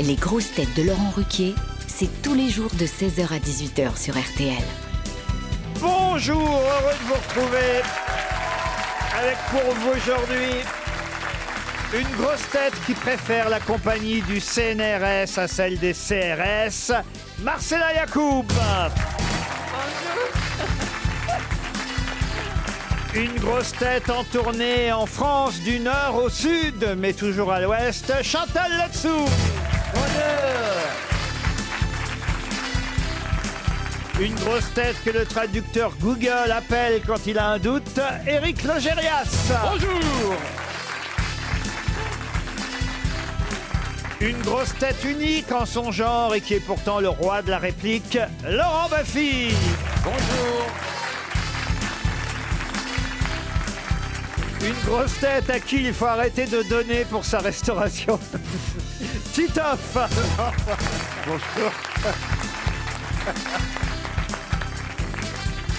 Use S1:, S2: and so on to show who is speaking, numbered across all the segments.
S1: Les grosses têtes de Laurent Ruquier, c'est tous les jours de 16h à 18h sur RTL.
S2: Bonjour, heureux de vous retrouver avec pour vous aujourd'hui une grosse tête qui préfère la compagnie du CNRS à celle des CRS, Marcella Yacoub. Une grosse tête en tournée en France du nord au sud, mais toujours à l'ouest, Chantal Latsou. Une grosse tête que le traducteur Google appelle quand il a un doute, Eric Logérias. Bonjour Une grosse tête unique en son genre et qui est pourtant le roi de la réplique, Laurent Baffy. Bonjour Une grosse tête à qui il faut arrêter de donner pour sa restauration. Titoff Bonjour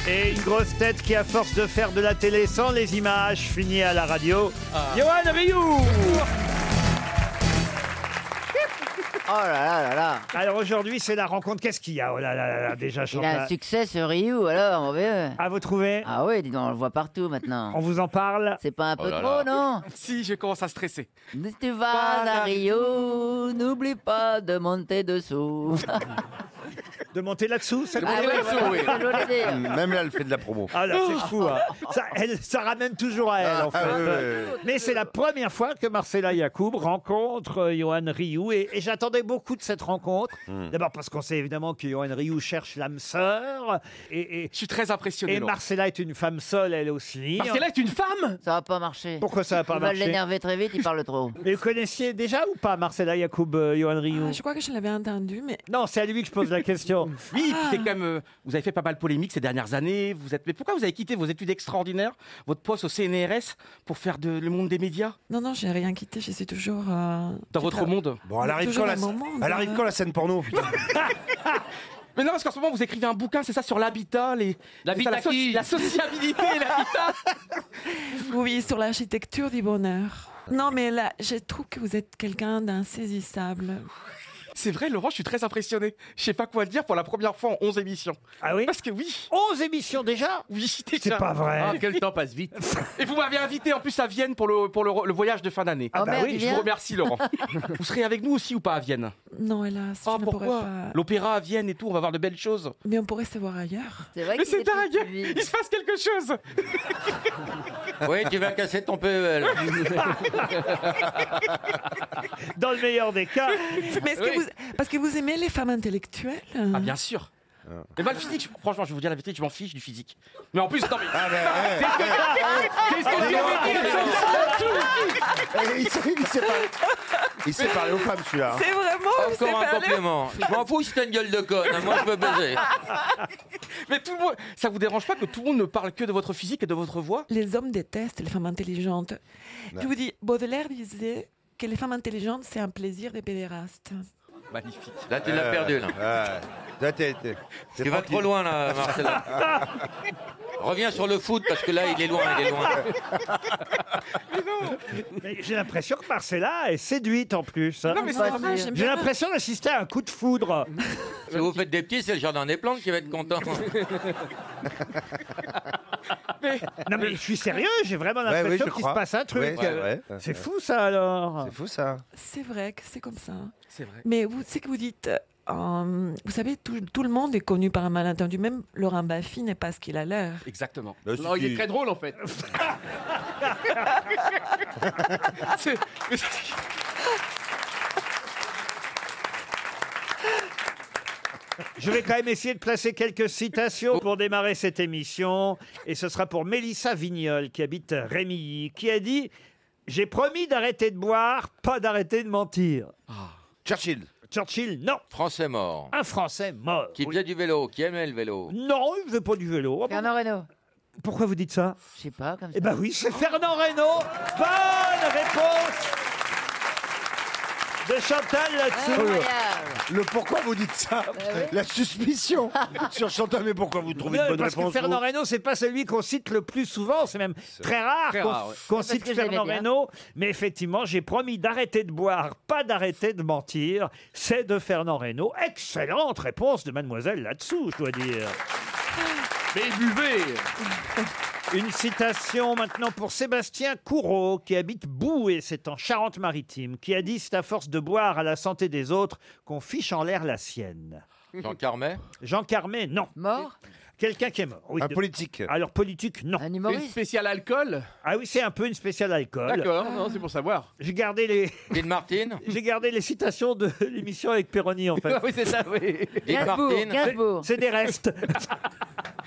S2: Et une grosse tête qui, à force de faire de la télé sans les images, finit à la radio. Johan Rioux Oh là là là là Alors aujourd'hui, c'est la rencontre. Qu'est-ce qu'il y a Oh là là là là, déjà,
S3: Il a un
S2: Chantal.
S3: succès ce euh, Ryu, alors, mon vieux.
S2: Ah, vous trouvez
S3: Ah oui, dis donc, on le voit partout maintenant.
S2: On vous en parle
S3: C'est pas un peu
S4: Oh là
S3: trop,
S4: là.
S3: non
S4: Si, je commence à stresser.
S3: Si tu vas à Rio, n'oublie pas de monter dessous.
S2: De monter là-dessous, ça
S3: Ah oui, voilà,
S4: oui.
S3: je voulais dire.
S5: Même là, elle fait de la promo.
S2: Ah là, c'est fou. hein. Ça, elle- ça ramène toujours à elle, en fait.
S5: Ah, ouais, ouais, ouais.
S2: Mais c'est la première fois que Marcella Yacoub rencontre euh, Johan Rioux et, et j'attendais beaucoup de cette rencontre. D'abord parce qu'on sait évidemment que Johan Rioux cherche l'âme sœur et, et,
S4: Je suis très impressionné.
S2: et
S4: Laurent.
S2: Marcella est une femme seule elle aussi.
S4: Marcella est une femme
S3: Ça va pas marcher.
S2: Pourquoi ça n'a pas
S3: Il va
S2: marché
S3: l'énerver très vite, il parle trop.
S2: Mais vous connaissiez déjà ou pas Marcella Yacoub, euh, Johan Rioux
S6: Ah, je crois que je l'avais entendu, mais
S2: Non, c'est à lui que je pose la question.
S4: Oui, c'est quand même. euh, vous avez fait pas mal de polémiques ces dernières années. Vous êtes. Mais pourquoi vous avez quitté vos études extraordinaires, votre poste au CNRS, pour faire de, le monde des médias
S6: non, non, j'ai rien quitté, je suis toujours. euh,
S4: Dans
S6: je
S4: votre
S6: tra-
S4: monde
S5: Bon, elle arrive,
S6: Toujours
S5: quand la,
S6: un moment,
S5: elle arrive
S6: euh.
S5: quand la scène porno
S4: Mais non, parce qu'en ce moment, vous écrivez un bouquin, c'est ça, sur l'habitat, les. L'habitat la, so- la sociabilité, l'habitat
S6: Oui, sur l'architecture du bonheur. Non, mais là, je trouve que vous êtes quelqu'un d'insaisissable.
S4: C'est vrai, Laurent, je suis très impressionné. Je sais pas quoi dire pour la première fois en 11 émissions.
S2: Ah oui
S4: Parce que oui
S2: 11 émissions déjà
S4: oui,
S2: C'est
S4: déjà.
S2: pas vrai.
S4: Ah, quel temps passe vite. Et vous m'avez invité en plus à Vienne pour le, pour le, le voyage de fin d'année.
S2: Ah
S3: Oh
S2: bah
S3: merde,
S2: oui,
S3: il
S4: Je vous
S3: vient.
S4: remercie, Laurent. vous serez avec nous aussi ou pas à Vienne
S6: Non, hélas,
S4: Ah,
S6: je ne pourrais
S4: pourquoi
S6: pas.
S4: L'opéra à Vienne et tout, on va voir de belles choses.
S6: Mais on pourrait se voir ailleurs.
S3: C'est vrai
S4: Mais
S3: qu'il
S4: c'est
S3: est tout
S4: dingue
S3: suivi.
S4: Il se passe quelque chose
S7: Oui, tu vas casser ton PEL.
S2: Dans le meilleur des cas.
S6: Mais est-ce que vous. Parce que vous aimez les femmes intellectuelles
S4: Ah, bien sûr mais moi, le physique, je- franchement, je vais vous dire la vérité, je m'en fiche du physique. Mais en plus, non, mais.
S5: Ah, ben, ouais.
S4: bah, Qu'est-ce que tu veux dire
S5: Eh, Il s'est- il s'est parlé- il s'est parlé aux femmes, celui-là. hein.
S6: C'est vraiment. c'est
S7: Encore un
S6: pas les-
S7: complément. Je m'en fous si t'as une gueule de conne. hein. Moi, je peux baiser.
S4: Mais tout le monde. Ça vous dérange pas que tout le monde ne parle que de votre physique et de votre voix
S6: Les hommes détestent les femmes intelligentes.
S5: Ouais.
S6: Je vous dis, Baudelaire disait que les femmes intelligentes, c'est un plaisir des pédérastes.
S4: Magnifique.
S7: Là, tu l'as
S5: Euh,
S7: perdu. Là.
S5: ouais. Là, t'es- t'es- t'es
S7: Tu vas
S5: tranquille.
S7: trop loin, là, Marcella. Reviens sur le foot, parce que là, il est loin, il est loin.
S2: Mais J'ai l'impression que Marcella est séduite en plus. hein.
S4: Non, mais c'est
S3: Pas
S4: pas
S3: sûr.
S6: j'aime
S2: J'ai
S6: bien.
S2: l'impression d'assister à un coup de foudre.
S7: Si vous faites des petits, c'est le jardin des plantes qui va être content.
S2: Non mais je suis sérieux, j'ai vraiment
S5: Ouais, oui,
S2: l'impression
S5: je
S2: qu'il se
S5: crois.
S2: passe un truc.
S5: Ouais, ouais, ouais.
S2: C'est fou ça alors.
S5: C'est fou, ça.
S6: C'est vrai que c'est comme ça.
S4: C'est vrai.
S6: Mais vous, c'est que vous dites, euh, vous savez, tout, tout le monde est connu par un malentendu. Même Laurent Baffy n'est pas ce qu'il a l'air.
S4: Exactement.
S5: Bah, si tu-
S4: drôle en fait. C'est-
S2: Je vais quand même essayer de placer quelques citations pour démarrer cette émission et ce sera pour Mélissa Vignol qui habite Rémilly qui a dit J'ai promis d'arrêter de boire, pas d'arrêter de mentir. Churchill. Churchill, non.
S7: Français mort.
S2: Ah. Un Français mort.
S7: Qui faisait du vélo, qui aimait le vélo.
S2: Non, il ne faisait pas du vélo. Fernand Reynaud. Pourquoi vous dites ça
S3: Je sais pas, comme ça.
S2: Eh ben oui, c'est Fernand Reynaud. Bonne réponse de Chantal là-dessous.
S5: Le pourquoi vous dites ça La suspicion
S2: Oh,
S5: sur Chantal, mais pourquoi vous trouvez
S2: Non,
S5: une bonne
S2: parce
S5: réponse
S2: que Fernand
S5: vous
S2: Reynaud, c'est pas celui qu'on cite le plus souvent, c'est même très rare
S5: Très
S2: qu'on
S5: rare, ouais.
S2: qu'on
S5: Parce
S2: cite
S5: que je l'aimais
S2: Fernand
S5: bien.
S2: Reynaud. Mais effectivement, j'ai promis d'arrêter de boire, pas d'arrêter de mentir. C'est de Fernand Reynaud. Excellente réponse de mademoiselle là-dessous, je dois dire. Mais buvez Une citation maintenant pour Sébastien Courreau, qui habite Boué, c'est en Charente-Maritime, qui a dit « C'est à force de boire à la santé des autres qu'on fiche en l'air la sienne ».
S7: Jean Carmet
S2: Jean Carmet, non. Mort Quelqu'un qui est mort. oui.
S7: Un politique
S2: Alors, politique, non. Un
S8: humoriste Une
S2: spéciale alcool Ah oui, c'est un peu une spéciale alcool.
S8: D'accord, non, c'est pour savoir.
S2: J'ai gardé les.
S7: Martine
S2: J'ai gardé les citations de l'émission avec Perroni, en fait.
S8: oui, c'est ça, oui.
S7: Gainsbourg, Martine. Gainsbourg.
S2: C'est c'est des restes.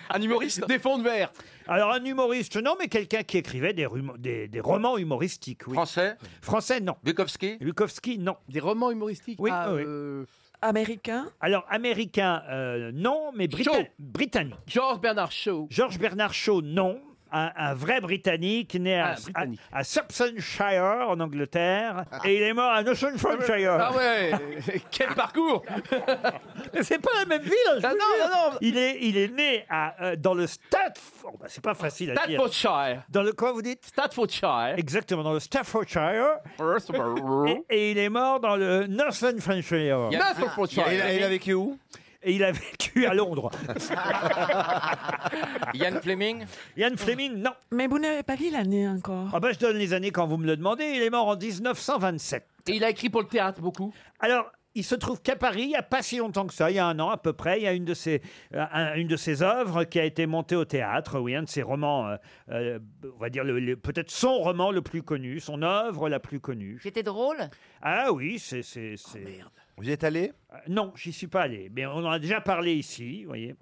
S2: un humoriste Des fonds de verre. Alors, un humoriste, non, mais quelqu'un qui écrivait des, rumo- des, des romans humoristiques, oui.
S7: Français
S2: Français, non.
S7: Bukowski
S2: Bukowski, non.
S8: Des romans humoristiques
S2: Oui,
S8: Ah,
S2: oui.
S8: euh,
S2: Américain Alors, américain, euh, non, mais Brita- britannique. George Bernard Shaw. George Bernard Shaw, non. Un, un vrai Britannique, né à,
S8: Ah, Britannique.
S2: à- à Somersetshire, en Angleterre, et il est mort à Nottinghamshire.
S8: Ah ouais, quel parcours
S2: Mais C'est pas la même ville, hein, je vous le jure. Il est, il est né à, euh, dans le Staff... oh, bah, c'est pas facile à dire.
S8: Staffordshire.
S2: Dans le quoi vous dites
S8: Staffordshire.
S2: Exactement, dans le Staffordshire.
S8: Staffordshire.
S2: Et, et il est mort dans le Northamptonshire.
S8: Il y a- Northamptonshire. Et il a- il a
S2: vécu où et il a vécu à Londres.
S7: Yann Fleming
S2: Yann Fleming, non.
S6: Mais vous n'avez pas vu l'année encore.
S2: Ah bah je donne les années quand vous me le demandez. Il est mort en 1927.
S8: Et il a écrit pour le théâtre beaucoup
S2: Alors, il se trouve qu'à Paris, il n'y a pas si longtemps que ça, il y a un an à peu près, il y a une de ses, euh, un- une de ses œuvres qui a été montée au théâtre, oui, un de ses romans, euh, euh, on va dire le- le- peut-être son roman le plus connu, son œuvre la plus connue.
S3: C'était drôle Oh,
S2: Ah oui, c'est... c'est, Vous y êtes allé Non, j'y suis pas allé, mais on en a déjà parlé ici, vous voyez.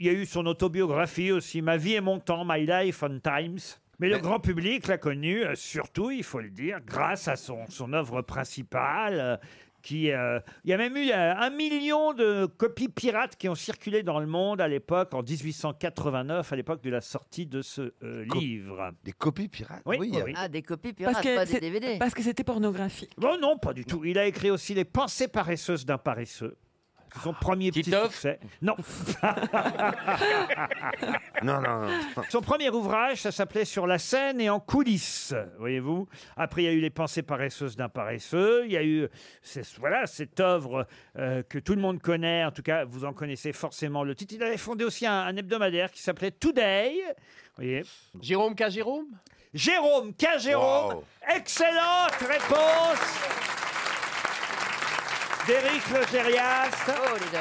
S2: Il y a eu son autobiographie aussi, Ma vie et mon temps, My Life on Times. Mais le grand public l'a connu, euh, surtout, il faut le dire, grâce à son, son œuvre principale. euh, qui, euh, il y a même eu euh, un million de copies pirates qui ont circulé dans le monde à l'époque, en 1889, à l'époque de la sortie de ce euh, livre. Des copies pirates Oui, euh, oui. oui.
S3: Ah, des copies pirates, pas des
S6: c'est-
S3: DVD.
S6: parce que c'était pornographique.
S2: Bon, Oh non, pas du tout. Il a écrit aussi Les pensées paresseuses d'un paresseux. C'est Son premier petit succès. Non.
S5: Non, non, non.
S2: Son premier ouvrage, ça s'appelait Sur la scène et en coulisses, voyez-vous. Après, il y a eu Les pensées paresseuses d'un paresseux. Il y a eu c'est- voilà, cette œuvre euh, que tout le monde connaît. En tout cas, vous en connaissez forcément le titre. Il avait fondé aussi un, un hebdomadaire qui s'appelait Today. Voyez.
S8: Jérôme K. Jérôme
S2: Jérôme K. Jérôme. Excellente réponse d'Éric Logérias.
S5: Oh,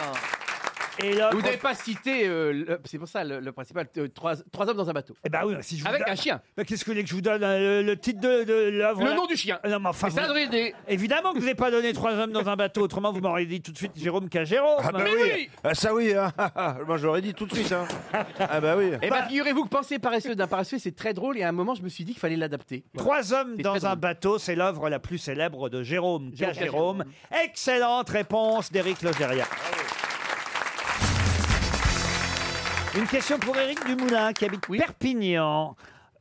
S2: Et là,
S8: Vous n'avez pas cité, euh, le- c'est pour ça le, le principal, euh, trois, trois hommes dans un bateau.
S2: Eh ben oui, si je vous
S8: Avec
S2: donne-
S8: un chien.
S2: Mais qu'est-ce que vous voulez que je vous donne euh, le, le titre de, de l'œuvre
S8: Le
S2: là Ah
S8: nom du chien.
S2: Non, mais enfin,
S8: Et ça
S2: vous-
S8: devrait aider.
S2: Évidemment que je n'ai pas donné trois hommes dans un bateau, autrement vous m'auriez dit tout de suite Jérôme K. Jérôme.
S5: Ah bah oui, Ah, ça oui, hein. moi j'aurais dit tout de suite. hein. Ah bah oui.
S8: Eh bien, figurez-vous que penser paresseux d'un paresseux, c'est très drôle. Et à un moment, je me suis dit qu'il fallait l'adapter.
S2: Trois hommes
S8: C'est
S2: dans
S8: très
S2: un
S8: drôle.
S2: bateau, c'est l'œuvre la plus célèbre de Jérôme K.
S8: Jérôme K.
S2: Jérôme. Excellente réponse d'Éric Logérias. Une question pour Éric Dumoulin qui habite Perpignan.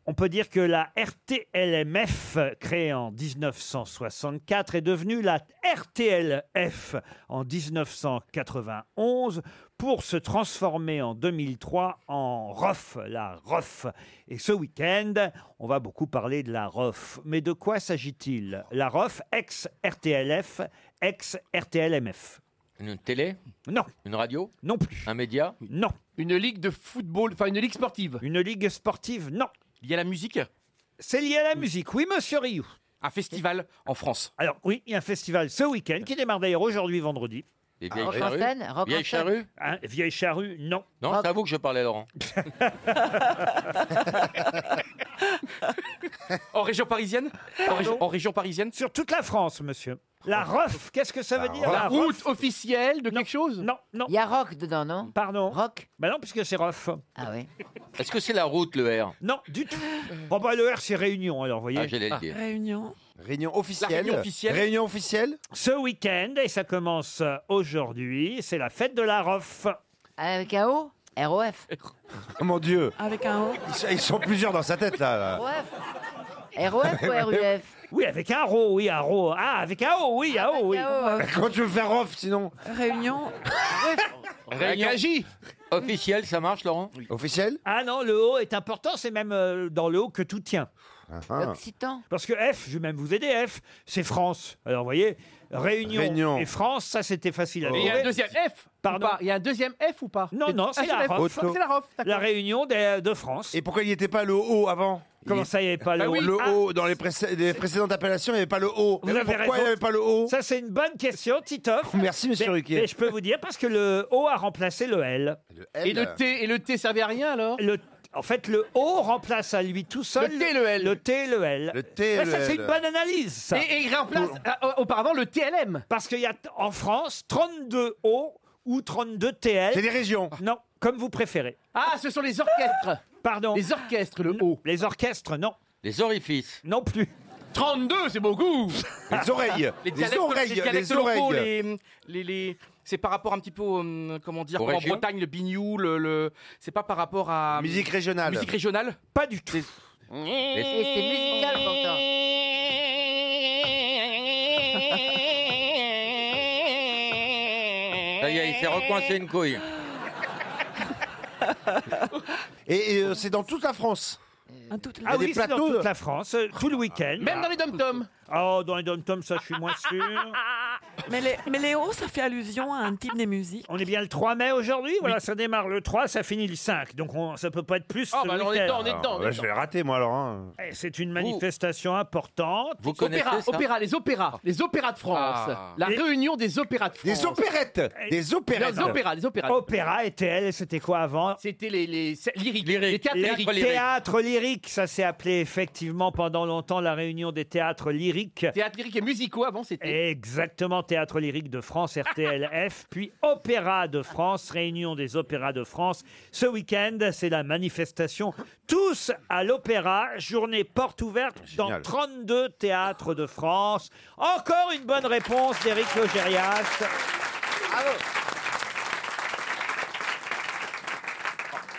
S2: On peut dire que la RTLMF, créée en 1964, est devenue la RTLF en 1991 pour se transformer en 2003 en ROF, la ROF. Et ce week-end, on va beaucoup parler de la ROF. Mais de quoi s'agit-il La ROF, ex-RTLF, ex-RTLMF.
S7: Une télé
S2: Non.
S7: Une radio
S2: Non plus.
S7: Un média
S2: Non.
S8: Une ligue de football, enfin une ligue sportive.
S2: Une ligue sportive, non.
S8: Liée à la musique
S2: C'est lié à la musique, oui, monsieur Rioux.
S8: Un festival en France.
S2: Alors oui, il y a un festival ce week-end qui démarre d'ailleurs aujourd'hui vendredi.
S7: Les vieilles
S3: Rock en
S7: charrues
S3: scène, rock en
S7: Vieilles
S3: scène.
S7: charrues
S2: Hein, vieille charrue, non.
S7: Non, c'est à vous que je parlais, Laurent.
S8: En région parisienne en région, en région parisienne
S2: Sur toute la France, monsieur. La ROF, qu'est-ce que ça veut dire
S8: La
S2: route
S8: route officielle de quelque chose
S2: Non, non.
S8: Il y a rock dedans, non
S2: Pardon
S8: Rock
S2: Bah non, puisque c'est ROF.
S8: Ah oui.
S7: Est-ce que c'est la route, le R
S2: Non, du tout. Bon, bah, le R, c'est réunion, alors, vous voyez.
S7: Ah, j'allais le dire.
S6: Réunion.
S5: Réunion
S2: La
S5: officielle.
S2: réunion officielle.
S5: Réunion officielle.
S2: Ce week-end, et ça commence euh, aujourd'hui, c'est la fête de la ROF.
S3: Avec un O ROF.
S5: Oh mon Dieu.
S6: Avec un O
S5: Ils sont- Ils sont plusieurs dans sa tête là. là.
S3: ROF ROF ou RUF
S2: Oui, avec un RO, oui, un RO. Ah, avec un O, oui, un O, oui.
S5: Quand tu veux faire off, sinon.
S6: Réunion.
S7: Réagis Officiel, ça marche, Laurent
S5: Officiel
S2: Ah non, le O est important, c'est même euh, dans le O que tout tient.
S3: L'Occitan.
S2: Parce que F, je vais même vous aider, F, c'est France. Alors, vous voyez, Réunion,
S5: Réunion.
S2: et France, ça, c'était facile à
S8: Oh. Et il y a un
S2: trouver.
S8: deuxième F
S2: Pardon
S8: ou pas Il y a un deuxième F ou pas
S2: Non, non, c'est la
S8: la
S2: ROF.
S8: C'est la ROF,
S2: La
S8: d'accord.
S2: Réunion des- euh, de France.
S5: Et pourquoi il n'y était pas le haut avant
S2: Comment ça, il n'y avait pas le
S5: Bah
S2: O
S5: oui, Le
S2: Ah,
S5: haut, dans les, précé- les précédentes appellations, il n'y avait pas le haut.
S2: Vous avez
S5: Pourquoi
S2: raison.
S5: il n'y avait pas le haut
S2: Ça, c'est une bonne question, Titoff.
S5: Merci, monsieur
S2: Mais-
S5: Ruquier.
S2: mais je peux vous dire, parce que le O a remplacé le L.
S8: Et le T, et le T servait à rien alors
S2: Le- en fait, le O remplace à lui tout seul
S8: Le T et le L.
S2: Le T et le L.
S5: Le T et
S2: Ouais,
S5: le
S2: ça, c'est
S5: L.
S2: une bonne analyse, ça.
S8: Et, et il remplace euh, auparavant le TLM.
S2: Parce qu'il y a t- en France 32 O ou 32
S5: C'est
S2: TL.
S5: des régions.
S2: Non, comme vous préférez.
S8: Ah, ce sont les orchestres.
S2: Pardon.
S8: Les orchestres, le O.
S2: Les orchestres, non.
S7: Les orifices.
S2: Non plus.
S8: 32, c'est beaucoup.
S4: Ah,
S5: Les oreilles. Les,
S8: dialectes-
S5: oreilles. Les,
S8: dialectes
S5: oreilles.
S8: locaux, les- les- les- C'est par rapport un petit peu,
S4: hum,
S8: euh, comment dire,
S7: Aux
S8: en
S7: régions
S8: Bretagne, le bignou, le, le- c'est pas par rapport à
S4: hum,
S5: Musique régionale.
S8: musique régionale.
S2: Pas du tout.
S7: Les-
S3: Et c'est musical pourtant.
S7: Ça y est, il s'est recoincé une couille.
S5: Et, et, euh, c'est dans toute la France.
S6: Un tout-
S2: Ah
S5: des
S2: oui, c'est dans
S5: plateaux de-
S2: toute la France, euh, tout le week-end.
S8: Même dans les dom-toms.
S2: Oh, dans les dom ça, je suis moins sûr.
S6: Mais les, mais les O, ça fait allusion à un type des musiques.
S2: On est bien le 3 mai aujourd'hui. Voilà, ça démarre le 3, ça finit le 5. Donc on, ça peut pas être plus.
S8: Ah,
S2: ce
S8: bah, alors, on est
S2: week-end.
S8: dedans, on est dedans.
S5: Alors,
S8: on est
S5: là, je
S8: dedans.
S5: vais rater, moi, alors. hein.
S2: Eh, C'est une manifestation importante.
S7: Vous connaissez
S8: Opéra,
S7: ça
S8: opéra, les opéras, les opéras de France,
S7: Ah.
S8: la
S2: Les-
S8: réunion des opéras de France.
S5: Des opérettes. Des opérettes.
S8: Les opéras, les opéras.
S2: Opéra et TL, c'était quoi avant
S8: C'était les, les c'est- lyriques,
S7: Lyriques.
S8: les théâtres
S2: Les
S8: lyriques.
S7: lyrique.
S2: théâtres lyriques, ça s'est appelé effectivement pendant longtemps la réunion des théâtres lyriques.
S8: Théâtres lyriques et musicaux avant c'était.
S2: Exactement, Théâtre lyrique de France, RTLF, puis Opéra de France, réunion des opéras de France. Ce week-end, c'est la manifestation Tous à l'Opéra, journée porte ouverte dans
S5: Génial.
S2: 32 théâtres de France. Encore une bonne réponse d'Éric Logérias.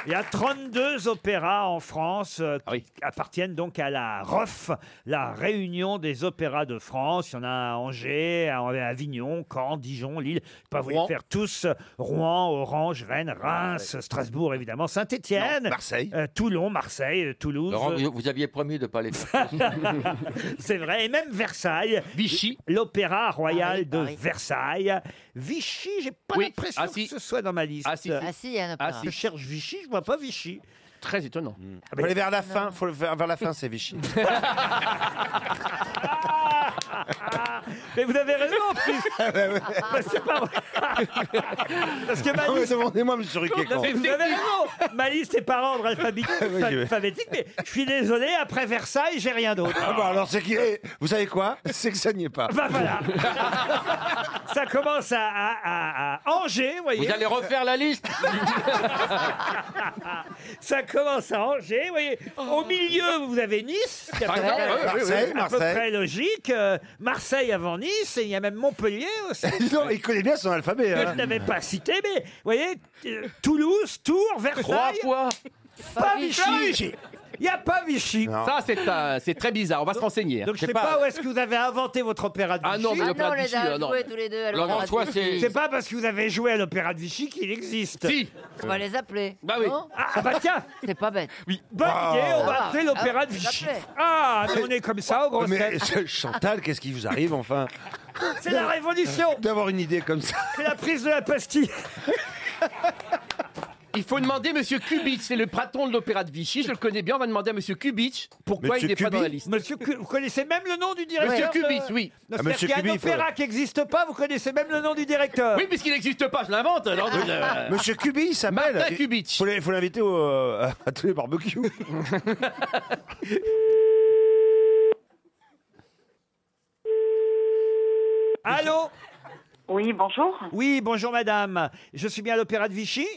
S2: Il y a 32 opéras en France euh, qui
S8: Ah oui.
S2: appartiennent donc à la ROF, la Réunion des opéras de France. Il y en a à Angers, à à Avignon, Caen, Dijon, Lille. Je peux Pas vous les
S8: Rouen.
S2: faire tous. Rouen, Orange, Rennes, Reims, Strasbourg évidemment, Saint-Étienne,
S5: Non, Marseille.
S2: euh, Toulon, Marseille, euh, Toulouse.
S7: Laurent, vous, vous aviez promis de ne pas les faire.
S2: C'est vrai, et même Versailles.
S8: Vichy.
S2: L'Opéra Royal
S3: Paris,
S2: de
S3: Paris.
S2: Versailles. Vichy, j'ai pas
S8: Oui.
S2: l'impression
S8: Ah, si.
S2: que ce soit dans ma liste.
S8: Ah, si, si.
S3: Ah si, il y a un
S8: Ah,
S3: opéra.
S2: Je cherche Vichy, je vois pas Vichy.
S8: Très étonnant.
S2: Ah,
S5: Hmm. Faut
S2: mais-
S5: aller vers la fin. Faut le faire vers la fin, c'est Vichy.
S2: Mais vous avez raison en plus
S5: Ah,
S2: Parce que c'est pas vrai Parce que ma
S5: Ah ouais,
S2: liste,
S5: Demandez-moi, monsieur Ruquier. quand- Ah,
S2: mais vous avez raison Ma liste est par ordre alphabétique,
S5: Oui, je vais.
S2: alphabétique, mais je suis désolé, après Versailles, j'ai rien d'autre.
S5: Ah bah alors c'est qui eh, Vous savez quoi C'est que ça n'y est pas.
S2: Bah voilà Ça commence à, à- à- à Angers, vous voyez
S7: Vous allez refaire la liste
S2: Ça commence à Angers, vous voyez Au milieu, vous avez Nice, qui est à peu
S8: Marseille,
S2: près-
S5: Marseille,
S2: à peu
S5: Marseille.
S2: près logique. Euh, Marseille avant Nice, et il y a même Montpellier aussi.
S5: Dis donc, il connaît bien son alphabet.
S2: que je
S5: Hein.
S2: n'avais pas cité, mais vous voyez, euh, Toulouse, Tours,
S7: trois
S2: Versailles,
S7: fois.
S2: pas Vichy. Il n'y a pas Vichy.
S5: Non.
S8: Ça, c'est euh, c'est très bizarre. On va se renseigner. hein.
S2: Donc je
S7: sais
S2: sais pas,
S7: pas.
S2: où est-ce que vous avez inventé votre opéra de
S8: Ah
S2: Vichy.
S8: non, mais
S3: Ah non,
S8: l'opéra
S3: on
S8: de
S3: les
S8: Vichy,
S3: a
S8: euh, non.
S3: joués tous les deux à
S7: Laurent,
S3: l'opéra de
S7: toi,
S3: Vichy.
S2: C'est pas parce que vous avez joué à l'opéra de Vichy qu'il existe.
S8: Si.
S3: On va les appeler.
S8: Bah oui.
S3: Non
S2: Ah bah tiens,
S3: C'est pas bête.
S2: bonne idée, on va
S3: Ah.
S2: appeler l'opéra de
S3: Ah,
S2: Vichy.
S3: j'appelais.
S2: Ah, mais on est comme ça, au gros
S5: Mais Ch- Chantal, qu'est-ce qui vous arrive enfin
S2: C'est la révolution,
S5: D'avoir une idée comme ça.
S2: c'est la prise de la pastille.
S8: Il faut demander Monsieur Kubitsch, c'est le patron de l'opéra de Vichy. Je le connais bien. On va demander à Monsieur Kubitsch pourquoi
S5: Monsieur
S8: il n'est pas dans la
S5: Kubi
S8: list.
S2: Monsieur, Cu- vous connaissez même le nom du
S8: Monsieur
S2: directeur de-
S8: Kubitsch, oui.
S2: Non,
S5: Ah,
S2: c'est-à-dire
S5: monsieur
S2: qu'il y a
S5: Kubi,
S2: un
S5: il faut-
S2: opéra qui n'existe pas, vous connaissez même le nom du directeur.
S8: Oui, puisqu'il n'existe pas, je l'invente. alors, je- euh,
S5: Monsieur Kubi, il s'appelle.
S8: Martin
S5: Il-
S8: Kubitsch.
S5: Faut l'in- faut l'inviter au, euh, à tous les barbecues.
S2: Allô
S9: Oui, bonjour.
S2: Oui, bonjour madame. Je suis bien à l'Opéra de Vichy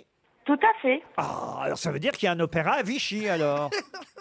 S9: Tout à fait.
S2: Ah, alors ça veut dire qu'il y a un opéra à Vichy alors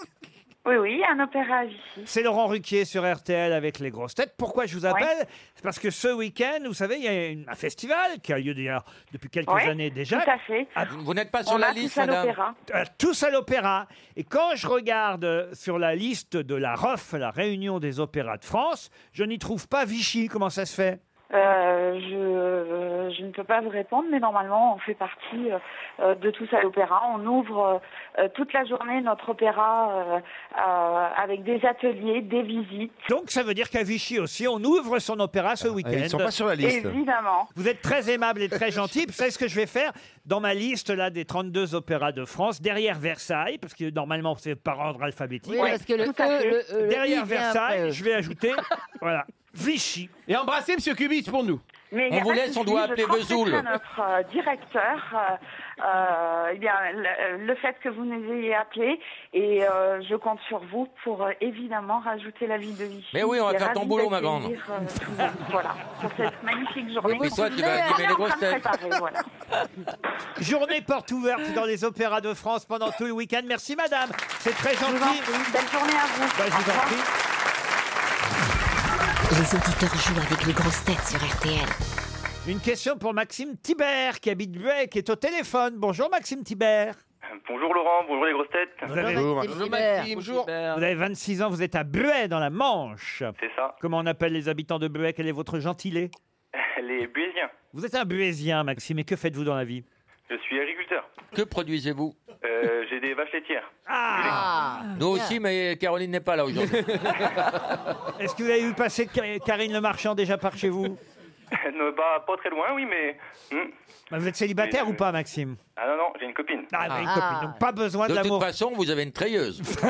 S9: Oui, oui, un opéra à Vichy.
S2: C'est Laurent Ruquier sur RTL avec les grosses têtes. Pourquoi je vous appelle C'est parce que ce week-end, vous savez, il y a une- un festival qui a lieu d'ailleurs depuis quelques
S9: Ouais,
S2: années déjà. Ah,
S9: tout à fait.
S7: Vous n'êtes pas
S9: sur On la a tous liste, à madame l'opéra.
S2: Euh, Tous à l'opéra. Et quand je regarde euh, sur la liste de la ROF, la Réunion des opéras de France, je n'y trouve pas Vichy. Comment ça se fait
S9: Euh, je, euh, je ne peux pas vous répondre, mais normalement, on fait partie euh, euh, de tous à l'opéra. On ouvre euh, euh, toute la journée notre opéra euh, euh, avec des ateliers, des visites.
S2: Donc ça veut dire qu'à Vichy aussi, on ouvre son opéra ce week-end.
S5: Ah, ils sont pas sur la liste.
S9: Évidemment.
S2: Vous êtes très aimable et très gentil. Vous savez ce que je vais faire dans ma liste là des 32 opéras de France, derrière Versailles, parce que normalement c'est par ordre alphabétique.
S3: Oui, parce que le Tout à E, fait. le- le I
S2: derrière
S3: vient
S2: Versailles,
S3: après E.
S2: je vais ajouter voilà Vichy. Et embrassez Monsieur Cubit pour nous.
S9: Mais il y a pas de souci, je transmettrai à notre euh, directeur, euh, euh, eh bien, le, le fait que vous nous ayez appelé, et euh, je compte sur vous pour euh, évidemment rajouter la vie de Vichy.
S7: Mais oui, on va
S9: Et
S7: faire ton
S9: ravie
S7: boulot, ma
S9: d'accueillir, euh, tout le monde. voilà, pour cette magnifique journée.
S7: mais toi, tu vas
S9: On est
S7: animer les
S9: en train
S7: grosses
S9: de
S7: têtes.
S9: préparer, voilà.
S2: Journée porte ouverte dans les opéras de France pendant tout le week-end. Merci madame, c'est très gentil. Ben,
S9: Belle journée à vous.
S2: je vous en prie.
S1: Les auditeurs jouent avec les grosses têtes sur RTL.
S2: Une question pour Maxime Thibert qui habite Bueil, qui est au téléphone. Bonjour Maxime Thibert.
S10: Bonjour Laurent, bonjour les grosses têtes.
S2: Vous avez- Vous avez 26 ans, vous êtes à Buet dans la Manche.
S10: C'est ça.
S2: Comment on appelle les habitants de Buet Quel est votre gentilé
S10: Les Buésiens,
S2: Vous êtes un Buésien, Maxime, et que faites-vous dans la vie
S10: je suis agriculteur.
S7: Que produisez-vous
S10: Euh, J'ai des vaches laitières.
S7: Nous aussi, mais Caroline n'est pas là aujourd'hui.
S2: Est-ce que vous avez vu passer Ka- Karine Le Marchand déjà par chez vous
S10: Ne bah, pas très loin, oui, mais. hmm.
S2: Bah, Vous êtes célibataire
S10: Mais, euh,
S2: ou pas, Maxime
S10: Ah non, non, j'ai une copine.
S2: Ah, bah, une copine, donc pas besoin de
S7: de toute
S2: l'amour.
S7: façon, vous avez une treilleuse.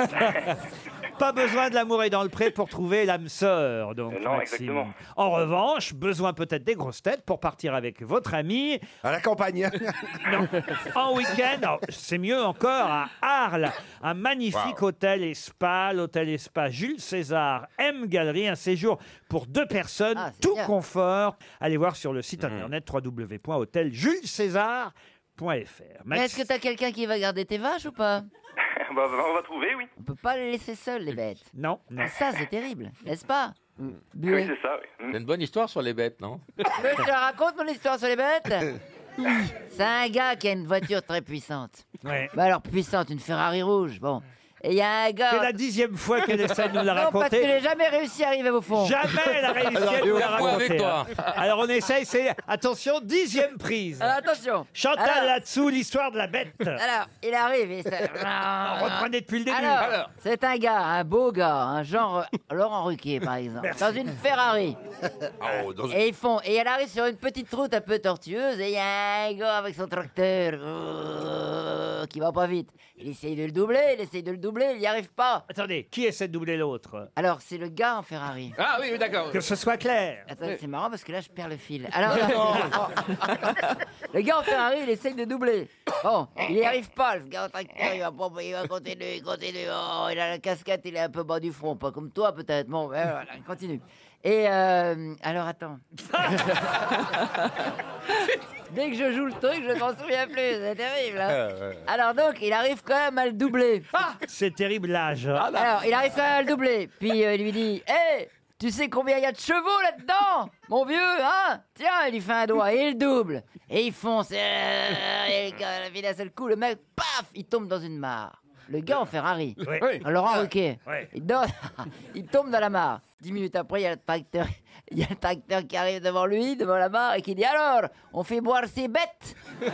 S2: Pas besoin de l'amour et dans le pré pour trouver l'âme sœur, donc.
S7: Euh, non,
S2: Maxime.
S7: exactement.
S2: En revanche, besoin peut-être des grosses têtes pour partir avec votre ami. À la campagne. En week-end, alors, c'est mieux encore, à Arles, un magnifique hôtel et spa, l'hôtel et spa Jules César M Galerie, un séjour pour deux personnes, tout confort. Allez voir sur le site internet www.hôteljulescésar.fr.
S3: Mais est-ce que t'as quelqu'un qui va garder tes vaches ou pas
S10: Bah, bah, on va trouver, oui.
S3: On peut pas les laisser seuls, les bêtes.
S2: Euh, Non, non.
S3: Ça, c'est terrible, n'est-ce pas
S10: Ah
S7: Oui, Mm. c'est ça.
S10: Mm.
S7: une bonne histoire sur les bêtes, non
S3: Tu veux que je te raconte mon histoire sur les bêtes C'est un gars qui a une voiture très puissante.
S2: Ouais.
S3: Bah alors, puissante, une Ferrari rouge, bon. Et il y a un gars...
S2: C'est la dixième fois qu'elle essaie de nous la
S3: Non, parce
S2: raconter.
S3: que j'ai jamais réussi à arriver au fond.
S2: Jamais elle a réussi à nous la raconter. hein. Alors on essaye, c'est attention, dixième prise.
S3: Alors, attention.
S2: Chantal
S3: Alors.
S2: là-dessous, l'histoire de la bête.
S3: Alors, il arrive et ça...
S2: Reprenez depuis le début.
S3: Alors,
S2: Alors.
S3: c'est un gars, un beau gars, un genre euh, Laurent Ruquier, par exemple,
S11: Merci.
S3: dans une Ferrari. Et ils font, et elle arrive sur une petite route un peu tortueuse, et il y a un gars avec son tracteur euh, qui va pas vite. Il essaye de le doubler, il essaye de le doubler, il n'y arrive pas.
S2: Attendez, qui essaie de doubler l'autre
S3: Alors, c'est le gars en Ferrari.
S8: Ah oui, oui, d'accord.
S2: Que ce soit clair.
S3: Attends, c'est marrant parce que là, je perds le fil. Alors, le gars en Ferrari, il essaye de doubler. Bon, il n'y arrive pas. Le gars en tracteur, il va, pas- il va continuer, il continue. Oh, il a la casquette, il est un peu bas du front. Pas comme toi, peut-être. Bon, ben, voilà, il continue. Et euh, alors, attends. Dès que je joue le truc, je ne m'en souviens plus. C'est terrible. hein. Alors, donc, il arrive quand même à le doubler.
S2: C'est terrible l'âge.
S3: Ah, Alors, il arrive quand même à le doubler. Puis euh, il lui dit Hé, tu sais combien il y a de chevaux là-dedans Mon vieux, hein Tiens, il lui fait un doigt et il double. Et il fonce. euh, Et euh, puis d'un seul coup, le mec, paf, il tombe dans une mare. Le gars en Ferrari,
S11: Ouais.
S3: Laurent
S11: Ouais.
S3: Ruquier,
S11: Ouais.
S3: il, donne- il tombe dans la mare. Dix minutes après, il y a le tracteur, il y a le tracteur qui arrive devant lui, devant la mare, et qui dit alors, on fait boire ces bêtes.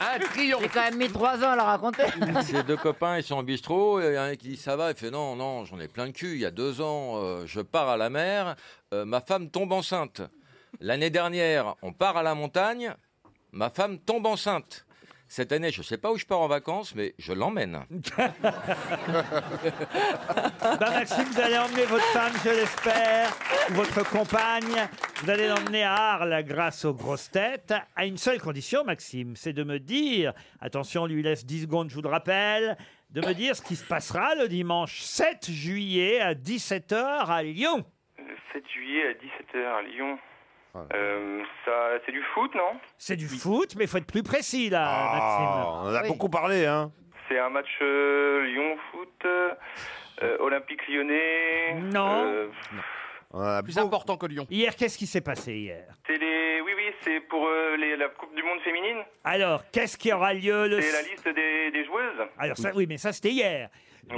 S8: Un triomphe.
S3: J'ai quand même mis trois ans à la raconter.
S7: Ses deux copains, ils sont au bistrot, et il y en a un qui dit ça va, il fait non, non, j'en ai plein le cul, il y a deux ans, euh, je pars à la mer, euh, ma femme tombe enceinte. L'année dernière, on part à la montagne, ma femme tombe enceinte. Cette année, je ne sais pas où je pars en vacances, mais je l'emmène.
S2: Bah Maxime, vous allez emmener votre femme, je l'espère, ou votre compagne. Vous allez l'emmener à Arles grâce aux grosses têtes, à une seule condition, Maxime, c'est de me dire, attention, on lui laisse 10 secondes, je vous le rappelle, de me dire ce qui se passera le dimanche 7 juillet à 17h à Lyon.
S10: Le 7 juillet à 17h à Lyon. Euh, ça, c'est du foot, non
S2: C'est du foot, mais il faut être plus précis là, Maxime.
S10: on en a Oui. beaucoup
S2: parlé, hein
S10: C'est un match euh, Lyon foot, euh, euh, Olympique lyonnais.
S2: Non.
S10: euh,
S2: Plus important que Lyon. Hier, qu'est-ce qui s'est passé hier
S10: c'est les. Oui, oui, c'est pour euh, les- la Coupe du Monde féminine.
S2: Alors, qu'est-ce qui aura lieu Euh, le...
S10: C'est la liste des, des joueuses.
S2: Alors ça, oui, mais ça c'était hier.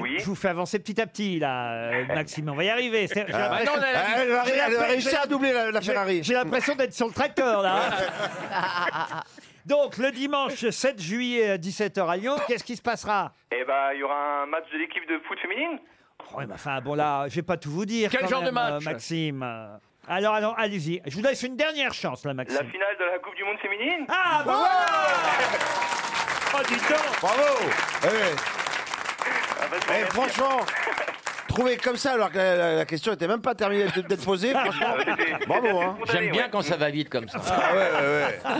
S10: Oui.
S2: Je vous fais avancer petit à petit là, euh, Maxime. On va y arriver. C'est- j'ai
S5: Ah,
S2: l'impression-
S5: non, elle a- elle va-
S2: j'ai
S5: elle va
S2: l'impression-
S5: réussir
S2: j'ai-
S5: à doubler la- la
S2: j'ai-
S5: Ferrari.
S2: J'ai l'impression d'être sur le tracteur là. hein. Donc le dimanche 7 juillet à 17h à Lyon, qu'est-ce qui se passera
S10: Et bah, il y aura un match de l'équipe de foot féminine.
S2: Oh, mais Enfin bon là, je vais pas tout vous dire.
S10: Quel
S2: quand
S10: genre de
S2: même, euh,
S10: match
S2: Maxime Euh, Alors alors, allez-y. Je vous laisse une dernière chance là, Maxime.
S10: La finale de la Coupe du Monde féminine.
S2: Ah, bah Oh, dis donc
S5: Bravo
S10: Ah, bah,
S5: Eh, franchement, trouver comme ça alors que la, la- la question était même pas terminée d'être d'être posée,
S8: Ah,
S5: franchement, bravo hein.
S7: J'aime bien quand ça va vite comme ça.
S2: Ah,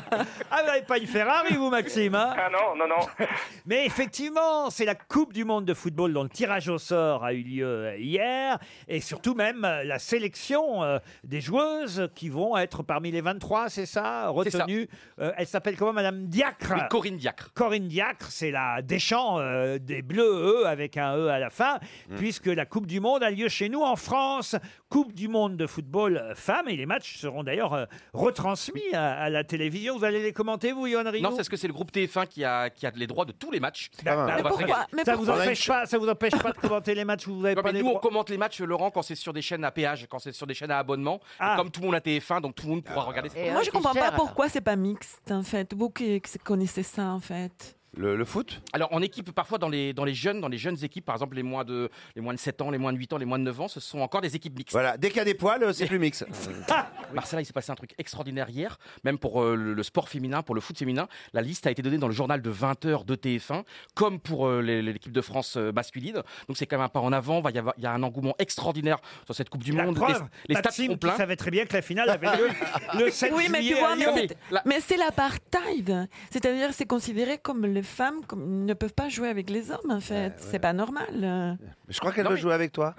S2: vous n'avez pas une Ferrari, vous, Maxime Ah
S10: non, non, non.
S2: Mais effectivement, c'est la Coupe du Monde de football dont le tirage au sort a eu lieu euh, hier. Et surtout même euh, la sélection euh, des joueuses qui vont être parmi les 23, c'est ça Retenues. Euh, elle s'appelle comment, Madame Diacre
S4: Oui, Corinne Diacre.
S2: Corinne Diacre, c'est la Deschamps euh, des Bleus, E, avec un E à la fin,
S4: Mm.
S2: puisque la Coupe du Monde a lieu chez nous en France. Coupe du Monde de football euh, femmes, et les matchs seront d'ailleurs euh, retransmis à, à la télévision. Vous allez les commenter, vous, Yohan Rioux
S4: Non, c'est ce que c'est le groupe TF1 qui a, qui a les droits de tous les matchs.
S2: Bah,
S4: On va se régaler.
S2: ça vous empêche pas, ça vous empêche pas de commenter les matchs où vous avez
S4: Ouais,
S2: pas
S4: mais
S2: les
S4: nous, on
S2: droits.
S4: commente les matchs, Laurent, quand c'est sur des chaînes à péage, quand c'est sur des chaînes à abonnement. Et
S2: Ah.
S4: Comme tout le monde a TF1, donc tout le monde pourra
S3: Ah.
S4: regarder.
S3: euh,
S6: Moi, je comprends pas pourquoi c'est pas mixte, en fait. Vous qui qui connaissez ça, en fait.
S4: Le, foot Alors, en équipe, parfois, dans les, dans les jeunes, dans les jeunes équipes, par exemple, les moins, de, les moins de 7 ans, les moins de 8 ans, les moins de 9 ans, ce sont encore des équipes mixtes.
S5: Voilà, dès qu'il y a des poils, euh, c'est plus mix.
S4: Marcella, il s'est passé un truc extraordinaire hier, même pour euh, le, le sport féminin, pour le foot féminin. La liste a été donnée dans le journal de 20h de TF1, comme pour euh, les- l'équipe de France euh, masculine. Donc c'est quand même un pas en avant. Va y avoir- Il y a un engouement extraordinaire sur cette Coupe du Monde.
S2: Preuve,
S4: les les stades
S2: Maxime
S4: sont
S2: qui
S4: pleins.
S2: savait très bien que la finale avait lieu le 7
S6: oui, mais
S2: juillet
S6: tu vois,
S2: à
S6: mais
S2: Lyon.
S6: c'est- mais c'est l'apartheid. C'est-à-dire, c'est considéré comme les femmes comme, ne peuvent pas jouer avec les hommes, en fait. C'est pas normal.
S5: Je crois qu'elle veut jouer avec toi.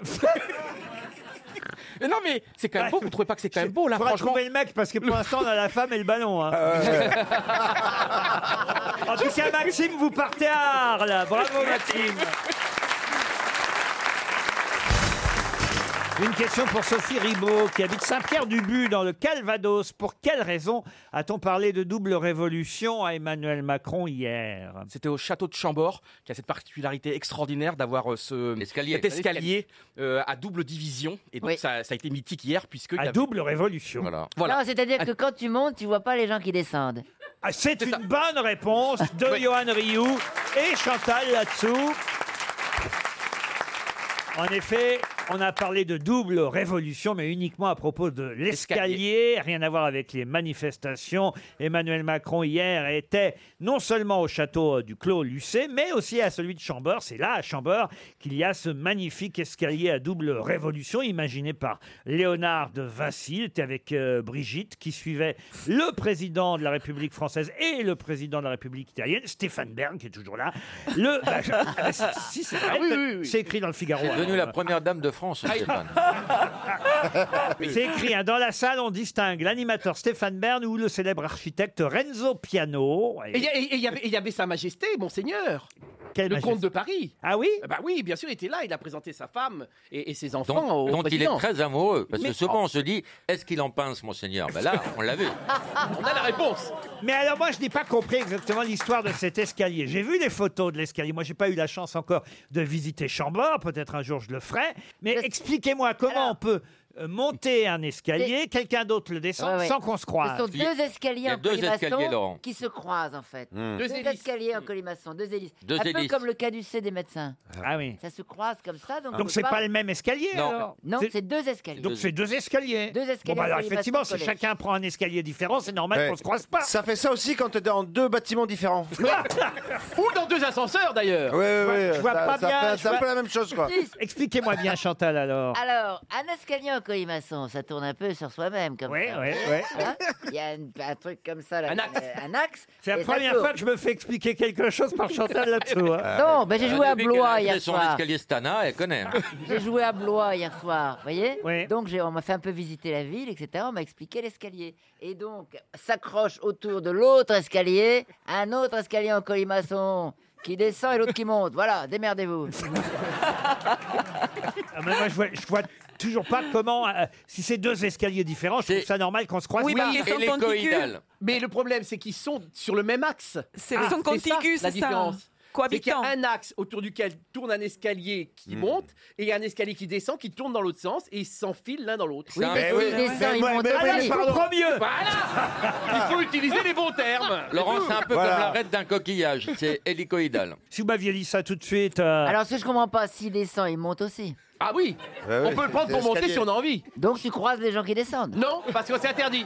S4: Mais non, mais c'est quand même beau. Vous trouvez pas que c'est quand même beau là,
S2: Faudra
S4: franchement
S2: trouver le mec parce que pour l'instant on a la femme et le ballon. hein.
S5: Ah,
S2: en tout cas, Maxime, vous partez à Arles. Bravo, Maxime. Une question pour Sophie Ribaud, qui habite Saint-Pierre-du-But, dans le Calvados. Pour quelle raison a-t-on parlé de double révolution à Emmanuel Macron hier
S4: C'était au château de Chambord, qui a cette particularité extraordinaire d'avoir euh, ce, cet
S2: L'escalier.
S4: escalier euh, à double division. Et donc, ça, ça a été mythique hier, puisque.
S2: À double révolution.
S4: Voilà. voilà.
S3: Non, c'est-à-dire
S4: Un-
S3: que quand tu montes, tu vois pas les gens qui descendent.
S2: Ah, C'est une bonne réponse de Johan Rioux et Chantal là-dessous. En effet, on a parlé de double révolution, mais uniquement à propos de l'escalier, rien à voir avec les manifestations. Emmanuel Macron hier était non seulement au château euh, du Clos Lucé, mais aussi à celui de Chambord. C'est là, à Chambord, qu'il y a ce magnifique escalier à double révolution, imaginé par Léonard de Vinci. Il était avec euh, Brigitte, qui suivait le président de la République française et le président de la République italienne, Stéphane Bern, qui est toujours là. Le... Ah, je- ah, si, c'est vrai,
S7: Ah oui, oui, oui.
S2: c'est écrit dans le Figaro. hein. Ah,
S7: C'est devenu
S2: alors.
S7: la première dame de France, Stéphane.
S2: C'est écrit, hein, dans la salle, on distingue l'animateur Stéphane Bern ou le célèbre architecte Renzo Piano.
S8: Et il y a- et il y, avait- et il y avait Sa Majesté, Monseigneur.
S2: Quelle
S8: le
S2: majesté
S8: comte de Paris.
S2: Ah oui
S8: Bah oui, bien sûr, il était là, il a présenté sa femme et, et ses enfants
S7: dont,
S8: au
S7: dont il est
S8: président.
S7: très amoureux. Parce
S8: Mais- oh.
S7: que souvent, on se dit, est-ce qu'il en pince, monseigneur Ben là, on l'a vu.
S8: On a la réponse.
S2: Mais alors moi, je n'ai pas compris exactement l'histoire de cet escalier. J'ai vu les photos de l'escalier. Moi, j'ai pas eu la chance encore de visiter Chambord. Peut-être un jour, je le ferai. Mais expliquez-moi comment on peut euh, monter un escalier, quelqu'un d'autre le descend
S3: Ouais, ouais.
S2: sans qu'on se croise.
S3: Ce sont deux escaliers en colimaçon qui se croisent en fait.
S2: Hmm.
S3: Deux,
S2: Deux
S3: escaliers en colimaçon, deux hélices.
S2: Deux
S3: un peu
S2: hélices.
S3: comme le caducé des médecins.
S2: Ah oui.
S3: Ça se croise comme ça. Donc,
S2: Donc
S3: on
S2: c'est
S3: peut
S2: pas le même escalier
S3: Non.
S2: alors
S3: Non, c'est deux escaliers.
S2: Donc c'est deux escaliers.
S3: Deux escaliers
S2: Bon bah alors
S3: pour les
S2: effectivement,
S3: patients
S2: si
S3: collés.
S2: chacun prend un escalier différent, c'est normal
S5: Ouais.
S2: qu'on se croise pas.
S5: Ça fait ça aussi quand t'es dans deux bâtiments différents.
S8: Ou dans deux ascenseurs d'ailleurs.
S5: Ouais, ouais, ouais.
S2: Je vois
S5: ça-
S2: pas
S5: ça
S2: bien,
S5: fait-
S2: je
S5: C'est un
S2: vois-
S5: peu la même chose, quoi.
S3: Si,
S2: Expliquez-moi bien Chantal alors.
S3: Alors, un escalier en colimaçon, ça tourne un peu sur soi-même comme ça.
S2: ouais, ouais.
S3: Hein Il y a une- un truc comme ça, là, un axe.
S2: C'est la
S3: et ça
S2: première
S3: tourne.
S2: fois que je me fais expliquer quelque chose par Chantal là-dessous.
S8: Ah.
S2: hein.
S3: Non, ben, j'ai joué à
S7: depuis qu'elle a
S3: Blois
S7: acheté
S3: hier
S7: son
S3: soir.
S7: escalier Stana, elle connaît. hein.
S3: J'ai joué à Blois hier soir, vous voyez Donc j'ai- on m'a fait un peu visiter la ville, etc. On m'a expliqué l'escalier. Et donc, s'accroche autour de l'autre escalier, un autre escalier en colimaçon qui descend et l'autre qui monte. Voilà, démerdez-vous.
S2: Ah, mais moi je vois, je vois toujours pas comment. euh, si c'est deux escaliers différents, je trouve ça normal qu'on se croise
S8: Oui,
S2: pas.
S8: mais ils sont tenticules. Mais le problème, c'est qu'ils sont sur le même axe. Ah,
S6: C'est- ils sont contigus,
S8: la
S6: c'est ça. hein.
S8: différence. C'est qu'il y a
S6: Cohabitants.
S8: un axe autour duquel tourne un escalier qui
S5: Mm.
S8: monte et il y a un escalier qui descend, qui tourne dans l'autre sens et ils s'enfilent l'un dans l'autre.
S7: Oui, mais Oui, oui, oui. descend, ils montent
S8: Ah,
S7: aussi.
S8: là, je comprends
S2: mieux.
S6: Bah,
S8: Voilà Il faut utiliser les bons termes.
S7: Laurent, c'est un peu
S2: Voilà.
S7: comme l'arête d'un coquillage, c'est hélicoïdal.
S2: Si vous m'aviez dit ça tout de suite. euh,
S3: Alors, ce que je comprends pas, s'il descend, il monte aussi.
S8: Ah oui On peut le prendre pour monter si on a envie.
S3: Donc tu croises les gens qui descendent
S8: Non, parce que c'est interdit.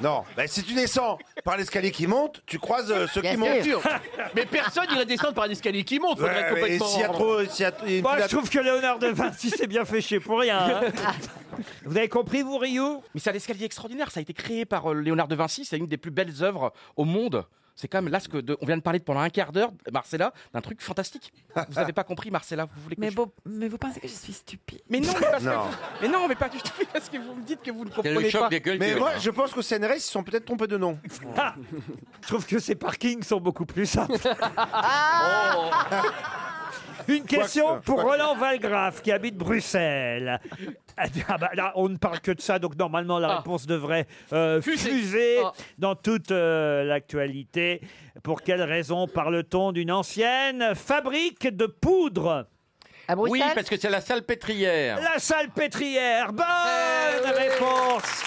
S5: Non, bah, si tu descends par l'escalier qui monte, tu croises euh, ceux
S8: Bien
S5: qui montent.
S8: sûr. Mais personne irait descendre par un escalier qui monte. faudrait
S5: Ouais,
S8: être
S5: ouais,
S8: complètement...
S5: et s'il y a trop- s'il y a- il y a une
S2: Moi,
S5: file à-
S2: je trouve que Léonard de Vinci s'est bien fait chier pour rien. hein. Vous avez compris, vous, Rio
S4: Mais c'est un escalier extraordinaire. Ça a été créé par euh, Léonard de Vinci. C'est une des plus belles œuvres au monde. C'est quand même là ce que de- on vient de parler de pendant un quart d'heure, Marcella, d'un truc fantastique. Vous n'avez pas compris, Marcella. Vous voulez que
S6: Mais,
S4: je-
S6: bon, mais vous pensez que je suis stupide
S4: Mais non, mais parce que-
S5: Non.
S4: mais non, mais pas du tout. Parce que vous me dites que vous ne comprenez pas.
S5: Mais moi, je pense qu'au CNRS, ils se sont peut-être trompés de nom.
S2: Je trouve Ah, que ces parkings sont beaucoup plus simples.
S12: Ah
S2: Une question pour Roland Valgraf qui habite Bruxelles. Ah bah là, on ne parle que de ça, donc normalement la réponse devrait euh, fuser dans toute euh, l'actualité. Pour quelle raison parle-t-on d'une ancienne fabrique de poudre
S7: Oui, parce que c'est la salle pétrière.
S2: La salpêtrière. Bonne réponse.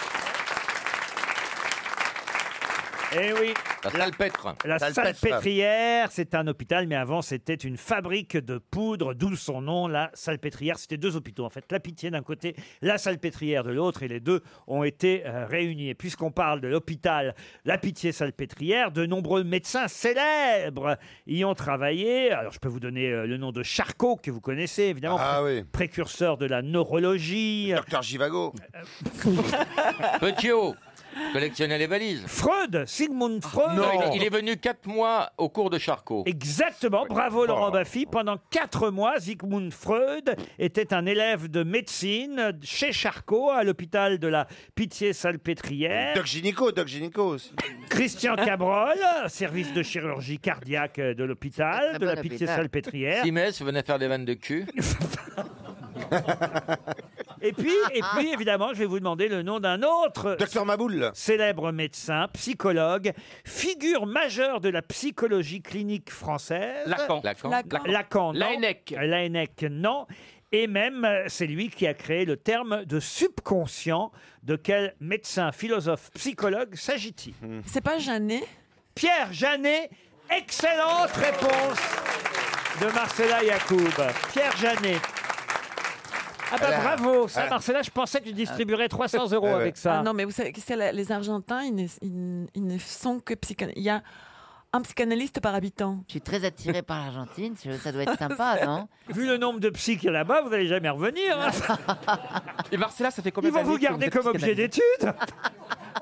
S2: Eh oui.
S7: La salpêtre.
S2: La salpêtrière, c'est un hôpital, mais avant c'était une fabrique de poudre, d'où son nom, la salpêtrière. C'était deux hôpitaux en fait, la Pitié d'un côté, la salpêtrière de l'autre, et les deux ont été euh, réunis. Et puisqu'on parle de l'hôpital La Pitié salpêtrière, de nombreux médecins célèbres y ont travaillé. Alors je peux vous donner euh, le nom de Charcot, que vous connaissez évidemment, pré- précurseur de la neurologie.
S5: Ah
S2: Euh,
S5: Docteur Givago.
S7: Petit haut. Collectionnait les valises.
S2: Freud, Sigmund Freud.
S7: Non, il, il est venu 4 mois au cours de Charcot.
S2: Exactement, bravo Laurent Baffy. Pendant quatre mois, Sigmund Freud était un élève de médecine chez Charcot, à l'hôpital de la Pitié-Salpêtrière.
S5: Doc Gynéco, Doc Gynéco aussi.
S2: Christian Cabrol, service de chirurgie cardiaque de l'hôpital de la Pitié-Salpêtrière.
S7: Simès venait faire des vannes de cul.
S2: Et puis, et puis, évidemment, je vais vous demander le nom d'un autre. Docteur
S5: Maboul.
S2: Célèbre médecin, psychologue, figure majeure de la psychologie clinique française.
S4: Lacan. Lacan. Lacan.
S2: Lacan, non. Laennec, non. Et même, euh, c'est lui qui a créé le terme de subconscient. De quel médecin, philosophe, psychologue s'agit-il
S6: C'est pas Jeannet
S2: Pierre Janet, excellente réponse de Marcella Yacoub. Pierre Janet. Ah bah
S6: Elle a-
S2: bravo, ça
S6: elle a-
S2: Marcella, je pensais que tu distribuerais 300 euros avec ça.
S6: Ah non, mais vous savez, que c'est la- les Argentins, ils ne, ils ne- ils ne sont que psychanalystes. Il y a un psychanalyste par habitant.
S3: Je suis très attiré par l'Argentine, je- ça doit être sympa, non
S2: Vu le nombre de psy qu'il y a là-bas, vous n'allez jamais revenir. hein.
S4: Et Marcella, ça fait combien
S2: Ils vont
S4: d'années
S2: vous
S4: que
S2: garder
S4: êtes
S2: comme objet
S4: psychanalyste
S2: d'étude.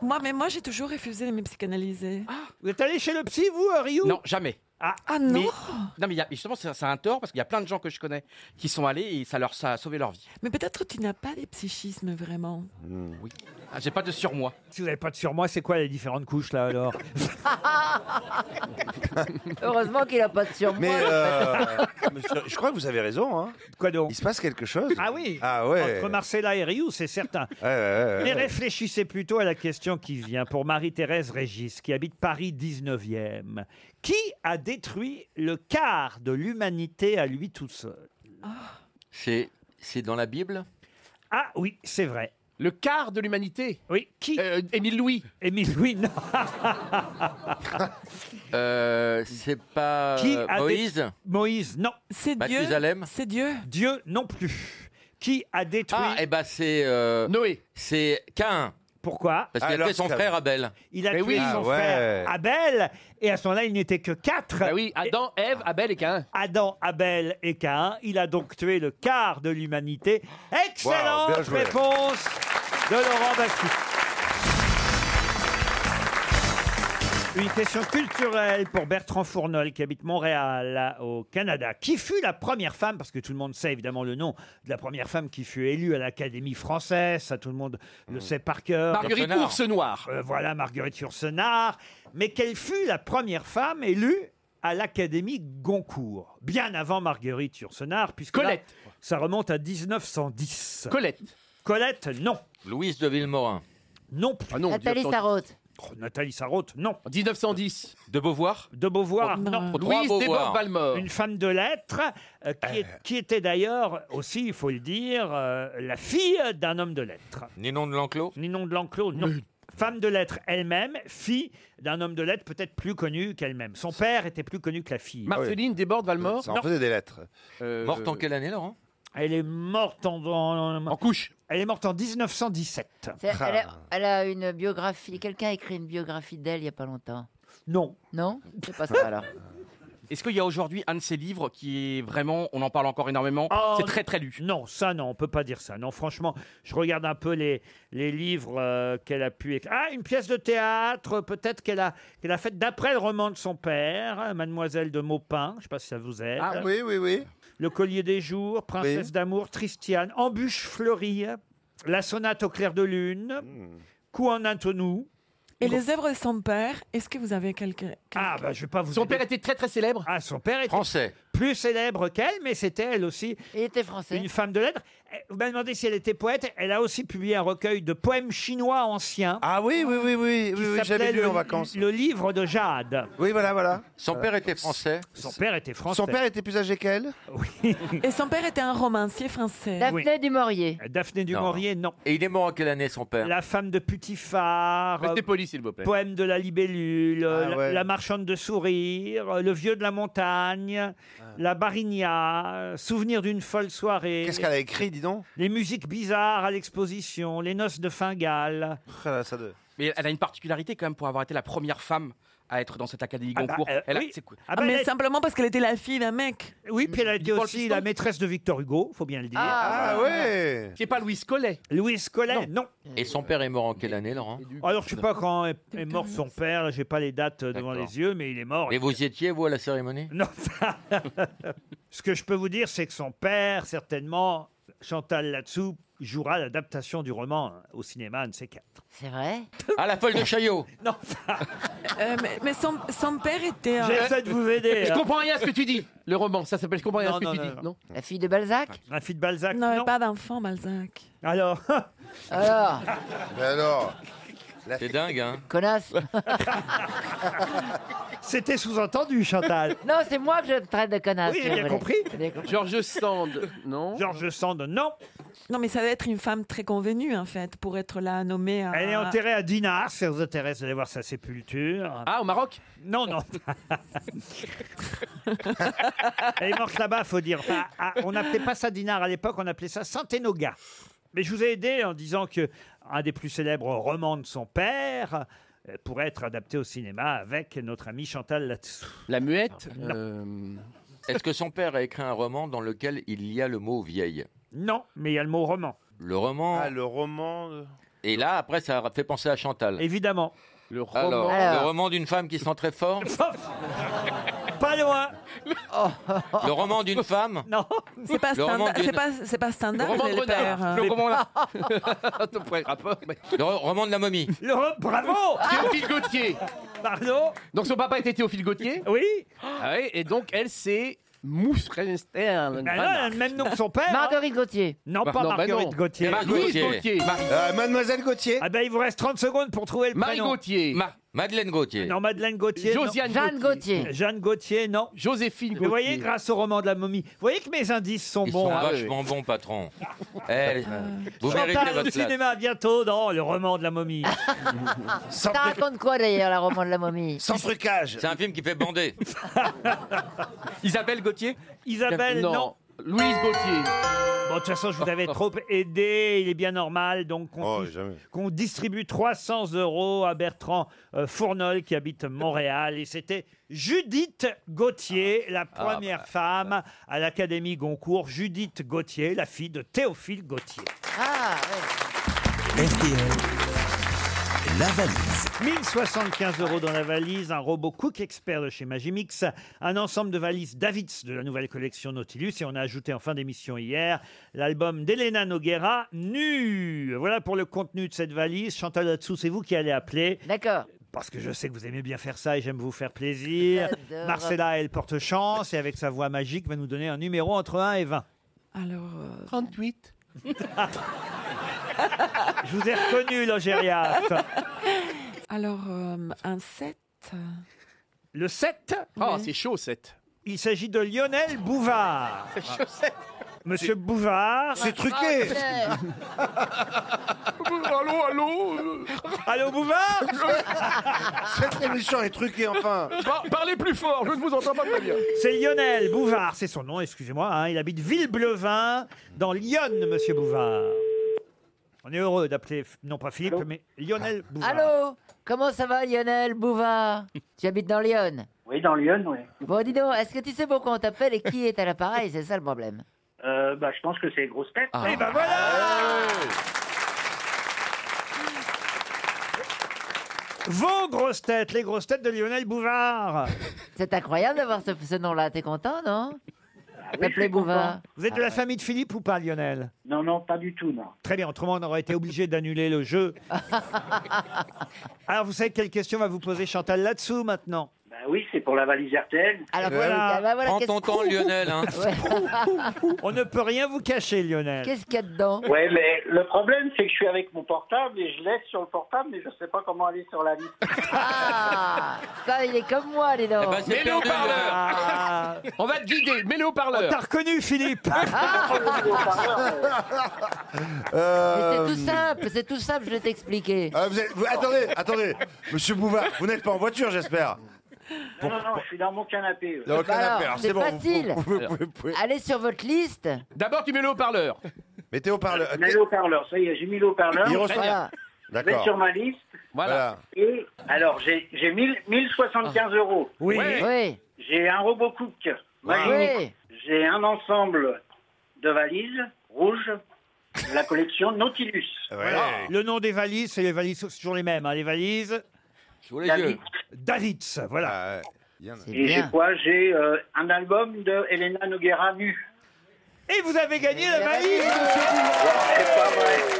S6: Moi, mais moi, j'ai toujours refusé de me psychanalyser.
S3: Ah.
S2: Vous êtes allé chez le psy, vous, à Rio
S4: Non, jamais.
S2: Ah,
S6: non
S4: mais, Non, mais il y a- justement, c'est c'est un tort parce qu'il y a plein de gens que je connais qui sont allés et ça leur ça a sauvé leur vie.
S6: Mais peut-être tu n'as pas des psychismes vraiment.
S4: Oui. Ah, J'ai pas de surmoi.
S2: Si vous n'avez pas de surmoi, c'est quoi les différentes couches là alors
S3: Heureusement qu'il a pas de surmoi.
S5: Mais euh, monsieur, je crois que vous avez raison. Hein.
S2: Quoi donc
S5: Il se passe quelque chose.
S2: Ah oui
S5: Ah ouais.
S2: Entre Marcella et Rioux, c'est certain.
S6: euh,
S2: Mais réfléchissez plutôt à la question qui vient pour Marie-Thérèse Régis, qui habite Paris 19e. Qui a détruit le quart de l'humanité à lui tout seul
S3: Ah.
S7: C'est c'est dans la Bible
S2: Ah oui, c'est vrai.
S8: Le quart de l'humanité
S2: Oui.
S8: Qui Émile Louis.
S2: Émile Louis, non.
S7: Euh, c'est pas
S2: Qui
S7: euh,
S2: a dé-
S7: Moïse
S2: Moïse, non.
S6: C'est
S7: Dieu Mathusalem
S6: C'est Dieu
S2: Dieu non plus. Qui a détruit
S7: Ah, et ben c'est. Noé. C'est Cain.
S2: Pourquoi
S7: Parce qu'il a
S2: Alors,
S7: tué son
S2: ça-
S7: frère Abel.
S2: Il a tué
S7: Ah,
S2: son
S7: ouais.
S2: frère Abel, et à ce moment-là, il n'était que quatre.
S7: Bah
S2: oui,
S8: Adam, Ève, Abel et Cain.
S2: Adam, Abel et Cain. Il a donc tué le quart de l'humanité. Excellente
S11: Wow, bien joué.
S2: réponse de Laurent Baffi. Une question culturelle pour Bertrand Fournol qui habite Montréal là, au Canada. Qui fut la première femme, parce que tout le monde sait évidemment le nom de la première femme qui fut élue à l'Académie française, ça tout le monde le sait par cœur.
S8: Hmm. Marguerite Yourcenar. Yourcenar.
S2: Euh, voilà Marguerite Yourcenar. Mais quelle fut la première femme élue à l'Académie Goncourt Bien avant Marguerite Yourcenar, puisque là,
S8: Colette.
S2: ça remonte à 1910.
S8: Colette.
S2: Colette, non.
S7: Louise de Villemorin.
S2: Non plus.
S8: non, Nathalie 1910. Sarraute.
S2: Oh, Nathalie Sarraute, non.
S8: 1910.
S7: De Beauvoir
S2: De Beauvoir, non.
S8: Louise Desbordes-Valmore.
S2: Une femme de lettres euh, qui, est- qui était d'ailleurs aussi, il faut le dire, euh, la fille d'un homme de lettres.
S7: Ninon de l'Enclos
S2: Ninon de l'Enclos, non. Femme de lettres elle-même, fille d'un homme de lettres peut-être plus connu qu'elle-même. Son père était plus connu que la fille.
S7: Ah
S8: Marceline Desbordes-Valmore.
S2: Ça en faisait
S8: des lettres. Euh,
S7: Morte en quelle année, Laurent
S2: Elle est morte en, en,
S8: couche.
S2: Elle est morte en 1917.
S3: C'est- Elle, a,
S7: Ah.
S8: Ah.
S3: elle a une biographie. Quelqu'un a écrit une biographie d'elle il y a pas longtemps.
S2: Non.
S3: Non C'est pas ça alors.
S4: Euh. Est-ce qu'il y a aujourd'hui un de ces livres qui est vraiment, on en parle encore
S2: Ah,
S4: énormément, c'est très très lu
S2: Non, ça non, on peut pas dire ça. Non, franchement, je regarde un peu les, les livres euh, qu'elle a pu écrire. Ah, une pièce de théâtre, peut-être qu'elle a, qu'elle a faite d'après le roman de son père, hein, Mademoiselle de Maupin, je sais pas si ça vous aide.
S5: Ah oui, oui, oui.
S2: Le collier des jours, Princesse
S5: Oui.
S2: d'amour, Tristiane, Embûche fleurie, La sonate au clair de lune,
S5: Hmm.
S2: Coup en Antonou.
S6: Et les œuvres de son père, est-ce que vous avez quelques...
S2: Ah, bah, je vais pas vous
S8: Son
S2: aider.
S8: père était très très célèbre.
S2: Ah, son père était
S7: Français.
S2: plus célèbre qu'elle, mais c'était elle aussi. Une femme de lettres. Eh, Vous m'avez demandé si elle était poète. Elle a aussi publié un recueil de poèmes chinois anciens.
S5: Ah oui, oui, oui, oui, oui, oui, j'avais lu en vacances.
S2: Le livre de Jade.
S5: Oui, voilà, voilà.
S7: Son
S5: Euh,
S7: père était français.
S2: Son père était français.
S5: Son père était plus âgé qu'elle
S6: Et son père était un romancier français.
S3: du Maurier.
S2: Daphné du
S7: Non.
S2: Maurier, non.
S7: Et il est mort en quelle année, son père
S2: La femme de Putifard.
S7: Restez poli, s'il vous plaît.
S2: Poème de la libellule,
S5: Ah,
S2: la,
S7: ouais.
S2: la marchande de sourires, euh, le vieux de la montagne,
S5: Ah.
S2: la barigna, euh, souvenir d'une folle soirée.
S5: Qu'est-ce qu'elle a écrit, dis donc
S2: Les musiques bizarres à l'exposition, les noces de Fingal.
S4: Mais elle a une particularité quand même pour avoir été la première femme à être dans cette académie
S2: Ah bah,
S4: Goncourt.
S2: euh,
S4: elle a-
S2: oui.
S4: c'est quoi-
S2: Ah bah,
S6: mais
S2: elle est-
S6: simplement parce qu'elle était la fille d'un mec.
S2: Oui, puis elle a été
S6: Paul
S2: aussi
S6: Piston
S2: la maîtresse de Victor Hugo, faut bien le dire.
S6: Ah, Ah
S5: ouais
S8: C'est pas Louise Collet.
S2: Louise Collet, non.
S7: Et son père est mort en quelle année, Laurent
S2: Alors, je sais pas quand est, est mort son père, j'ai pas les dates euh, devant
S7: D'accord.
S2: les yeux, mais il est mort.
S7: Et vous y étiez, vous, à la cérémonie
S2: Non. Ce que je peux vous dire, c'est que son père, certainement, Chantal là-dessous, jouera l'adaptation du roman hein, au cinéma, un de ces quatre.
S3: C'est vrai
S7: Ah, la folle de Chaillot
S2: Non
S6: Euh, mais mais son, son père était... un-
S2: J'essaie de vous aider.
S8: Je
S2: hein.
S8: comprends rien à ce que tu dis. Le roman, ça s'appelle Je comprends rien à ce que tu dis. Non.
S3: La fille de Balzac
S2: La fille de Balzac,
S6: Non,
S2: non.
S6: pas d'enfant, Balzac.
S2: Alors
S3: Alors
S5: Mais alors
S7: C'est dingue, hein
S3: Connasse
S2: C'était sous-entendu, Chantal.
S3: Non, c'est moi que je traite de connasse.
S2: Oui, Ah, j'ai
S3: si vous
S2: bien
S3: voulez.
S2: compris.
S8: George Sand, non
S2: George Sand, non.
S6: Non, mais ça doit être une femme très convenue, en fait, pour être là nommée à...
S2: Ah. Elle est enterrée à Dinard, si ça vous intéresse d'aller voir sa sépulture.
S8: Ah, au Maroc
S2: Non, non. Elle est morte là-bas, faut dire. Enfin, à- on n'appelait pas ça Dinard à l'époque, on appelait ça Saint-Enoga. Mais je vous ai aidé en disant que un des plus célèbres romans de son père euh, pourrait être adapté au cinéma avec notre amie Chantal là-dessous.
S8: La
S2: Ah,
S8: muette euh,
S7: Est-ce que son père a écrit un roman dans lequel il y a le mot vieille
S2: Non, mais il y a le mot roman.
S7: Le roman.
S5: Ah, le roman. de-
S7: Et là, après, ça fait penser à Chantal.
S2: Évidemment.
S8: Le
S7: roman. Alors,
S3: Alors.
S7: Le roman d'une femme qui sent très fort
S2: Pas loin
S7: Le roman d'une femme
S2: Non
S6: C'est pas,
S7: Le roman
S6: standard-
S7: d'une-
S6: c'est pas, c'est pas standard,
S8: Le roman de
S6: les
S8: Renard.
S6: pères. hein.
S8: Le roman là. Ton premier rapport.
S7: Le ro- roman de la momie
S2: Le ro- Bravo
S8: Théophile Gauthier.
S2: Pardon
S8: Donc son papa était Théophile Gauthier
S2: Oui.
S8: Ah oui, et donc elle c'est Mousse
S2: Ben
S8: Renstein.
S2: là, elle a le même nom que son père. hein.
S3: Marguerite Gauthier.
S2: Non,
S8: Bah
S2: pas
S8: non, bah
S2: Marguerite
S8: non.
S2: Gauthier.
S8: Marguerite Louise Gauthier. Gauthier.
S5: Euh, Mademoiselle Gauthier
S2: Ah ben, il vous reste 30 secondes pour trouver le
S8: Marie
S2: prénom.
S8: Gauthier.
S7: Madeleine Gauthier.
S2: Non, Madeleine Gauthier.
S3: Josiane Jeanne Gauthier. Gauthier.
S2: Jeanne Gauthier, non.
S8: Joséphine
S2: Vous voyez, grâce au roman de la momie, vous voyez que mes indices sont
S7: Ils
S2: bons.
S7: sont
S2: hein.
S7: vachement bons, patron. Eh, vous
S2: Chantal
S7: méritez votre
S2: au
S7: place.
S2: cinéma bientôt dans le roman de la momie.
S8: Ah.
S3: Ça raconte quoi d'ailleurs, la roman de la momie
S5: Sans trucage.
S7: C'est un film qui fait bander.
S8: Isabelle Gauthier
S2: Isabelle, non.
S8: Louise Gauthier.
S2: Bon, de toute façon, je vous avais trop aidé. Il est bien normal donc
S7: Oh,
S2: qu'on touche- qu'on distribue 300 euros à Bertrand euh, Fournol qui habite Montréal. Et c'était Judith Gauthier, la première femme à l'Académie Goncourt. Judith Gauthier, la fille de Théophile Gauthier.
S3: Ah,
S13: La valise.
S2: 1075 euros dans la valise, un robot Cook Expert de chez Magimix, un ensemble de valises Davids de la nouvelle collection Nautilus, et on a ajouté en fin d'émission hier l'album d'Elena Noguera, Nu. Voilà pour le contenu de cette valise. Chantal là-dessous, c'est vous qui allez appeler.
S3: D'accord.
S2: Parce que je sais que vous aimez bien faire ça et j'aime vous faire plaisir.
S3: J'adore.
S2: Marcella, elle porte chance et avec sa voix magique va nous donner un numéro entre 1 et 20.
S6: Alors.
S8: 38.
S2: Je vous ai reconnu, l'Angérias.
S6: Alors, euh, un 7.
S2: Le 7
S8: Ah, c'est chaud, 7.
S2: Il s'agit de Lionel
S3: Ah,
S2: Bouvard. Monsieur Bouvard.
S5: C'est
S2: Ah,
S5: truqué.
S8: allô, allô
S2: Allô, Bouvard
S5: Cette émission est truquée, enfin.
S8: Parlez plus fort, je ne vous entends pas très bien.
S2: C'est Lionel Bouvard, c'est son nom, excusez-moi. hein. Il habite Villeblevin, dans Lyon, monsieur Bouvard. On est heureux d'appeler, non pas Philippe, mais Lionel
S11: Ah.
S2: Bouvard.
S3: Allô Comment ça va, Lionel Bouvard Tu habites dans Lyon
S11: Oui, dans Lyon, oui.
S3: Bon, dis donc, est-ce que tu sais pourquoi on t'appelle et qui est à l'appareil C'est ça le problème.
S11: Euh, bah, je pense que c'est grosse hein. tête.
S3: Ah.
S2: Eh ben voilà Vos grosses têtes, les grosses têtes de Lionel Bouvard. Ah
S3: C'est incroyable d'avoir ce, ce nom-là, t'es content, non
S11: oui, je
S3: T'appelais
S11: suis content.
S3: Bouvard. Ah,
S2: Vous êtes de la famille de Philippe ou pas, Lionel
S11: Non, non, pas du tout, non.
S2: Très bien, autrement on aurait été obligé d'annuler le jeu. Alors vous savez quelle question va vous poser Chantal là-dessous maintenant
S11: Bah oui, c'est pour la valise RTL.
S3: Alors
S2: voilà.
S3: Ah, bah voilà,
S7: Prends
S3: qu'est-ce-
S7: ton temps, Lionel. hein.
S2: On ne peut rien vous cacher, Lionel.
S3: Qu'est-ce qu'il y a dedans
S11: Ouais, mais le problème, c'est que je suis avec mon portable et je laisse sur le portable, mais je sais pas comment aller sur la liste.
S3: Ah Ça, il est comme moi, dis donc.
S7: Eh ben, c'est
S8: Mets-le au
S7: perdu,
S8: parleur.
S2: Ah,
S8: On va te guider, mets-le au
S2: on t'a
S8: parleur.
S2: reconnu, Philippe
S3: Mais
S5: Euh,
S3: C'est tout simple, c'est tout simple, je vais t'expliquer.
S5: euh, vous êtes- vous- attendez, attendez, Monsieur Bouvard, vous n'êtes pas en voiture, j'espère.
S11: Non, non, non, je suis dans mon canapé.
S5: Dans le canapé,
S3: alors,
S5: alors,
S3: c'est
S5: c'est bon. vous-
S3: facile.
S5: vous pouvez- vous pouvez- vous pouvez-
S3: Allez sur votre liste.
S8: D'abord, tu mets le au parleur.
S5: Mettez au parleur.
S11: Mets le haut-parleur, ça y est, j'ai mis le haut-parleur.
S5: Il reçoit-
S2: Ah.
S3: Voilà.
S11: Je vais
S5: D'accord.
S11: sur ma liste
S8: Voilà.
S5: Voilà.
S11: et alors j'ai j'ai 1000 1075 euros.
S2: Ah. Oui.
S3: Oui.
S11: J'ai un robot cook. Magique.
S3: Oui.
S11: J'ai un ensemble de valises rouges de la collection Nautilus.
S5: Ouais.
S2: Le nom des valises, c'est les valises, c'est toujours les mêmes. hein, les valises
S7: Sous les
S11: David.
S7: yeux.
S2: Davids, voilà.
S5: Ah, ouais. Bien.
S3: C'est
S11: Et j'ai
S3: bien.
S11: quoi J'ai euh, un album de Elena Noguera nu.
S2: Et vous avez gagné la valise
S8: Ah.
S11: C'est pas vrai.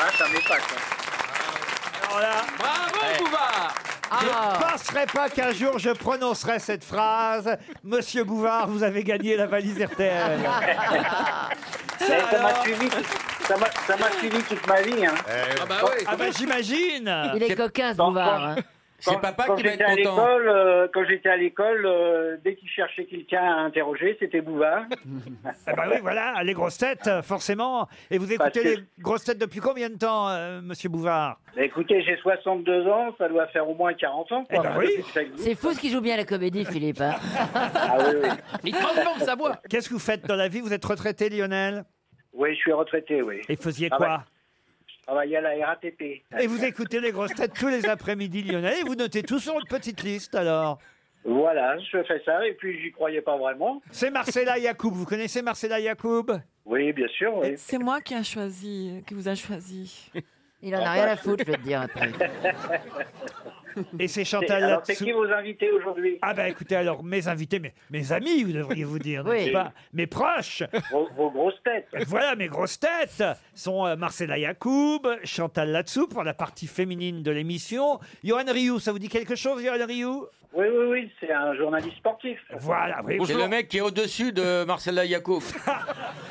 S11: Ah, ça hein. m'épate. hein.
S2: Alors là,
S8: Bravo, Bouvard
S2: je ne
S3: Ah
S2: penserais pas qu'un jour je prononcerai cette phrase. Monsieur Bouvard, vous avez gagné la valise RTL.
S11: Mais ça m'a
S2: alors
S11: suivi, ça m'a- ça m'a suivi toute ma vie. Hein.
S5: Eh,
S8: Ah bah oui.
S2: Ah bah j'imagine
S3: Il est coquin, ce bouvard. hein.
S7: C'est
S11: Quand-
S7: papa
S11: quand
S7: qui va
S11: j'étais
S7: être
S11: à
S7: content.
S11: l'école, euh, quand j'étais à l'école, euh, dès qu'il cherchait quelqu'un à interroger, c'était Bouvard.
S2: Ah bah oui, voilà, les grosses têtes, euh, forcément. Et vous écoutez
S11: Parce que-
S2: les grosses têtes depuis combien de temps, euh, monsieur Bouvard
S11: Bah, écoutez, j'ai 62 ans, ça doit faire au moins 40 ans.
S2: Eh ben oui.
S3: C'est fou ce qu'il joue bien la comédie, Philippe. hein.
S11: Ah oui, oui.
S8: Il transforme sa voix.
S2: Qu'est-ce que vous faites dans la vie Vous êtes retraité, Lionel
S11: Oui, je suis retraité, oui.
S2: Et faisiez
S11: Ah
S2: quoi
S11: ouais. Je travaillais à la RATP.
S2: Et vous écoutez les grosses têtes tous les après-midi, Lionel, et vous notez tout sur une petite liste alors.
S11: Voilà, je fais ça, et puis j'y croyais pas vraiment.
S2: C'est Marcella Yacoub, vous connaissez Marcella Yacoub
S11: Oui, bien sûr, oui.
S6: C'est moi qui, a choisi, qui vous a choisi.
S3: Il en a rien à foutre, je vais te dire un truc.
S2: Et
S11: C'est-
S2: c'est Chantal
S11: Alors, c'est
S2: là-dessous.
S11: qui vos invités aujourd'hui
S2: Ah bah écoutez, alors mes invités, mes, mes amis, vous devriez vous dire,
S3: Oui.
S2: n'est-ce pas Mes proches,
S11: vos, vos grosses têtes.
S2: voilà mes grosses têtes, sont euh, Marcella Yacoub, Chantal Latsou pour la partie féminine de l'émission, Johan Rioux, ça vous dit quelque chose Johan Rioux
S11: Oui, oui, oui, c'est un journaliste sportif.
S2: Voilà, Ah, oui,
S7: C'est
S2: bonjour.
S7: le mec qui est au-dessus de Marcella Yacoub.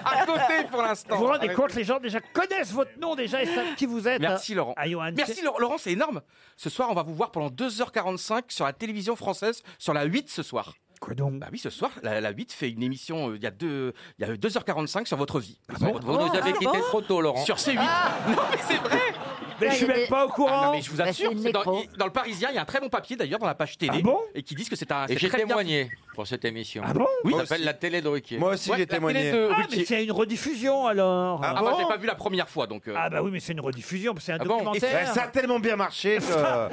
S2: À côté pour l'instant. Vous vous rendez
S7: Ah oui.
S2: compte, les gens déjà connaissent votre nom déjà et savent qui vous êtes.
S4: Merci Laurent.
S2: Ah, Johan,
S4: Merci
S2: c'est-
S4: Laurent. Laurent, c'est énorme. Ce soir, on va vous voir pendant 2h45 sur la télévision française, sur la 8 ce soir.
S2: Quoi donc
S4: Bah oui, ce soir, la, la 8 fait une émission, euh, il y a deux- il y a 2h45 sur votre vie.
S2: Ah
S7: Vous nous avez quitté trop tôt, Laurent.
S4: Sur C8. Ah. Non, mais c'est vrai
S7: Mais je suis même pas au courant.
S4: Ah non, mais je vous
S7: Bah,
S4: assure,
S7: c'est une
S4: c'est dans,
S7: nécro.
S4: il- dans le Parisien, il y a un très bon papier d'ailleurs dans la page
S2: Ah
S4: télé. et qui disent que c'est un.
S7: Et
S4: c'est
S7: j'ai
S4: très bien-
S7: témoigné pour cette émission.
S4: Ah bon
S7: Oui.
S4: Moi
S7: Ça s'appelle
S4: aussi.
S7: la télé de Ruquier.
S4: Moi aussi, Ouais, j'ai la témoigné. télé de
S2: Ah,
S4: Ruquier.
S2: mais c'est une rediffusion alors.
S4: Ah, bah, je l'ai pas vu la première fois donc. euh,
S2: Ah bah oui, mais c'est une rediffusion, c'est un
S4: Ah bon
S2: documentaire.
S4: Et ça- ça a
S2: tellement bien marché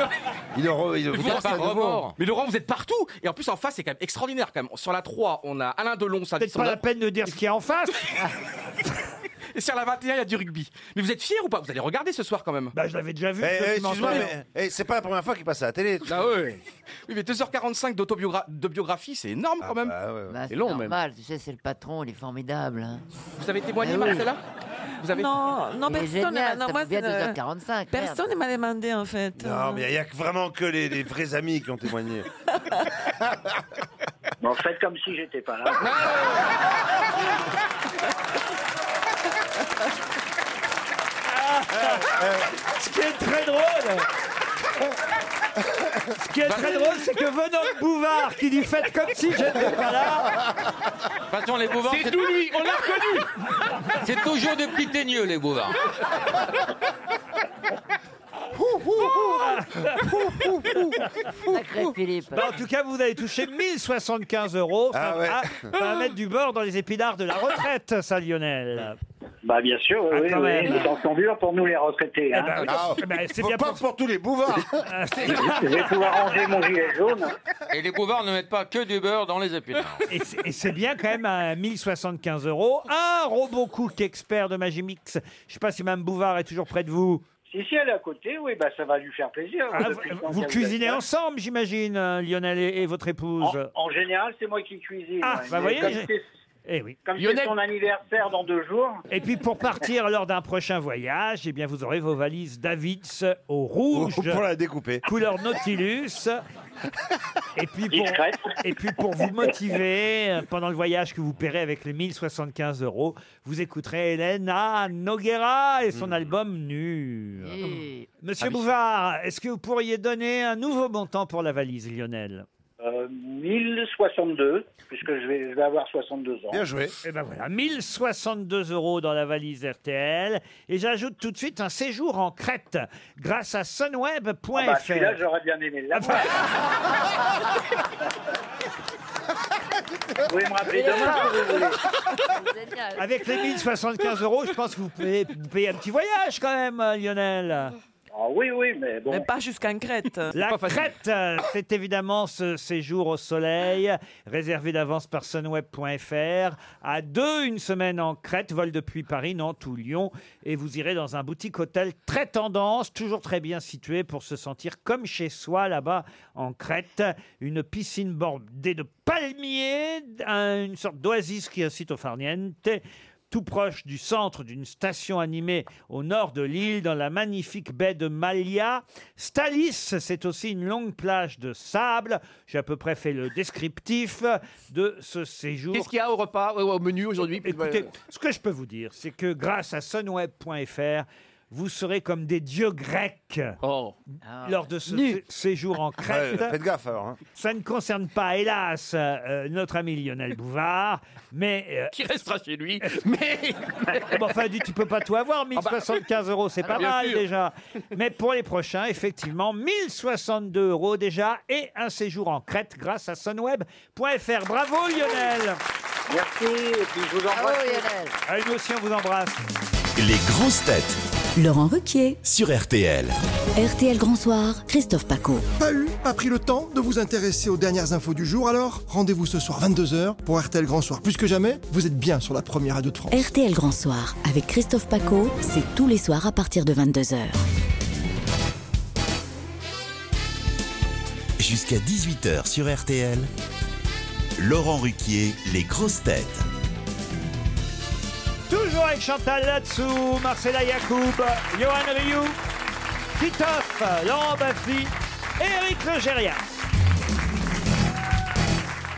S4: Il
S5: re- il
S4: mais, vous
S5: repasse
S4: êtes pas
S5: à nouveau.
S4: remords. Mais Laurent, vous êtes partout. Et en plus, en face, c'est quand même extraordinaire. Quand même. Sur la 3, on a Alain Delon. ça
S2: Peut-être pas la peine de dire ce qu'il y a en face.
S4: Et sur la 21, il y a du rugby. Mais vous êtes fiers ou pas Vous allez regarder ce soir quand même
S2: Bah, je l'avais déjà
S5: Eh, eh, Excuse-moi, mais eh, c'est pas la première fois qu'il passe à la télé.
S4: Ah oui. Oui, mais 2h45 d'autobiogra- de biographie, c'est énorme
S5: Ah
S4: quand même.
S3: Bah,
S4: C'est
S3: c'est
S4: long
S3: normal, tu sais, c'est le patron, il est formidable. hein.
S4: même. Vous avez témoigné,
S3: Eh oui.
S4: Marcella Vous avez-
S6: Non, non,
S3: Il est
S6: personne.
S3: génial,
S6: non,
S3: ça
S6: moi,
S3: vous vient
S6: c'est, euh,
S3: 2h45,
S6: Personne ne m'a demandé, en fait.
S5: Non, mais il n'y a que- vraiment que les, les vrais amis qui ont témoigné.
S11: En fait, comme si j'étais pas là.
S3: Ah
S2: Ce qui est très drôle. Ce qui est très drôle, c'est que venant de Bouvard qui dit faites comme si j'étais pas là.
S7: Façon, les Bouvards.
S2: C'est tout lui, on l'a
S7: reconnu C'est toujours des petits teigneux, les Bouvards.
S3: Sacré Philippe.
S2: Bah, en tout cas, vous avez touché 1075 euros. Ça,
S11: Ah ouais.
S2: va, ça va mettre du beurre dans les épinards de la retraite, ça, Lionel.
S11: Bah bien sûr, oui,
S2: Ah,
S11: oui,
S2: quand
S11: oui.
S2: même.
S11: les temps sont durs pour nous les retraités.
S2: Eh
S11: hein.
S2: ben,
S3: Ah.
S2: oui. Eh ben, c'est bien
S5: Ah. Pas pour tous les bouvards.
S11: Je vais pouvoir ranger mon gilet jaune.
S7: Et les Bouvards ne mettent pas que du beurre dans les épinards.
S2: Et c'est- Et c'est bien quand même à 1075 euros. Un robot cook expert de Magimix. Je sais pas si Mme Bouvard est toujours près de vous.
S11: Si, si, elle est à côté, oui, bah ça va lui faire plaisir.
S2: Ah,
S11: Depuis le temps
S2: vous vous
S11: qu'elle
S2: cuisinez
S11: fait ça.
S2: ensemble, j'imagine, euh, Lionel et, et votre épouse.
S11: En général, c'est moi qui cuisine.
S2: Ah,
S11: ouais.
S2: bah,
S11: Mais
S2: voyez,
S11: comme
S2: j'ai-
S11: c'est-
S2: Eh oui.
S11: Comme c'est son anniversaire dans deux jours.
S2: Et puis pour partir lors d'un prochain voyage, eh bien vous aurez vos valises Davids au rouge.
S5: Pour la découper.
S2: Couleur Nautilus. Et puis, pour, et puis pour vous motiver euh, pendant le voyage que vous paierez avec les 1075 euros, vous écouterez Elena Noguera et son
S5: Hmm.
S2: album Nu.
S3: Eh.
S2: Monsieur
S3: Ah oui.
S2: Bouvard, est-ce que vous pourriez donner un nouveau montant pour la valise, Lionel
S11: Euh, 1062, puisque je vais, je vais avoir 62 ans.
S2: Eh ben voilà, 1062 euros dans la valise RTL. Et j'ajoute tout de suite un séjour en Crète grâce à sunweb.fr.
S11: Ah bah, celui-là, j'aurais bien aimé l'avoir. Vous pouvez me rappeler demain si vous voulez.
S2: Avec les 1075 euros, je pense que vous pouvez vous payer un petit voyage quand même, euh, Lionel.
S11: Ah oui, oui, mais bon.
S2: pas jusqu'en Crète. La Crète, euh, c'est évidemment ce séjour au soleil, réservé d'avance par sunweb.fr. À deux, une semaine en Crète, vol depuis Paris, Nantes ou Lyon. Et vous irez dans un boutique hôtel très tendance, toujours très bien situé pour se sentir comme chez soi là-bas en Crète. Une piscine bordée de palmiers, un- une sorte d'oasis qui incite au farniente tout proche du centre d'une station animée au nord de l'île, dans la magnifique baie de Malia. Stalis, c'est aussi une longue plage de sable. J'ai à peu près fait le descriptif de ce séjour.
S8: Qu'est-ce qu'il y a au repas, au au menu aujourd'hui
S2: Écoutez, ce que je peux vous dire, c'est que grâce à sunweb.fr, vous serez comme des dieux grecs
S8: Oh.
S2: lors de ce sé- séjour en Crète.
S5: Ouais, faites gaffe alors. hein.
S2: Ça ne concerne pas, hélas, euh, notre ami Lionel Bouvard, mais euh,
S8: Qui restera chez lui Mais
S2: Eh ben, enfin, dit, tu peux pas tout avoir. 1075 euros, c'est
S8: bah,
S2: pas
S8: Ah non, bien
S2: mal
S8: sûr.
S2: déjà. Mais pour les prochains, effectivement, 1062 euros déjà et un séjour en Crète grâce à sunweb.fr. Bravo Lionel
S11: Merci, et puis je vous embrasse.
S3: Bravo, Lionel.
S2: Allez, nous aussi, on vous embrasse.
S13: Les grosses têtes
S1: Laurent Ruquier.
S13: sur RTL.
S1: RTL Grand Soir, Christophe Paco.
S14: Pas eu, pas pris le temps de vous intéresser aux dernières infos du jour, alors rendez-vous ce soir 22h pour RTL Grand Soir. Plus que jamais, vous êtes bien sur la première radio de France.
S1: RTL Grand Soir, avec Christophe Paco, c'est tous les soirs à partir de 22h.
S13: Jusqu'à 18h sur RTL. Laurent Ruquier, les grosses têtes.
S2: Toujours avec Chantal Latsou, Marcela Yacoub, Johan Rioux, Titoff, Laurent Baffy et Eric Legérias.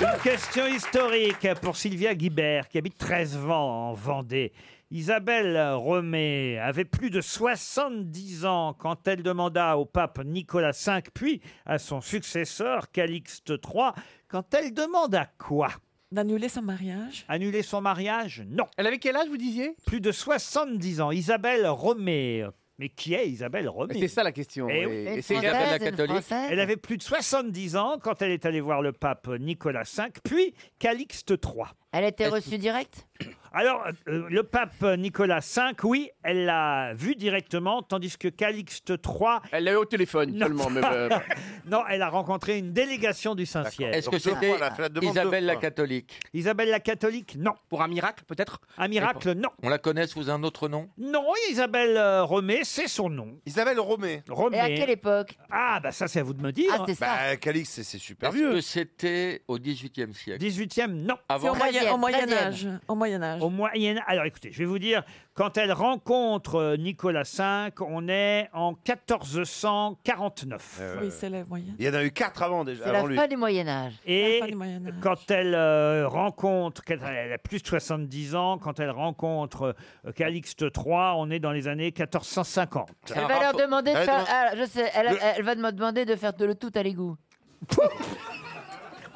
S2: Une question historique pour Sylvia Guibert, qui habite 13 vents en Vendée. Isabelle Romé avait plus de 70 ans quand elle demanda au pape Nicolas V, puis à son successeur Calixte III, quand elle demanda quoi
S6: D'annuler son mariage
S2: Annuler son mariage Non.
S8: Elle avait quel âge, vous disiez
S2: Plus de 70 ans. Isabelle Romé. Mais qui est Isabelle Romé
S8: C'est ça la question.
S2: Eh oui.
S8: Et-
S2: Une
S8: et c'est
S2: Française,
S8: Isabelle la
S2: une
S8: catholique.
S2: Elle avait plus de 70 ans quand elle est allée voir le pape Nicolas V, puis Calixte III.
S3: Elle a été reçue direct
S2: Alors, euh, le pape Nicolas V, oui, elle l'a vu directement, tandis que Calixte III...
S8: Elle l'a eu au téléphone seulement. Mais euh,
S2: non, elle a rencontré une délégation du Saint-Siège.
S7: Est-ce que c'était Isabelle la catholique
S2: Isabelle la catholique, non.
S4: Pour un miracle, peut-être
S2: Un miracle, non.
S7: On la connaît sous un autre nom
S2: Non, Isabelle euh, Romé, c'est son nom.
S5: Isabelle Romé.
S2: Romé.
S3: Et à quelle époque
S2: Ah, bah ça, c'est à vous de me dire.
S3: Ah, c'est ça.
S5: Bah, Calix, c'est- c'est super
S7: Est-ce que
S5: vieux.
S7: c'était au XVIIIe siècle
S2: 18e, non.
S7: Avant
S6: au, moyen, au Moyen
S3: treizième.
S6: Âge. Au Moyen Âge.
S2: Au Moyen Alors écoutez, je vais vous dire, quand elle rencontre euh, Nicolas V, on est en 1449.
S6: Oui, c'est le Moyen.
S5: Eh Il y en a eu quatre avant déjà.
S3: C'est la
S5: avant lui.
S3: fin du Moyen-Âge.
S2: Et
S6: du Moyen Âge.
S2: quand elle euh, rencontre, quand elle a plus de 70 ans, quand elle rencontre euh, Calixte III, on est dans les années 1450.
S7: C'est
S3: Elle
S7: un
S3: va leur
S7: rapport-
S3: demander de
S2: Elle
S3: faire.
S2: demande-
S3: Ah, je sais, elle,
S2: Le-
S3: elle va me demander de faire de le tout à l'égout.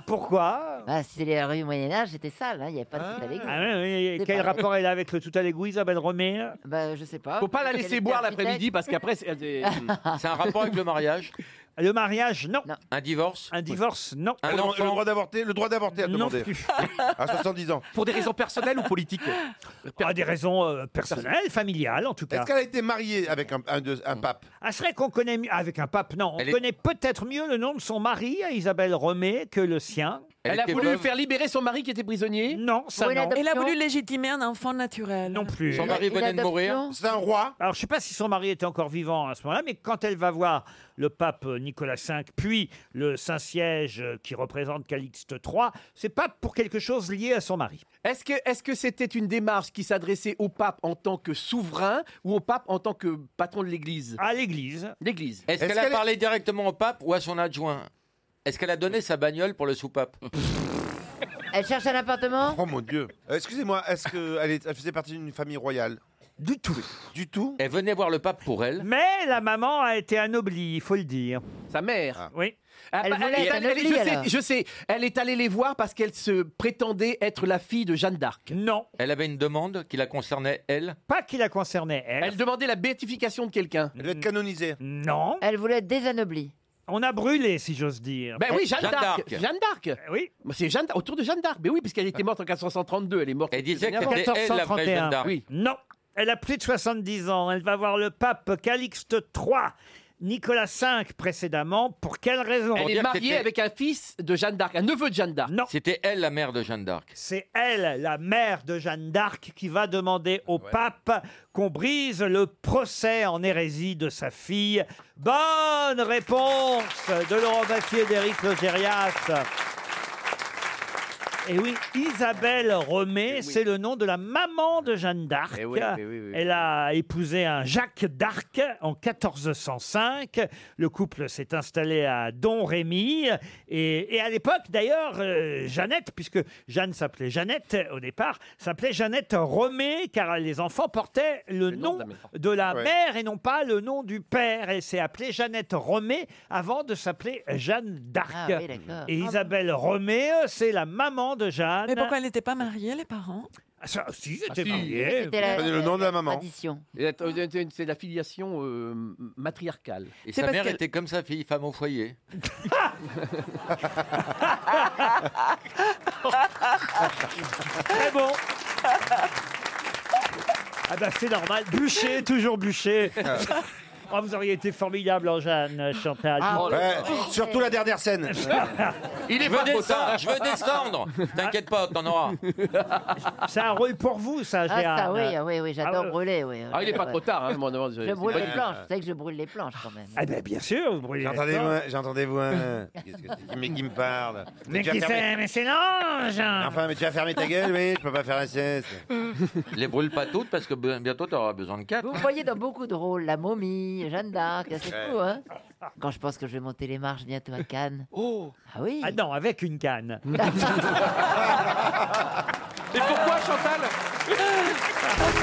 S2: Pourquoi
S3: Ah, c'est les rues Moyen-Âge, c'était sale, hein, il n'y avait pas de tout à l'égout.
S2: Ah ouais, ouais,
S3: C'est
S2: Quel
S3: pas-
S2: rapport elle a avec le tout à l'égout, Isabelle Romé
S3: Bah, je sais pas.
S8: Faut pas la
S3: Peut-être qu'elle
S8: laisser
S3: était
S8: boire
S3: architecte.
S8: l'après-midi parce qu'après. c'est- elle
S7: hmm,
S8: est-
S7: C'est un rapport avec le mariage
S2: Le mariage, non.
S7: Un divorce
S2: Un divorce, non.
S7: Un
S5: Le, le
S7: enfant
S5: droit d'avorter, le droit d'avorter à
S2: Non
S5: demander.
S2: plus.
S5: À 70 ans.
S8: Pour des raisons personnelles ou politiques
S2: Ah, des raisons euh, personnelles, familiales en tout cas.
S5: Est-ce qu'elle a été mariée avec un, un de- un pape
S2: Ah, c'est vrai qu'on connaît mieux, avec un pape, non, on
S7: Hmm. Elle est-
S2: connaît peut-être mieux le nom de son mari, à Isabelle Romé, que le sien.
S8: Elle, a
S7: était
S8: voulu
S7: veuve.
S8: faire libérer son mari qui était prisonnier.
S2: Non, ça
S3: Pour une
S2: non.
S3: adoption
S6: Elle a voulu légitimer un enfant naturel.
S2: Non plus.
S7: Son mari
S3: Une
S7: venait de mourir.
S3: adoption
S5: C'est un roi
S2: Alors, je sais pas si son mari était encore vivant à ce moment-là, mais quand elle va voir le pape Nicolas V, puis le Saint-Siège euh, qui représente Calixte III, c'est pas pour quelque chose lié à son mari.
S8: Est-ce que est-ce que c'était une démarche qui s'adressait au pape en tant que souverain ou au pape en tant que patron de l'Église
S2: À l'église,
S8: L'Église.
S7: Est-ce qu'elle a parlé directement au pape ou à son adjoint Est-ce qu'elle a donné sa bagnole pour le soupape
S3: Elle cherche un appartement
S5: Oh mon Dieu. Euh, Excusez-moi, est-ce qu'elle est, elle faisait partie d'une famille royale
S2: du tout.
S5: Du tout
S7: Elle venait voir le pape pour elle.
S2: Mais la maman a été anoblie, il faut le dire.
S8: Sa mère.
S2: Oui.
S8: Ah,
S3: Elle
S8: bah,
S3: voulait
S8: est
S3: être
S8: allée- est-
S3: anoblie,
S8: je, sais,
S3: alors.
S8: je sais, elle est allée les voir parce qu'elle se prétendait être la fille de Jeanne d'Arc.
S2: Non,
S7: Elle avait une demande qui la concernait, elle.
S2: pas qui la concernait, elle.
S8: Elle demandait la béatification de quelqu'un.
S5: Elle doit être canonisée.
S2: Non.
S3: Elle voulait être désanoblie.
S2: On a brûlé, si j'ose dire.
S8: Ben oui, Jeanne
S7: Jeanne
S8: d'Arc.
S7: d'Arc.
S8: Jeanne d'Arc.
S2: Euh, oui.
S8: Bah, C'est Jeanne d'Arc- autour de Jeanne d'Arc. Mais oui, puisqu'elle était morte en 1432, elle est morte.
S7: Elle disait que
S8: quelques années
S7: c'était elle la vraie Jeanne
S2: 1431.
S7: d'Arc.
S8: Oui.
S2: Non, elle a plus de 70 ans. Elle va voir le pape Calixte III, Nicolas V précédemment. Pour quelle raison
S8: avant. Elle est
S7: dire que
S8: mariée
S7: c'était-
S8: avec un fils de Jeanne d'Arc, un neveu de Jeanne d'Arc.
S2: Non,
S7: C'était elle la mère de Jeanne d'Arc.
S2: c'est elle, la mère de Jeanne d'Arc, qui va demander au pape qu'on brise le procès en hérésie de sa fille. Bonne réponse de Laurent Baffier et d'Éric Logérias. Et Eh oui, Isabelle Romé, c'est le nom de la maman de Jeanne d'Arc.
S8: Eh oui, eh oui, oui.
S2: Elle a épousé un Jacques d'Arc en 1405. Le couple s'est installé à Don Rémy. Et, et à l'époque, d'ailleurs, euh, Jeannette, puisque Jeanne s'appelait Jeannette euh, au départ, s'appelait Jeannette Romé, car les enfants portaient le, nom,
S8: nom de la mère.
S2: de la
S5: Ouais.
S2: mère et non pas le nom du père. Elle s'est appelée Jeannette Romé avant de s'appeler Jeanne d'Arc.
S3: Ah oui, d'accord.
S2: Et Isabelle Romé, c'est la maman de Jeanne.
S6: Mais pourquoi elle n'était pas mariée, les parents
S2: Ah, ça, si,
S8: Ah,
S2: c'était
S8: si.
S2: marié.
S3: C'était la-
S5: Prenez le nom de la maman.
S3: Tradition.
S8: Et la-
S5: Euh,
S8: C'est la filiation euh, matriarcale.
S7: Et
S6: C'est
S7: sa
S6: parce
S7: mère
S6: qu'elle-
S7: était comme sa fille, femme au foyer.
S2: Très bon. Ah bah c'est normal. Bûcher, toujours bûcher. Oh, vous auriez été formidable en Jeanne, Chantal.
S5: Ouais, surtout la dernière scène.
S8: Il est
S7: Je veux descendre, je veux descendre. T'inquiète pas, t'en auras.
S2: C'est un rôle pour vous, ça,
S3: Ah,
S2: Jeanne.
S3: ça, oui, ah oui, oui, j'adore
S2: Ah, euh,
S3: brûler. Oui,
S8: Ah, il est pas trop tard, hein, mon amour.
S3: Je brûle
S8: c'est
S3: les
S8: pas-
S3: planches, vous savez que je brûle les planches quand même.
S2: Ah bah, bien sûr, vous brûlez.
S5: J'entendais
S2: la
S5: vous, j'entendais vous. un. Qu'est-ce que c'est Mais qui me parle
S2: Mais
S5: Tu vas
S2: qui
S5: fermer-
S2: c'est Mais c'est l'ange
S5: Enfin, mais tu vas fermer ta gueule, mais je peux pas faire la sieste.
S7: Les brûle pas toutes parce que b- bientôt t'auras besoin de quatre.
S3: Vous voyez dans beaucoup de rôles, la momie, famille, Jeanne d'Arc, c'est
S2: Ouais.
S3: fou, hein Quand je pense que je vais monter les marches bientôt à Cannes.
S2: Oh
S3: Ah oui Ah,
S2: Ah non, avec une canne.
S15: Et pourquoi, Chantal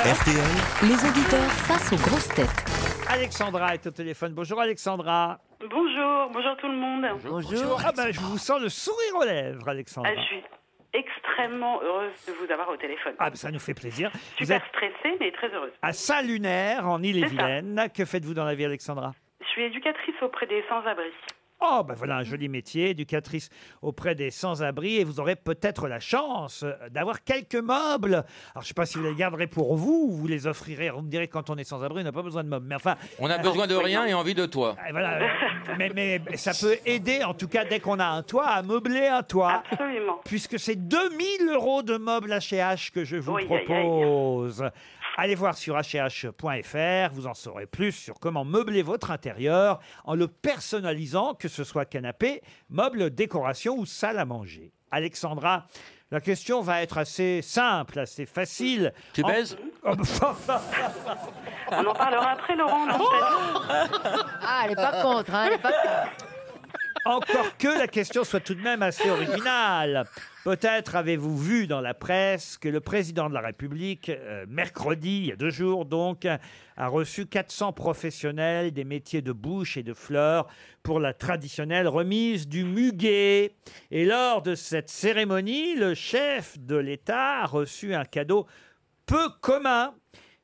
S4: RTL.
S1: Les auditeurs face aux grosses têtes.
S2: Alexandra est au téléphone. Bonjour Alexandra.
S12: Bonjour, bonjour tout le monde.
S2: Ah ben, je vous sens le sourire aux lèvres, Alexandra.
S12: Ah, je suis extrêmement heureuse de vous avoir au téléphone.
S2: Ah, ben, ça nous fait plaisir. Vous
S12: Super
S2: êtes
S12: stressée, mais très heureuse.
S2: à Saint-Lunaire, en Ille-et-Vilaine. Que faites-vous dans la vie, Alexandra
S12: Je suis éducatrice auprès des sans-abri.
S2: Oh, ben voilà un joli métier, éducatrice auprès des sans-abri, et vous aurez peut-être la chance euh, d'avoir quelques meubles. Alors, je ne sais pas si vous les garderez pour vous, ou vous les offrirez. On me dirait que quand on est sans-abri, on n'a pas besoin de meubles. Mais enfin,
S7: On
S5: Ah,
S7: a
S2: euh,
S7: besoin de rien et envie de toi.
S2: Et voilà, euh, mais, mais ça peut aider, en tout cas, dès qu'on a un toit, à meubler un toit.
S12: Absolument.
S2: Puisque c'est 2000 euros de meubles HH que je vous
S12: Oui, aïe, aïe.
S2: propose. Allez voir sur hh.fr, vous en saurez plus sur comment meubler votre intérieur en le personnalisant, que ce soit canapé, meuble, décoration ou salle à manger. Alexandra, la question va être assez simple, assez facile.
S7: Tu baises
S2: Oh, bah,
S12: On en parlera après, Laurent. dans
S2: Oh
S12: cette-
S3: Ah, elle est pas contre, hein, elle est pas contre.
S2: Encore que la question soit tout de même assez originale. Peut-être avez-vous vu dans la presse que le président de la République, euh, mercredi, il y a deux jours donc, a reçu 400 professionnels des métiers de bouche et de fleurs pour la traditionnelle remise du muguet. Et lors de cette cérémonie, le chef de l'État a reçu un cadeau peu commun,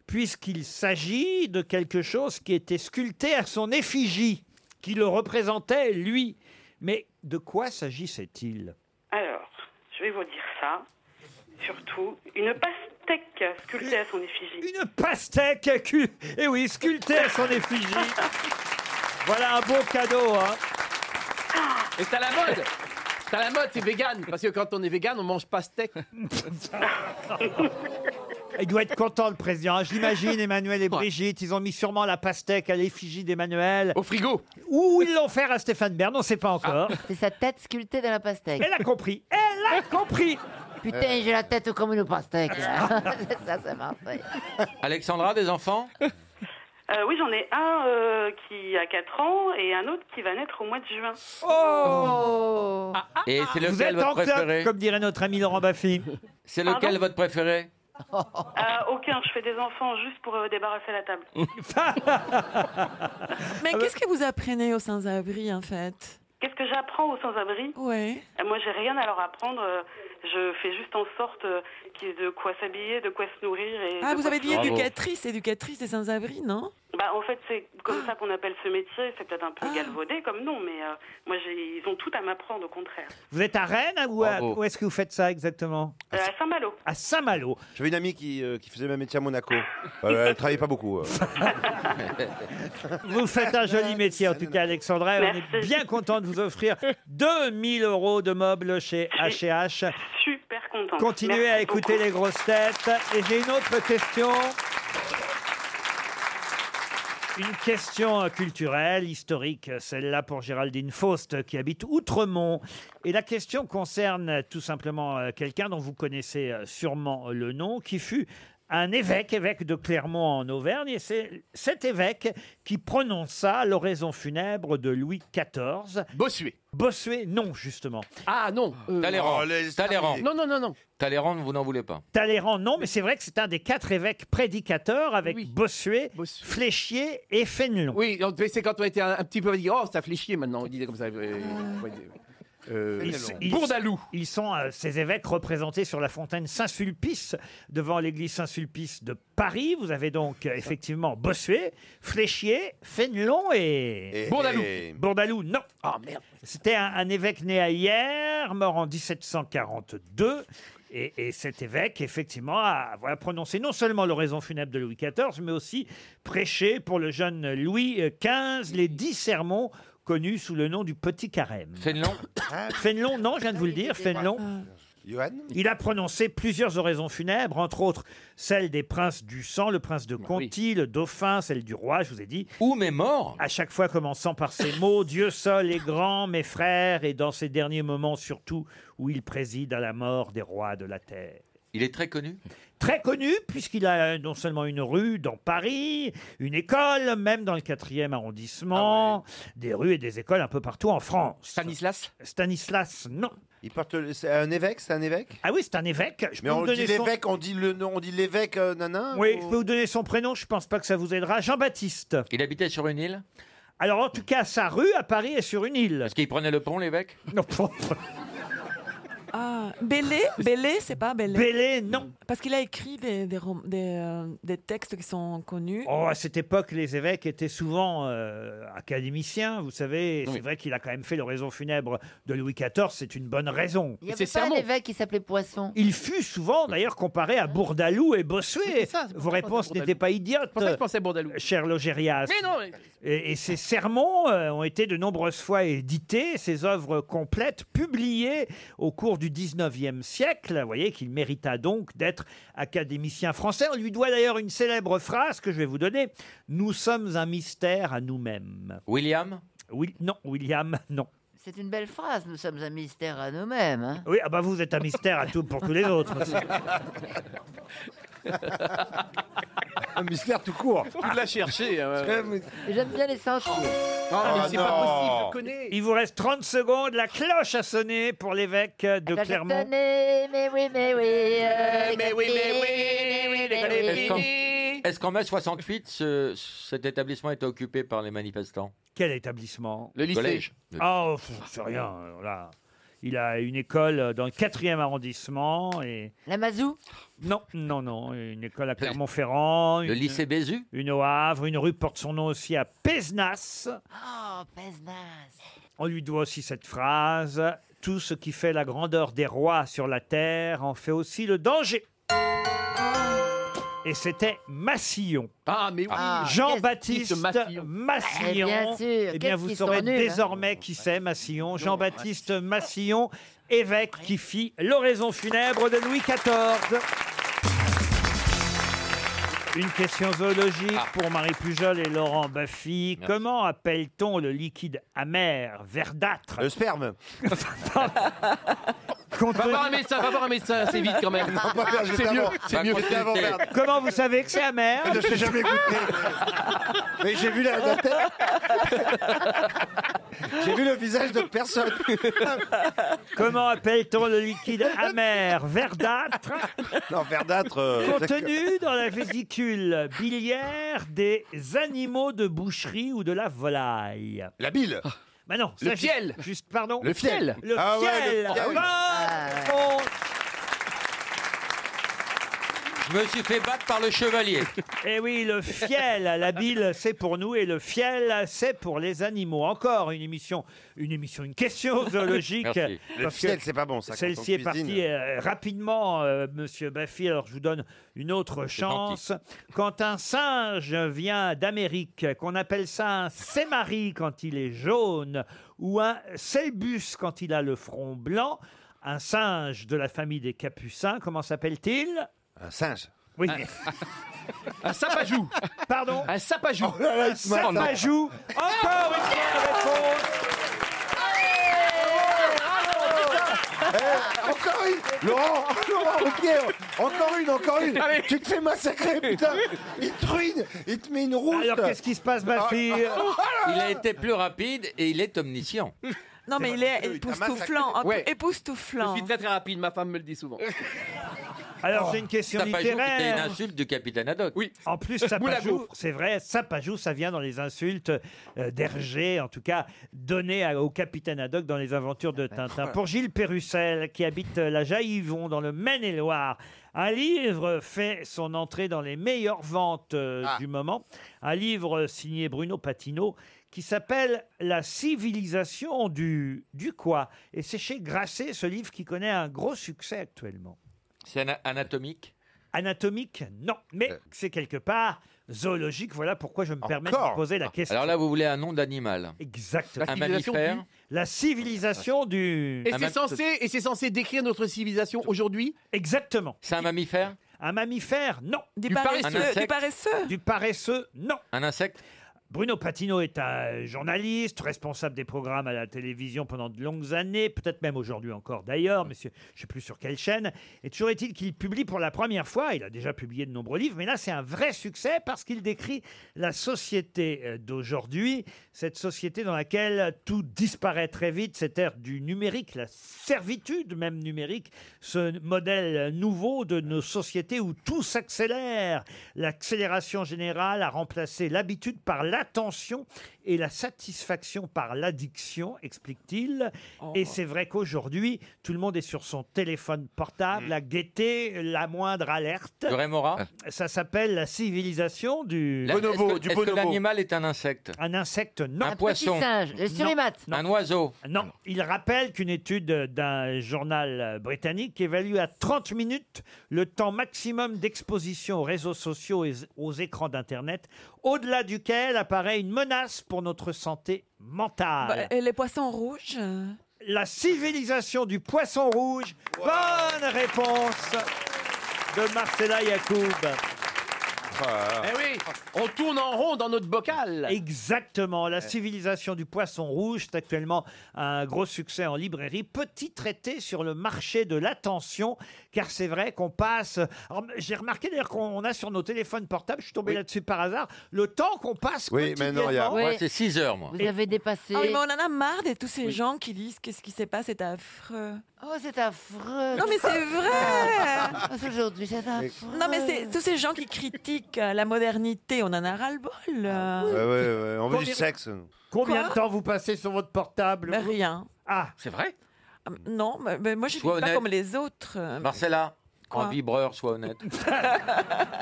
S2: puisqu'il s'agit de quelque chose qui était sculpté à son effigie, qui le représentait lui. Mais de quoi s'agissait-il
S12: Alors, je vais vous dire ça. Surtout, une pastèque sculptée à son effigie.
S2: Une Pastèque et Eh oui, sculptée à son effigie Voilà un beau cadeau, hein
S8: Et c'est à la mode C'est à la mode, c'est vegan. Parce que quand on est vegan, on mange pas steak.
S2: Il doit être content, le président. hein. Je l'imagine, Emmanuel et Brigitte, ils ont mis sûrement la pastèque à l'effigie d'Emmanuel. Au frigo Ah. Ou ils l'ont fait à Stéphane Bern, on ne sait pas encore.
S3: C'est sa tête sculptée dans la pastèque.
S2: Elle a compris. Elle a compris.
S3: Putain, j'ai la tête comme une pastèque. C'est ça, c'est Marseille.
S7: Alexandra, des enfants
S12: Euh, oui, j'en ai un euh, qui a 4 ans et un autre qui va naître au mois de juin.
S2: Oh
S7: Et c'est
S2: Vous
S7: lequel
S2: êtes
S7: votre
S2: en club,
S7: préféré
S2: comme dirait notre ami Laurent Baffy.
S7: C'est lequel
S12: Pardon
S7: votre préféré
S12: Euh, aucun, je fais des enfants juste pour euh, débarrasser la table.
S6: Mais
S7: Ah bah
S6: qu'est-ce que vous apprenez aux sans-abri, en fait
S12: Qu'est-ce que j'apprends aux sans-abri Euh,
S6: Oui.
S12: Moi, j'ai rien à leur apprendre. euh, Je fais juste en sorte euh, qu'ils aient de quoi s'habiller, de quoi se nourrir. Et
S6: Ah,
S12: de
S6: vous
S12: quoi
S6: avez
S12: se
S6: dit
S12: nourrir.
S6: éducatrice, éducatrice des sans-abri, non
S12: Bah, en fait, c'est comme
S6: Ah.
S12: ça qu'on appelle ce métier. C'est peut-être un peu galvaudé comme nom, mais euh, moi, j'ai- ils ont tout à m'apprendre, au contraire.
S2: Vous êtes à Rennes hein, ou à- où est-ce que vous faites ça exactement
S12: Euh, à Saint-Malo.
S2: À Saint-Malo.
S16: J'avais une amie qui, euh, qui faisait le même métier à Monaco. Euh, elle travaillait pas beaucoup. euh.
S2: Vous faites un joli métier, en tout cas, Alexandra. et On est bien content de vous offrir 2000 euros de meubles chez H&H.
S12: Super contente.
S2: Continuez
S12: Merci
S2: à écouter
S12: beaucoup.
S2: les grosses têtes. Et j'ai une autre question. Une question euh, culturelle, historique, euh, celle-là pour Géraldine Faust euh, qui habite Outremont. Et la question concerne euh, tout simplement euh, quelqu'un dont vous connaissez euh, sûrement euh, le nom, qui fut un évêque, évêque de Clermont en Auvergne. Et c'est cet évêque qui prononça l'oraison funèbre de Louis XIV. Bossuet. Bossuet, non, justement.
S8: Ah non euh,
S7: Talleyrand. Talleyrand.
S8: Non, non, non, non.
S7: Talleyrand, vous n'en voulez pas.
S2: Talleyrand, non, mais c'est vrai que c'est un des quatre évêques prédicateurs avec Bossuet, Fléchier et Fénelon.
S8: Oui, on- c'est quand on était un, un petit peu. on dit, Oh, ça fléchit maintenant. On disait comme ça. euh, ouais, euh,
S2: Ils- ils- Ils sont, euh, ces évêques, représentés sur la fontaine Saint-Sulpice, devant l'église Saint-Sulpice de Paris. Vous avez donc euh, effectivement Bossuet, Fléchier, Fénelon et...
S8: Et- Bourdaloue.
S2: Bourdaloue, non.
S8: Eh, Ah, merde.
S2: C'était un, un évêque né à hier, mort en 1742. Et, et cet évêque, effectivement, a voilà, prononcé non seulement l'oraison funèbre de Louis XIV, mais aussi prêché pour le jeune Louis XV les dix sermons connus sous le nom du Petit Carême.
S7: Fénelon
S2: Fénelon, non, je viens de vous le
S8: Ah,
S2: dire, Fénelon. Il a prononcé plusieurs oraisons funèbres, entre autres celle des princes du sang, le prince de Conti, le dauphin, celle du roi, je vous ai dit.
S7: Ou mais mort.
S2: À chaque fois commençant par ces mots, Dieu seul est grand, mes frères, et dans ces derniers moments surtout où il préside à la mort des rois de la terre.
S7: Il est très connu
S2: Très connu, puisqu'il a euh, non seulement une rue dans Paris, une école, même dans le 4e
S7: Ah
S2: arrondissement, des rues et des écoles un peu partout en France. Stanislas Stanislas, non. C'est un évêque C'est un évêque Ah oui, c'est un évêque. Je
S8: Mais
S2: peux
S8: on
S2: vous
S8: dit
S2: donner son-
S8: l'évêque, on dit le nom, on dit l'évêque euh, nanan
S2: Oui,
S8: ou-
S2: je peux vous donner son prénom, je pense pas que ça vous aidera. Jean-Baptiste.
S7: Il habitait sur une île
S2: Alors en tout cas, sa rue à Paris est sur une île.
S7: Est-ce qu'il prenait le pont, l'évêque
S2: Non.
S6: Ah, Bélé, Bélé, c'est pas Bélé.
S2: Bélé, non.
S6: Parce qu'il a écrit des, des, rom- des, euh, des textes qui sont connus.
S2: Oh, à cette époque, les évêques étaient souvent euh, académiciens, vous savez. C'est vrai qu'il a quand même fait l'oraison funèbre de Louis XIV, c'est une bonne raison.
S3: Il n'y avait pas un évêque qui s'appelait Poisson.
S2: Il fut souvent, d'ailleurs, comparé à Bourdaloue et Bossuet. Vos réponses n'étaient pas idiotes. euh,
S17: pour ça que je pensais
S2: Cher Logérias.
S17: Mais non, mais-
S2: Et, et ses sermons euh, ont été de nombreuses fois édités, ses œuvres complètes publiées au cours du 19e siècle. Vous voyez qu'il mérita donc d'être académicien français. On lui doit d'ailleurs une célèbre phrase que je vais vous donner. Nous sommes un mystère à nous-mêmes.
S7: William
S2: oui, Non, William, non.
S3: C'est une belle phrase, nous sommes un mystère à nous-mêmes. hein.
S2: Oui, ah bah vous êtes un mystère à tout pour tous les autres. aussi.
S8: Un mystère tout court.
S17: Il l'a cherché.
S3: J'aime bien les Ah, singes.
S7: Ah,
S17: mais c'est pas possible, je
S2: connais. Ah, Il vous reste 30 secondes, la cloche a sonné pour l'évêque
S3: Ah bah,
S2: de Clermont.
S3: Mais oui, mais oui. euh,
S17: Mais oui, mais oui,
S3: mais oui, mais
S7: Est-ce qu'en
S3: oui.
S7: est-ce qu'en mai 68, ce- cet établissement était occupé par les manifestants
S2: Quel établissement
S7: Le lycée. Collège.
S2: Ah, pff, c'est rien. euh, Là. Il a une école euh, dans le 4e arrondissement. Et...
S3: La Mazou
S2: Non, non, non. Une école à Clermont-Ferrand.
S7: Le lycée Bézu
S2: Une au Havre. Une rue porte son nom aussi à Pézenas.
S3: Oh, Pesnas.
S2: On lui doit aussi cette phrase. Tout ce qui fait la grandeur des rois sur la terre en fait aussi le danger. Et c'était Massillon.
S17: Ah, mais oui.
S3: Ah,
S2: Jean-Baptiste
S17: qu'est-ce- Massillon.
S2: Massillon.
S3: Eh bien sûr,
S2: Eh bien,
S3: qu'est-ce
S2: vous
S3: qu'ils
S2: saurez
S3: sont nuls, hein.
S2: désormais qui c'est Massillon. Jean-Baptiste Massillon, évêque qui fit l'oraison funèbre de Louis XIV. Une question zoologique pour Marie Pujol et Laurent Baffy. Comment appelle-t-on le liquide amer, verdâtre Le sperme.
S17: Va voir un médecin, va voir un médecin, c'est vite quand même.
S2: Non, pas faire juste
S17: C'est mieux,
S2: avant.
S17: c'est
S2: Va
S17: mieux.
S2: consulter. Comment vous savez que c'est amer
S8: Je l'ai jamais goûté. Mais j'ai vu la, la tête. J'ai vu le visage de personne.
S2: Comment appelle-t-on le liquide amer, verdâtre
S8: Non, verdâtre. euh,
S2: contenu dans la vésicule biliaire des animaux de boucherie ou de la volaille.
S8: La bile.
S2: Mais non,
S8: Le
S2: ça, ju-
S8: fiel.
S2: Juste, pardon.
S8: Le fiel.
S2: Le
S8: Ah ouais,
S2: fiel.
S8: le- ah oui.
S2: Bonne réponse.
S7: Je me suis fait battre par le chevalier.
S2: Eh oui, le fiel, la bile, c'est pour nous et le fiel, c'est pour les animaux. Encore une émission, une émission, une question zoologique.
S8: Merci. Le
S2: Parce
S8: fiel,
S2: que
S8: c'est pas bon, ça, quand on
S2: Celle-ci est
S8: cuisine.
S2: partie euh, rapidement, euh, Monsieur Baffy. Alors je vous donne une autre chance. Quand un singe vient d'Amérique, qu'on appelle ça un sémari quand il est jaune ou un selbus quand il a le front blanc, un singe de la famille des capucins, comment s'appelle-t-il Un singe. Oui. Un sapajou. Pardon Un sapajou. un
S17: se marre.
S2: sapajou. Encore une bonne réponse.
S8: Eh, encore une Laurent, Laurent, ok, encore une, encore une Tu te fais massacrer, putain Il te ruine, il te met une route Ah.
S2: Alors qu'est-ce qui se passe,
S6: Ah.
S2: ma
S6: Oh
S2: fille
S7: Il a été plus rapide et il est omniscient.
S6: Non, mais il est époustouflant.
S8: Ah,
S6: un peu
S17: Ouais.
S6: Époustouflant.
S17: Je suis très très rapide, ma femme me le dit souvent.
S7: Oh.
S2: Alors, j'ai une question
S7: Tapajou, C'était une
S2: littéraire.
S7: insulte du capitaine Haddock.
S17: Oui.
S2: En plus, Sapajou, c'est vrai, Sapajou, ça vient dans les insultes euh, d'Hergé, en tout cas, données à- au capitaine Haddock dans les aventures de Tintin. Pour Gilles Pérussel, qui habite euh, la Jaillivon, dans le Maine-et-Loire, un livre fait son entrée dans les meilleures ventes euh, du moment. Un livre euh, signé Bruno Patino qui s'appelle La civilisation du... du quoi Et c'est chez Grasset, ce livre qui connaît un gros succès actuellement.
S7: C'est ana- anatomique. Euh.
S2: Anatomique, non. Mais c'est quelque part zoologique. Voilà pourquoi je me permets de vous poser la question.
S7: Ah, Alors là, vous voulez un nom d'animal.
S2: Exactement.
S7: Un mammifère.
S2: La civilisation du...
S8: oh.
S17: Et c'est censé, et c'est censé décrire notre civilisation aujourd'hui
S2: Exactement.
S7: C'est un mammifère
S2: Un mammifère, non.
S6: Des
S17: Du paresseux.
S6: paresseux.
S17: Un
S6: Des
S17: insecte.
S6: paresseux.
S2: Du paresseux, non.
S7: Un insecte
S2: Bruno Patino est un journaliste, responsable des programmes à la télévision pendant de longues années, peut-être même aujourd'hui encore d'ailleurs, mais c'est- je ne sais plus sur quelle chaîne. Et toujours est-il qu'il publie pour la première fois, il a déjà publié de nombreux livres, mais là c'est un vrai succès parce qu'il décrit la société euh, d'aujourd'hui, cette société dans laquelle tout disparaît très vite, cette ère du numérique, la servitude même numérique, ce modèle nouveau de nos sociétés où tout s'accélère. L'accélération générale a remplacé l'habitude par l'attention et la satisfaction par l'addiction, explique-t-il. Et c'est vrai qu'aujourd'hui, tout le monde est sur son téléphone portable à guetter la moindre alerte.
S7: Le rémora
S2: Ça s'appelle la civilisation du
S7: La- est-ce que- est-ce que l'animal est un insecte
S2: Un insecte, non.
S7: Un Un poisson. petit singe, le surimate.
S2: Un
S7: oiseau.
S2: Non. Il rappelle qu'une étude d'un journal euh, britannique évalue à 30 minutes le temps maximum d'exposition aux réseaux sociaux et aux écrans d'Internet, au-delà duquel apparaît une menace pour notre santé mentale.
S6: Bah, et les poissons rouges euh,
S2: La civilisation du poisson rouge. Bonne réponse de Marcella Yacoub.
S18: Eh oui, on tourne en rond dans notre bocal. Eh.
S2: Exactement. La civilisation du poisson rouge, c'est actuellement un gros succès en librairie. Petit traité sur le marché de l'attention, car c'est vrai qu'on passe. Alors, J'ai remarqué d'ailleurs qu'on a sur nos téléphones portables, je suis tombé là-dessus par hasard, le temps qu'on passe.
S7: Oui, mais non, il y a-
S2: quotidiennement.
S7: moi, Oui. c'est six heures, moi. Vous
S6: avez
S3: dépassé.
S6: Ah oui, mais on en a marre de tous ces gens qui disent qu'est-ce qui se passe, c'est affreux.
S3: Oh, c'est affreux.
S6: Non mais c'est vrai
S3: Ah, c'est Aujourd'hui, c'est affreux.
S6: Non mais c'est tous ces gens qui critiquent euh, la modernité, on en a ras-le-bol. euh.
S8: Ah Ouais, ouais, ouais, on veut du
S6: Combien-
S8: sexe. nous.
S2: Combien
S6: Quoi
S2: de temps vous passez sur votre portable
S6: Mais Rien.
S2: Ah,
S7: c'est vrai
S6: Ah, Non, mais, mais moi je ne
S7: Sois
S6: suis pas
S7: honnête.
S6: comme les autres. euh,
S7: Marcella,
S6: Quoi
S7: en vibreur, sois honnête.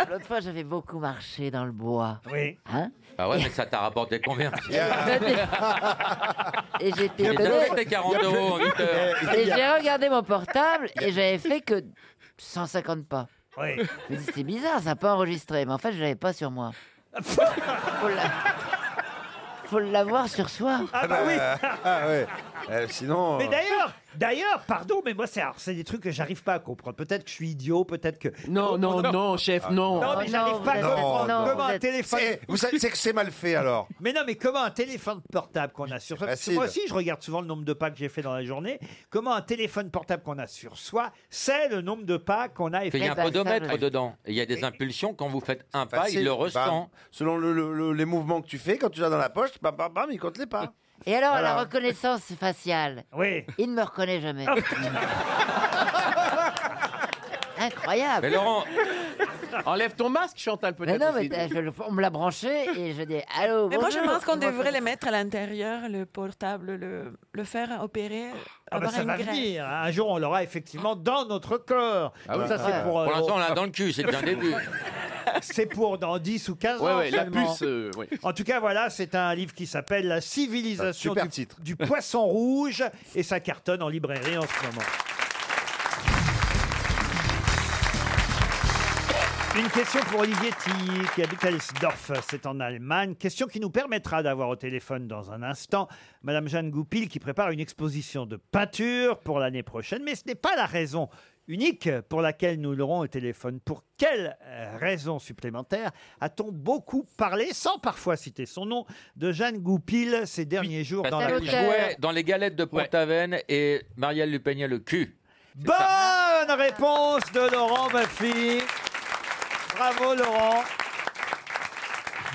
S3: L'autre fois, j'avais beaucoup marché dans le bois.
S2: Oui.
S3: Hein
S7: Ah ouais, mais ça t'a rapporté combien
S3: Et j'étais
S7: Il a
S3: très-
S7: fait 40 euros en 8 heures.
S3: Et j'ai regardé mon portable et j'avais fait que 150 pas.
S2: Oui.
S3: Je me dis, c'est bizarre, ça n'a pas enregistré. Mais en fait, je l'avais pas sur moi. Faut l'a- Faut l'avoir sur soi.
S2: Ah bah oui.
S8: Ah ouais. Euh, sinon.
S2: Mais
S8: euh,
S2: d'ailleurs, d'ailleurs, pardon, mais moi c'est alors, c'est des trucs que j'arrive pas à comprendre. Peut-être que je suis idiot, peut-être que Oh,
S18: Non, non, non, chef, non.
S2: Ah, Non, mais
S18: Oh,
S2: j'arrive
S18: non,
S2: pas à
S18: vous êtes-
S2: comprendre
S18: non,
S2: comment
S18: vous
S2: un
S18: êtes-
S2: téléphone.
S18: C'est- vous savez-
S8: c'est que c'est mal fait alors. Ah,
S2: Mais non, mais comment un téléphone portable qu'on a sur soi, parce que
S8: Facile.
S2: moi aussi je regarde souvent le nombre de pas que j'ai fait dans la journée, comment un téléphone portable qu'on a sur soi, c'est le nombre de pas qu'on a
S7: Il y a un
S2: effectué.
S7: podomètre dedans. Et il y a des impulsions. Quand vous faites un pas, il le ressent.
S8: Bah, selon le- le- le- les mouvements que tu fais, quand tu l'as dans la poche, bam, bam, bam, il compte les pas.
S3: Et alors, la
S8: Voilà.
S3: reconnaissance faciale.
S2: Oui.
S3: Il ne me reconnaît jamais. Incroyable.
S18: Mais Laurent, enlève ton masque, Chantal,
S3: Mais
S18: peut-être.
S3: non, mais
S18: aussi.
S3: t'as- je le- on me l'a branché et je dis allô.
S6: Mais moi, je
S3: bonjour,
S6: pense qu'on
S3: comment ça
S6: devrait les mettre à l'intérieur, le portable, le, le faire opérer,
S2: Ah bah
S6: avoir
S2: ça
S6: une
S2: va
S6: greffe.
S2: venir. hein. Un jour, on l'aura effectivement dans notre corps.
S7: Ah oui.
S2: ça, c'est
S7: Ouais.
S2: pour, euh,
S7: Pour l'instant, on l'a dans le cul, c'est déjà un début.
S2: C'est pour dans 10 ou 15
S7: Ouais,
S2: ans.
S7: ouais, la
S2: seulement.
S7: puce, euh, oui.
S2: En tout cas, voilà, c'est un livre qui s'appelle La civilisation
S8: Super
S2: du,
S8: titre.
S2: du poisson rouge et ça cartonne en librairie en ce moment. Une question pour Olivier Tilly, qui habite Elsdorf, c'est en Allemagne. Question qui nous permettra d'avoir au téléphone dans un instant Madame Jeanne Goupil qui prépare une exposition de peinture pour l'année prochaine. Mais ce n'est pas la raison unique pour laquelle nous l'aurons au téléphone. Pour quelle euh, raison supplémentaire a-t-on beaucoup parlé, sans parfois citer son nom, de Jeanne Goupil ces derniers jours dans
S7: Parce
S2: la
S7: qu'elle jouait dans les galettes de Pont-Aven et Marielle lui peignait le cul.
S2: Bonne réponse de Laurent Baffy. Bravo Laurent.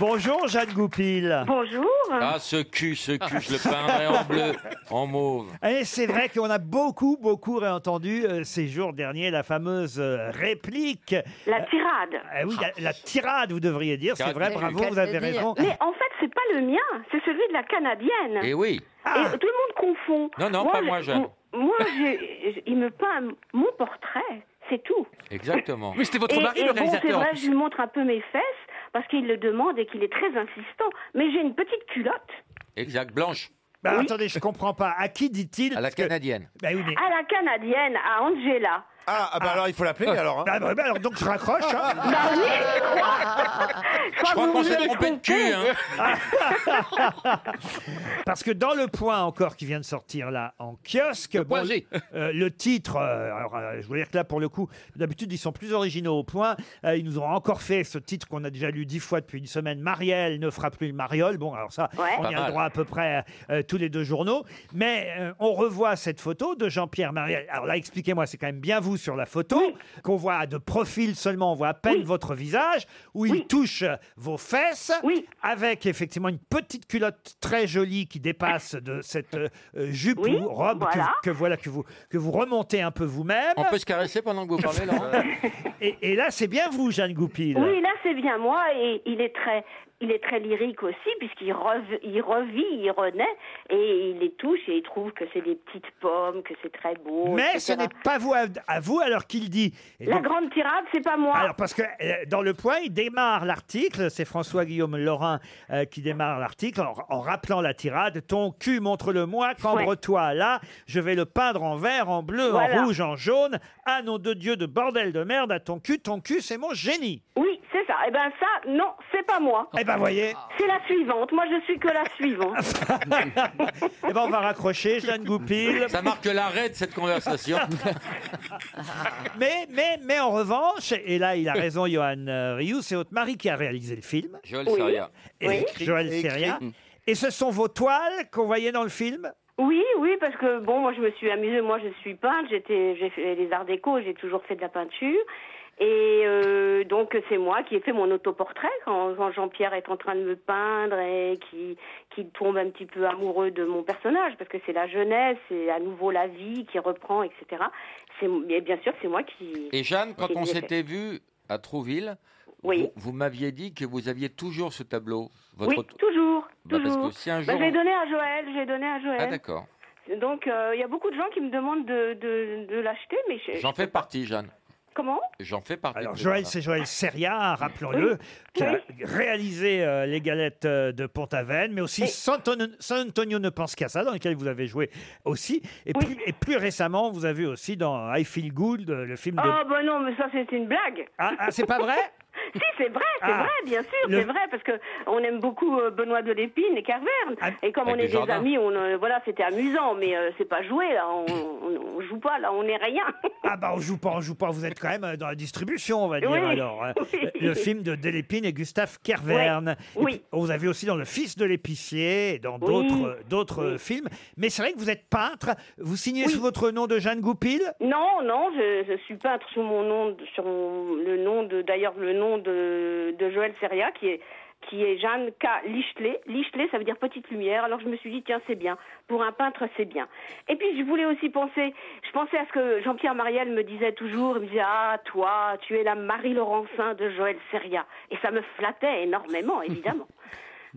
S2: Bonjour Jeanne Goupil.
S19: Bonjour.
S7: Ah, ce cul, ce cul, je le peindrais en bleu, en mauve.
S2: Et c'est vrai qu'on a beaucoup, beaucoup réentendu euh, ces jours derniers la fameuse euh, réplique.
S19: La tirade.
S2: Ah oui, la, la tirade, vous devriez dire. C'est vrai, bravo, vous avez raison.
S19: Mais en fait, c'est pas le mien, c'est celui de la Canadienne.
S7: Et Eh oui.
S2: Eh, Ah.
S19: Et tout le monde confond.
S7: Non, non, pas
S19: je-
S7: moi, Jeanne.
S19: Moi, je- je- il me peint mon portrait, c'est tout.
S7: Exactement.
S19: Mais et, et bon, C'est vrai, je lui montre un peu mes fesses parce qu'il le demande et qu'il est très insistant. Mais j'ai une petite culotte
S7: Exact, blanche.
S2: Bah, Attendez, je comprends pas. À qui dit-il
S7: À la canadienne.
S19: Ah.
S2: Bah oui, mais-
S19: à la canadienne, à Angela.
S18: Ah, ah bah alors il faut l'appeler alors. hein.
S2: Ah, bah, bah, alors donc je raccroche. hein.
S19: Bah
S18: Je crois qu'on s'est trompé de cul. hein.
S2: Parce que dans le point encore qui vient de sortir là en kiosque, le,
S20: point G.
S2: le titre, euh, alors euh, je veux dire que là pour le coup, d'habitude ils sont plus originaux au point. Euh, ils nous ont encore fait ce titre qu'on a déjà lu dix fois depuis une semaine. Marielle ne fera plus le mariole. Bon, alors ça,
S19: Ouais.
S2: on
S19: Pas
S2: y a le
S19: mal.
S2: droit à peu près euh, tous les deux journaux. Mais euh, on revoit cette photo de Jean-Pierre Marielle. Alors là, expliquez-moi, c'est quand même bien vous sur la photo qu'on voit à de profil seulement, on voit à peine votre visage, où il touche vos fesses, avec effectivement une petite culotte très jolie qui dépasse de cette euh, euh, jupe
S21: Oui,
S2: ou robe que-
S21: voilà.
S2: Que, voilà que vous que vous remontez un peu vous-même.
S7: On peut se caresser pendant que vous parlez, Laurent
S2: et, et là, c'est bien vous, Jeanne Goupil.
S19: Oui, là c'est bien moi et il est très, il est très lyrique aussi puisqu'il rev- il revit, il renaît et il les touche et il trouve que c'est des petites pommes, que c'est très beau.
S2: Mais ce
S19: etc..
S2: n'est pas vous à, à vous alors qu'il dit. Et
S19: La
S2: donc-
S19: grande tirade, c'est pas moi.
S2: Alors parce que euh, dans le point, il démarre l'article, c'est François Guillaume Laurin euh, qui démarre l'article en, en rappelant la tirade. Ton cul montre-le-moi, cambre-toi là, je vais le peindre en vert, en bleu,
S19: Voilà.
S2: en rouge, en jaune. Ah nom de Dieu de bordel de merde, à ton cul, ton cul, c'est mon génie.
S19: Oui, c'est ça. Eh ben ça, non, c'est pas moi.
S2: Eh ben voyez.
S19: C'est la suivante. Moi, je suis que la suivante.
S2: Eh ben on va raccrocher, Jeanne Goupil.
S7: Ça marque l'arrêt de cette conversation.
S2: Mais, mais, mais en revanche, et là il a raison, Johan euh, Rioux, c'est votre mari qui a réalisé le film.
S7: Joël Oui. Seria.
S2: Et
S7: Oui.
S2: écrit- Joël
S7: Et écrit.
S2: Seria.
S7: Mm.
S2: Et ce sont vos toiles qu'on voyait dans le film
S19: Oui, oui, parce que bon, moi je me suis amusée. Moi je suis peintre, j'étais, j'ai fait les arts déco, j'ai toujours fait de la peinture. Et euh, donc c'est moi qui ai fait mon autoportrait quand, quand Jean-Pierre est en train de me peindre et qui qui tombe un petit peu amoureux de mon personnage parce que c'est la jeunesse, c'est à nouveau la vie qui reprend, etc. C'est et bien sûr c'est moi qui.
S7: Et Jeanne, quand
S19: qui
S7: on
S19: l'ai fait.
S7: s'était vu à Trouville,
S19: Oui.
S7: vous, vous m'aviez dit que vous aviez toujours ce tableau.
S19: Oui, toujours,
S7: Bah, parce
S19: toujours.
S7: que si un
S19: Bah,
S7: jour
S19: je l'ai
S7: on-
S19: donné à Joël, j'ai donné à Joël.
S7: Ah d'accord.
S19: Donc, euh, il y a beaucoup de gens qui me demandent de, de, de l'acheter, mais je-
S7: J'en fais partie, Jeanne.
S19: comment
S7: J'en fais partie.
S2: Alors Joël, c'est Joël Seria, rappelons-le, qui a réalisé euh, Les Galettes euh, de Pont-Aven, mais aussi San Antonio, San Antonio ne pense qu'à ça, dans lequel vous avez joué aussi. Et, plus, et plus récemment, vous avez aussi dans I Feel Good, euh, le film de...
S19: Oh, bah non, mais ça, c'est une blague.
S2: Ah, ah, c'est pas vrai
S19: Si, c'est vrai, c'est
S2: Ah.
S19: vrai, bien sûr,
S2: Le-
S19: c'est vrai, parce que on aime beaucoup euh, Benoît de Lépine et Carverne.
S2: Ah,
S19: et comme on
S2: Avec
S19: est des
S2: Desjardins.
S19: amis, on, euh, voilà, c'était amusant, mais euh, c'est pas joué, là, on, on, on joue pas, là, on est rien.
S2: Ah bah on joue pas, on joue pas, vous êtes quand même euh, dans la distribution, on va dire
S19: Oui,
S2: alors. euh,
S19: oui.
S2: Le film de Delépine et Gustave Kerverne.
S19: Oui, oui.
S2: Et puis, on vous a vu aussi dans Le Fils de l'épicier et dans
S19: Oui.
S2: d'autres euh, d'autres euh, films. Mais c'est vrai que vous êtes peintre, vous signez sous votre nom de Jeanne Goupil
S19: Non, non, je, je suis peintre sous mon nom, de- sur mon- le nom de, d'ailleurs, le nom de, de Joël Seria, qui est, qui est Jeanne K. Lichelet. Lichelet, ça veut dire petite lumière. Alors je me suis dit, tiens, c'est bien. Pour un peintre, c'est bien. Et puis je voulais aussi penser, je pensais à ce que Jean-Pierre Mariel me disait toujours. Il me disait, ah, toi, tu es la Marie Laurencin de Joël Seria. Et ça me flattait énormément, évidemment.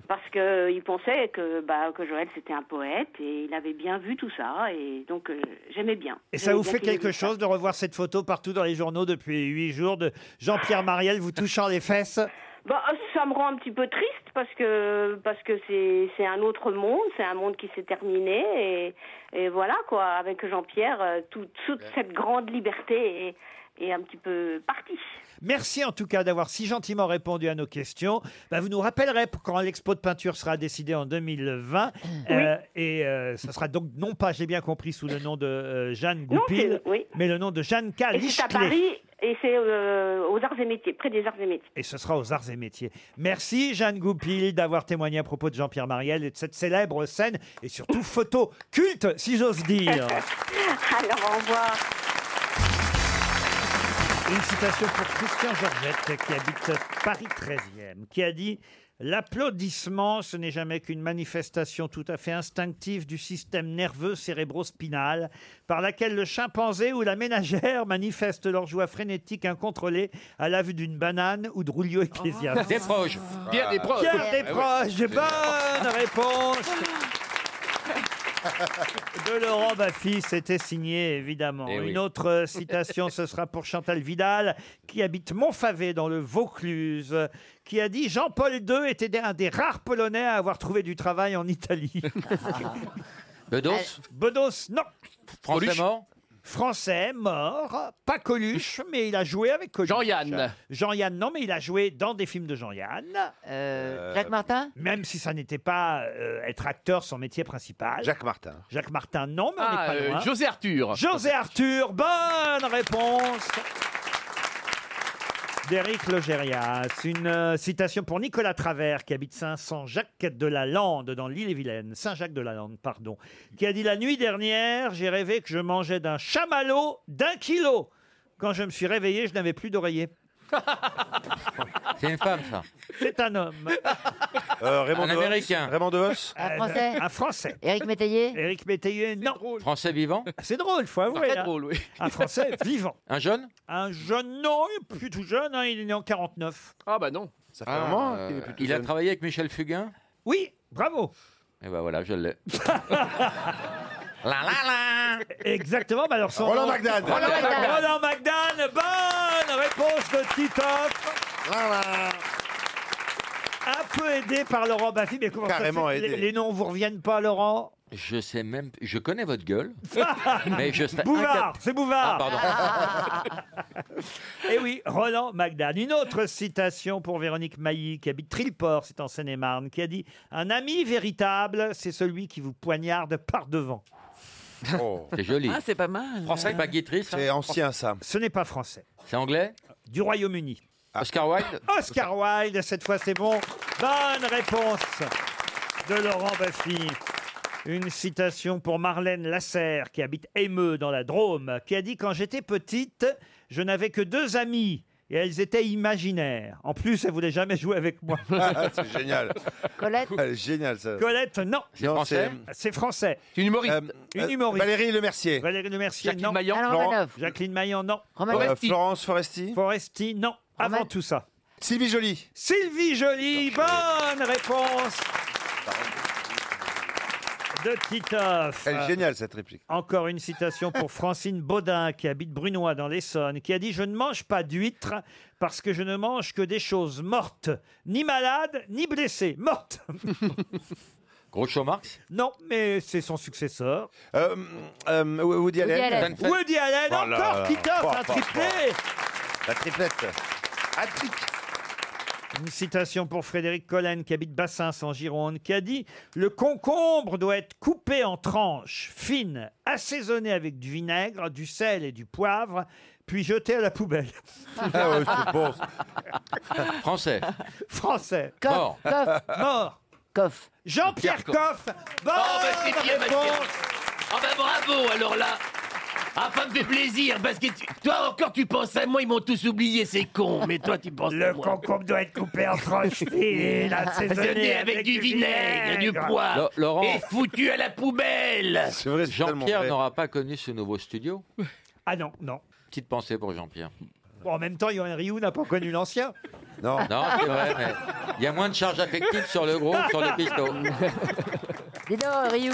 S19: Parce que il pensait que, bah, que Joël c'était un poète et il avait bien vu tout ça et donc euh, j'aimais bien.
S2: Et ça
S19: J'aimais
S2: vous
S19: bien
S2: fait
S19: qu'il ait
S2: quelque
S19: vu ça.
S2: chose de revoir cette photo partout dans les journaux depuis huit jours de Jean-Pierre Mariel vous touchant les fesses
S19: Bah, ça me rend un petit peu triste parce que parce que c'est c'est un autre monde, c'est un monde qui s'est terminé et, et voilà quoi. Avec Jean-Pierre, euh, tout- toute cette grande liberté est, est un petit peu partie.
S2: Merci en tout cas d'avoir si gentiment répondu à nos questions. Bah, vous nous rappellerez pour quand l'expo de peinture sera décidée en 2020. Euh, et euh, ça sera donc, non pas, j'ai bien compris, sous le nom de euh, Jeanne Goupil,
S19: c'est- oui.
S2: mais le nom de Jeanne
S19: Et c'est
S2: Calichlé.
S19: à Paris et c'est euh, aux Arts et Métiers, près des Arts et Métiers.
S2: Et ce sera aux Arts et Métiers. Merci Jeanne Goupil d'avoir témoigné à propos de Jean-Pierre Mariel et de cette célèbre scène et surtout photo culte, si j'ose dire.
S19: Alors au revoir.
S2: Une citation pour Christian Georgette, qui habite Paris 13e, qui a dit L'applaudissement, ce n'est jamais qu'une manifestation tout à fait instinctive du système nerveux cérébrospinal, par laquelle le chimpanzé ou la ménagère manifestent leur joie frénétique incontrôlée à la vue d'une banane ou de rouleau ecclésiaste.
S7: Des proches. Pierre Desproges.
S2: Pierre
S7: Eh oui.
S8: Ah,
S2: Desproges, bonne réponse de Laurent Baffy, c'était signé évidemment.
S7: Eh oui.
S2: Une autre euh, citation, ce sera pour Chantal Vidal, qui habite Montfavet dans le Vaucluse, euh, qui a dit Jean-Paul II était un des rares Polonais à avoir trouvé du travail en Italie.
S7: Bedos
S2: Bedos, non.
S7: Français mort
S2: français mort, pas Coluche, mais il a joué avec Coluche.
S22: Jean-Yann.
S2: Jean-Yann, non, mais il a joué dans des films de Jean-Yann.
S3: Euh, Jacques Martin
S2: Même si ça n'était pas euh, être acteur son métier principal. Jacques Martin. Jacques Martin, non, mais
S22: Ah,
S2: on n'est pas
S22: euh,
S2: loin.
S22: José Arthur.
S2: José Arthur, bonne réponse d'Éric Logérias. Une euh, citation pour Nicolas Travers, qui habite Saint-Jacques-de-la-Lande, dans l'île-et-Vilaine. Saint-Jacques-de-la-Lande, pardon. Qui a dit La nuit dernière, j'ai rêvé que je mangeais d'un chamallow d'un kilo. Quand je me suis réveillé, je n'avais plus d'oreiller.
S7: C'est une femme, ça.
S2: C'est un homme.
S18: Euh,
S2: Euh,
S7: Raymond Un Devos Américain. Raymond Devos
S2: Ah,
S7: Un Français
S2: Un Français.
S3: Éric Métayer
S2: Éric Métayer, non.
S7: Français vivant
S2: C'est drôle, faut avouer.
S7: Très
S2: hein.
S7: drôle, oui.
S2: Un Français vivant.
S7: Un jeune
S2: Un jeune, non, il est plus tout jeune, hein, il est né en 49.
S22: Ah bah non.
S7: Ça
S2: fait un moment hein,
S7: euh,
S2: qu'il est plutôt
S7: il a
S2: jeune.
S7: travaillé avec Michel Fugain
S2: Oui, bravo.
S7: Et ben voilà, je l'ai.
S2: euh, Exactement, mais alors son
S7: Roland
S2: nom-
S7: McDan.
S2: Roland McDan. Roland McDan, bonne réponse de Titoff. Un peu aidé par Laurent Baffy, mais comment ça
S7: Carrément
S2: se fait que les,
S7: aidé.
S2: les noms vous reviennent pas, Laurent
S7: Je sais même, je connais votre gueule, mais je sais.
S2: Bouvard, c'est Bouvard.
S7: Ah,
S2: Et oui, Roland Magdan. Une autre citation pour Véronique Mailly, qui habite Trilport, c'est en Seine-et-Marne, qui a dit Un ami véritable, c'est celui qui vous poignarde par devant.
S7: C'est joli.
S23: Ah, c'est pas mal.
S7: Français, baguetterie, ça C'est ancien,
S2: ça. Ce n'est pas français.
S7: C'est anglais Ah.
S2: Du Royaume-Uni.
S7: Oscar Wilde
S2: Oscar Wilde, cette fois c'est bon. Bonne réponse de Laurent Baffy. Une citation pour Marlène Lasserre, qui habite Émeux dans la Drôme, qui a dit Quand j'étais petite, je n'avais que deux amies. Et elles étaient imaginaires. En plus, elles voulaient jamais jouer avec moi.
S8: Ah, c'est génial.
S3: Colette
S8: Elle est géniale, ça.
S2: Colette, non.
S8: C'est Non, français c'est-
S2: C'est français.
S8: Une humoriste.
S2: Euh, Une
S8: euh,
S2: humoriste.
S8: Valérie Lemercier.
S2: Valérie Lemercier,
S8: Jacqueline
S2: non.
S8: Maillan. Alain Florent- Romanoff.
S2: Jacqueline Maillan, non.
S8: Romain Euh, Foresti. Florence Foresti.
S2: Foresti, non. Avant tout ça.
S8: Sylvie Joly.
S2: Sylvie Joly, bonne réponse de Titoff.
S8: Elle est géniale, cette réplique.
S2: Encore une citation pour Francine Baudin, qui habite Brunois dans l'Essonne, qui a dit Je ne mange pas d'huîtres parce que je ne mange que des choses mortes, ni malades, ni blessées. Mortes
S7: Groucho Marx
S2: Non, mais c'est son successeur.
S8: Euh, Woody Allen. Oh
S2: Woody Allen,
S8: Voilà.
S2: encore Titoff,
S8: Fort,
S2: un
S8: fort,
S2: triplé
S8: fort. La triplette. Hat-trick.
S2: Une citation pour Frédéric Collen, qui habite Bassins en Gironde, qui a dit Le concombre doit être coupé en tranches fines, assaisonné avec du vinaigre, du sel et du poivre, puis jeté à la poubelle.
S8: Ah ouais, c'est bon.
S7: Français.
S2: Français.
S7: Coff, Mort. Coff.
S2: Mort.
S3: Coff.
S2: Jean-Pierre
S22: Pierre
S2: Coff. Bonne
S22: Oh, bah, c'est bien, ma chérie.
S2: réponse.
S22: Ah bah bravo, alors là Ah, ça me fait plaisir, parce que tu- toi encore tu penses à moi, ils m'ont tous oublié, c'est con, mais toi tu penses à
S2: Le
S22: moi.
S2: concombre doit être coupé en tranches fines, assaisonné
S22: Assaisonné avec, du vinaigre, du poivre,
S7: Lo- Laurent.
S22: Ah. et foutu à la poubelle
S8: C'est vrai, c'est tellement
S7: Jean-Pierre
S8: vrai.
S7: n'aura pas connu ce nouveau studio.
S2: Ah non, non.
S7: Petite pensée pour Jean-Pierre.
S2: Bon, en même temps, Yoann Rioux n'a pas connu l'ancien.
S7: Non. Non, c'est vrai, mais il y a moins de charge affective sur le gros que sur le pisto.
S3: Dis donc, Ryu.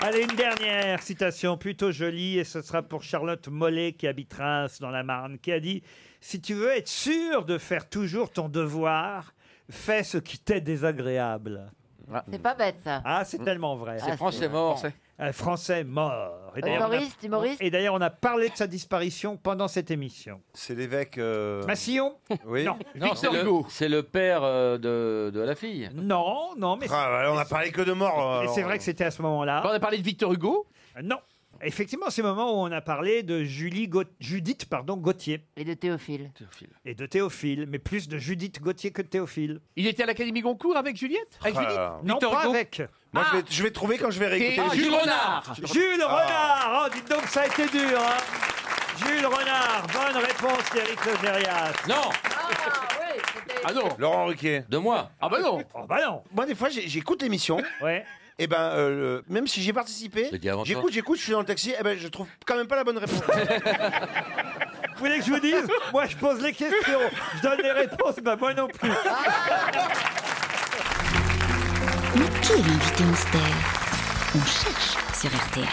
S2: Allez, une dernière citation plutôt jolie, et ce sera pour Charlotte Mollet qui habite Reims dans la Marne, qui a dit Si tu veux être sûr de faire toujours ton devoir, fais ce qui t'est désagréable.
S3: C'est pas bête, ça.
S2: Ah, c'est tellement vrai.
S3: C'est Ah, français c'est- mort. Français.
S2: Un français mort. d'ailleurs,
S3: Humoriste,
S2: on a-
S3: humoriste.
S2: Et d'ailleurs, on a parlé de sa disparition pendant cette émission.
S8: C'est l'évêque. euh,
S2: Massillon
S8: Oui.
S2: Non.
S7: Non, c'est
S2: Victor
S7: le-
S2: Hugo.
S7: C'est le père euh, de, de la fille.
S2: Non, non, mais.
S8: Ah, bah, on a parlé que de mort. euh,
S2: Et
S8: alors.
S2: c'est vrai que c'était à ce moment-là.
S24: Bah,
S2: Euh,
S22: On a parlé de Victor Hugo
S2: Non. Effectivement, c'est le moment où on a parlé de Julie Gaut- Judith pardon, Gauthier.
S3: Et de Théophile.
S2: Et de Théophile, mais plus de Judith Gauthier que de Théophile.
S24: Il était à l'Académie Goncourt avec Juliette Avec
S2: Ah,
S24: Judith
S2: Non,
S24: Victor
S2: pas
S24: Hugo
S2: avec. Ah.
S8: Moi, je, vais, je vais trouver quand je vais réécouter.
S24: Ah,
S8: les-
S24: Jules Renard.
S2: Jules
S8: Ah.
S2: Renard Oh, dites donc, ça a été dur hein. Jules Renard, bonne réponse d'Éric Logérias.
S7: Non
S24: Ah non
S8: Laurent Ruquier.
S7: De moi
S24: Ah bah non
S2: Oh bah non
S8: Moi, des fois, j'ai- j'écoute l'émission.
S2: Ouais.
S8: Et ben, euh, le- même si j'ai participé,
S7: Je dis avant
S8: j'écoute,
S7: toi.
S8: j'écoute, je suis dans le taxi, et ben, je trouve quand même pas la bonne réponse.
S2: Vous voulez que je vous dise Moi, je pose les questions, je donne les réponses, bah moi non plus.
S1: Mais qui est l'invité mystère On cherche sur RTL.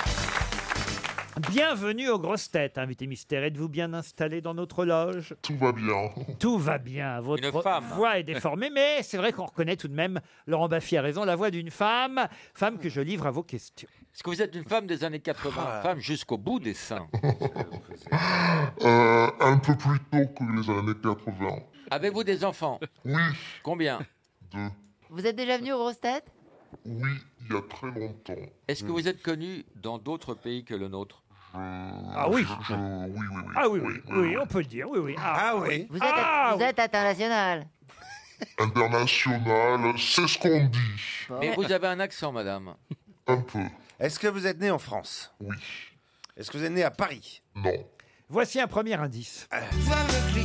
S2: Bienvenue aux grosses têtes, invité mystère. Êtes-vous bien installé dans notre loge
S18: Tout va bien.
S2: Tout va bien. Votre
S18: Une femme.
S2: voix est déformée, mais c'est vrai qu'on reconnaît tout de même, Laurent Baffy a raison, la voix d'une femme, femme que je livre à vos questions.
S7: Est-ce que vous êtes une femme des années 80, femme jusqu'au bout des seins
S18: Euh, un peu plus tôt que les années 80.
S7: Avez-vous des enfants
S18: Oui.
S7: Combien
S3: Vous êtes déjà venu aux grosses têtes
S18: Oui, il y a très longtemps. Euh,
S7: Est-ce que vous êtes connu dans d'autres pays que le nôtre
S2: Ah oui. Ah oui, oui, oui, on peut le dire, oui, oui. Ah,
S18: oui.
S3: Vous êtes, vous êtes international.
S18: International, c'est ce qu'on dit.
S7: Mais vous avez un accent, madame.
S18: Un peu.
S25: Est-ce que vous êtes né en France
S18: Oui.
S25: Est-ce que vous êtes né à Paris Ah.
S18: Non.
S2: Voici un premier indice.
S22: Va avec les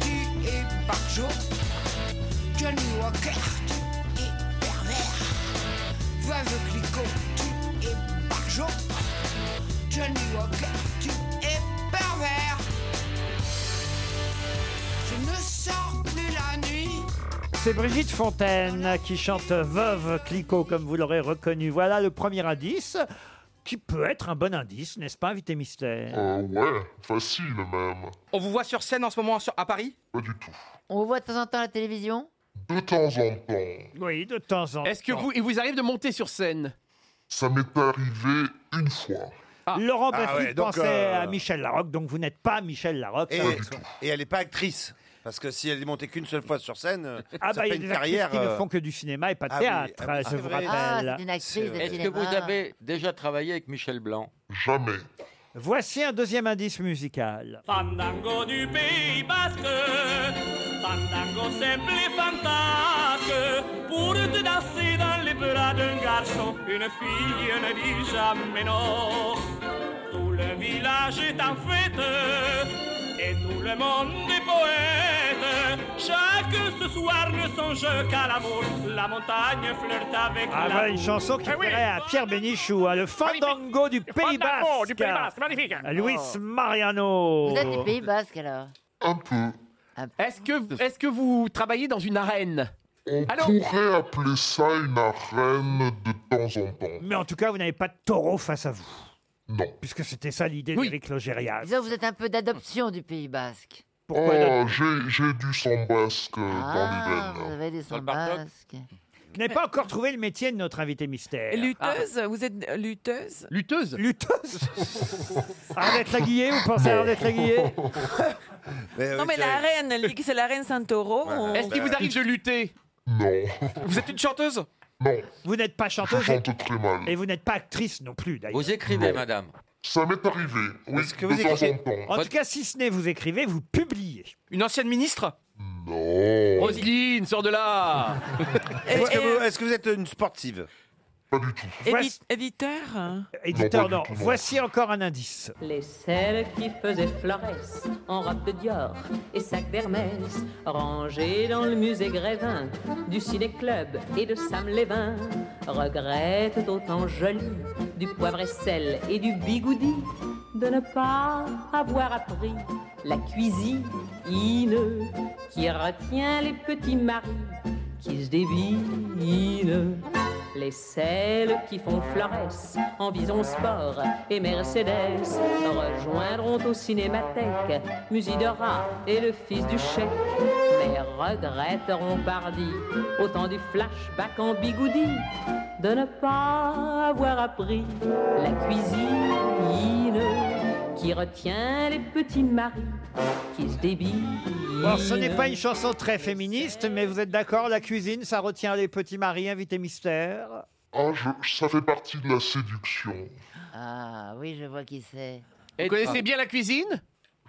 S22: tu et par jour. Johnny Walker, tu es pervers. Va avec les tu et par jour. Johnny Walker, tu es pervers. Je ne sors plus la nuit.
S2: C'est Brigitte Fontaine qui chante Veuve Clicquot, comme vous l'aurez reconnu. Voilà le premier indice, qui peut être un bon indice, n'est-ce pas, invité mystère
S18: Euh, ouais, facile même.
S26: On vous voit sur scène en ce moment sur- à Paris
S18: Pas du tout.
S3: On vous voit de temps en temps à la télévision
S18: De temps en temps.
S2: Oui, de temps en temps.
S8: Est-ce que vous, il vous arrive de monter sur scène
S18: Ça m'est arrivé une fois.
S2: Laurent
S25: Ah
S2: Baffy
S25: ouais, donc,
S2: pensait
S25: euh,
S2: ben, à Michel Larocque, donc vous n'êtes pas Michel Larocque.
S25: et,
S2: ça va de soi.
S25: et elle n'est pas actrice. Parce que si elle est montée qu'une seule fois sur scène, euh,
S2: Ah
S25: ça
S2: bah, il y a
S25: fait
S2: des
S25: une
S2: actrices
S25: carrière.
S2: qui ne
S25: euh,
S2: font que du cinéma et pas de
S25: ah oui,
S2: théâtre,
S25: ah oui,
S2: je
S25: c'est
S2: vous
S25: vrai.
S2: rappelle.
S25: Ah, c'est une actrice
S3: C'est de vrai.
S7: Est-ce que vous avez déjà travaillé avec Michel Blanc
S18: Jamais.
S2: Voici un deuxième indice musical.
S10: Fandango du Pays Basque, Fandango simple et fantasque, pour te danser dans les bras d'un garçon, une fille ne dit jamais non. Tout le village est en fête, et tout le monde est poète. Chaque ce soir ne songe qu'à l'amour, la montagne flirte avec
S2: Ah
S10: l'amour.
S2: bah, une chanson qui
S10: Eh oui.
S2: plairait à Pierre Bénichou, hein, le Fandango du Pays Basque.
S10: Fandango du Pays Basque, magnifique.
S2: À Luis
S10: Oh.
S2: Mariano.
S3: Vous êtes du Pays Basque alors
S8: Est-ce que, est que vous travaillez dans une arène
S18: On pourrait appeler ça une arène de temps en temps.
S2: Mais en tout cas, vous n'avez pas de taureau face à vous.
S18: Non.
S2: Puisque c'était ça l'idée d'Éric Logérias.
S3: Disons, vous êtes un peu d'adoption du Pays Basque.
S2: Pourquoi
S18: oh,
S2: donc
S18: j'ai, j'ai du sang basque euh,
S3: Ah,
S18: dans les
S3: vous
S18: veines.
S3: avez des sons basques.
S2: Je n'ai pas encore trouvé le métier de notre invité mystère.
S6: Lutteuse, vous êtes euh, lutteuse
S8: Lutteuse
S2: Lutteuse Arlette Laguillé, vous pensez à Arlette Laguillé
S8: Eh
S6: Non, mais la reine, elle dit que c'est la reine Santoro.
S8: Est-ce qu'il vous arrive de lutter
S18: Non.
S8: Vous êtes une chanteuse
S18: Non.
S2: Vous n'êtes pas
S18: Je
S2: chanteuse et,
S18: chante très mal.
S2: et vous n'êtes pas actrice non plus d'ailleurs.
S7: Vous écrivez, madame.
S18: Ça m'est arrivé. Oui,
S2: que
S18: de
S2: vous
S18: temps
S2: écrivez-
S18: en temps.
S2: En tout cas, si ce n'est vous écrivez, vous publiez.
S8: Une ancienne ministre
S18: Non.
S8: Roselyne, sors de là
S25: Est-ce que, vous- est-ce que vous êtes une sportive
S2: Voici-
S6: Éditeur
S2: Éditeur,
S25: Non,
S2: non.
S25: pas du tout, non.
S2: Voici encore un indice.
S27: Les selles qui faisaient Flores en robe de Dior et sac d'Hermès, rangées dans le musée Grévin du ciné-club et de Sam Lévin, regrettent autant joli du poivre et sel et du bigoudi de ne pas avoir appris la cuisine qui retient les petits maris qui se dévinent. Les selles qui font Flores en Vison Sport et Mercedes rejoindront au Cinémathèque Musidora et le fils du chèque, mais regretteront pardi au temps du flashback en bigoudi de ne pas avoir appris la cuisine qui retient les petits maris qui se débitent.
S2: Alors, ce n'est pas une chanson très féministe, mais vous êtes d'accord, la cuisine, ça retient les petits maris, invités mystère.
S18: Ah, je- ça fait partie de la séduction.
S3: Ah oui, je vois qui c'est.
S8: Vous connaissez bien la cuisine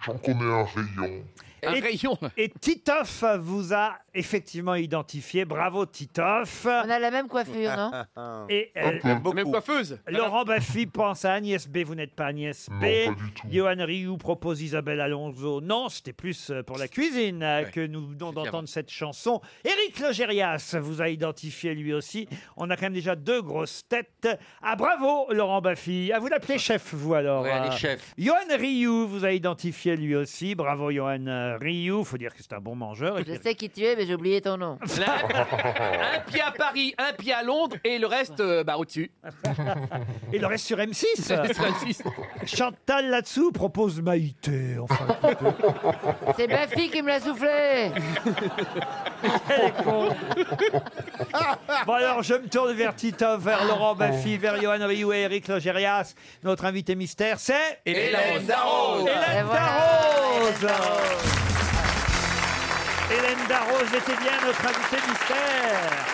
S18: J'en connais un rayon.
S8: Un
S2: et,
S8: rayon.
S2: Et Titoff vous a effectivement identifié. Bravo Titoff.
S3: On a la même coiffure, non
S2: Et euh,
S8: Elle a beaucoup. Même coiffeuse.
S2: Laurent Baffy pense à Agnès B. Vous n'êtes pas Agnès B. Johan Rioux propose Isabelle Alonso. Non, c'était plus euh, pour la cuisine euh, que nous venons d'entendre cette chanson. Éric Logérias vous a identifié lui aussi. On a quand même déjà deux grosses têtes. Ah bravo Laurent Baffy. Ah, vous l'appelez chef vous alors.
S7: Ouais, elle est
S2: hein.
S7: chef.
S2: Johan Rioux vous a pied lui aussi. Bravo Johan euh, Rioux. Faut dire que c'est un bon mangeur. Et
S3: Je
S2: puis-
S3: sais qui tu es, mais j'ai oublié ton nom.
S28: Un pied à Paris, un pied à Londres et le reste euh, bah, au-dessus.
S2: Et le reste sur M6.
S28: Sur M6.
S2: Chantal là-dessous propose Maïté. Enfin, écoutez.
S3: C'est ma fille qui me l'a soufflé.
S2: bon alors, je me tourne vers Tito, vers Laurent Baffy, vers Johan Rioux et Eric Logérias. Notre invité mystère, c'est...
S29: Hélène Darroze. Et
S2: Hélène
S29: voilà,
S2: Darroze Hélène Darroze était bien notre invitée mystère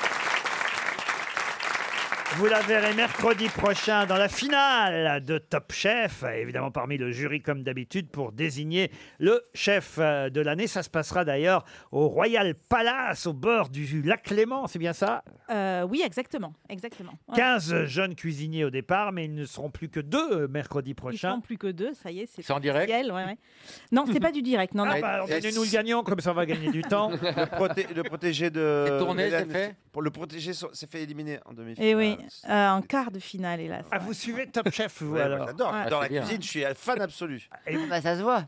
S2: Vous la verrez mercredi prochain dans la finale de Top Chef, évidemment parmi le jury comme d'habitude pour désigner le chef euh, de l'année. Ça se passera d'ailleurs au Royal Palace, au bord du lac Léman, c'est bien ça
S30: Euh, oui, exactement, exactement. Ouais.
S2: 15 jeunes cuisiniers au départ, mais ils ne seront plus que deux euh, mercredi
S30: Ils
S2: prochain.
S30: sont plus que deux, ça y est, c'est
S2: C'est en direct
S30: officiel, ouais, ouais. Non, c'est pas du direct, non.
S2: Ah
S30: non.
S2: bah, alors, donnez-nous le gagnant, comme ça on va gagner du temps.
S8: Le, proté- le protéger de.
S30: Et tourner,
S8: Hélène
S30: c'est fait
S8: Pour le protéger so- s'est fait éliminer en demi-finale.
S30: Et
S7: Ah,
S30: oui, euh, en quart de finale, hélas.
S2: Ah, vous suivez Top Chef, vous
S8: Ouais,
S2: alors Ah,
S8: moi, j'adore.
S30: Ouais.
S8: Dans
S30: Ah,
S8: la
S30: c'est bien.
S8: cuisine, je suis un fan absolu.
S3: Et
S7: bah,
S3: ça se voit.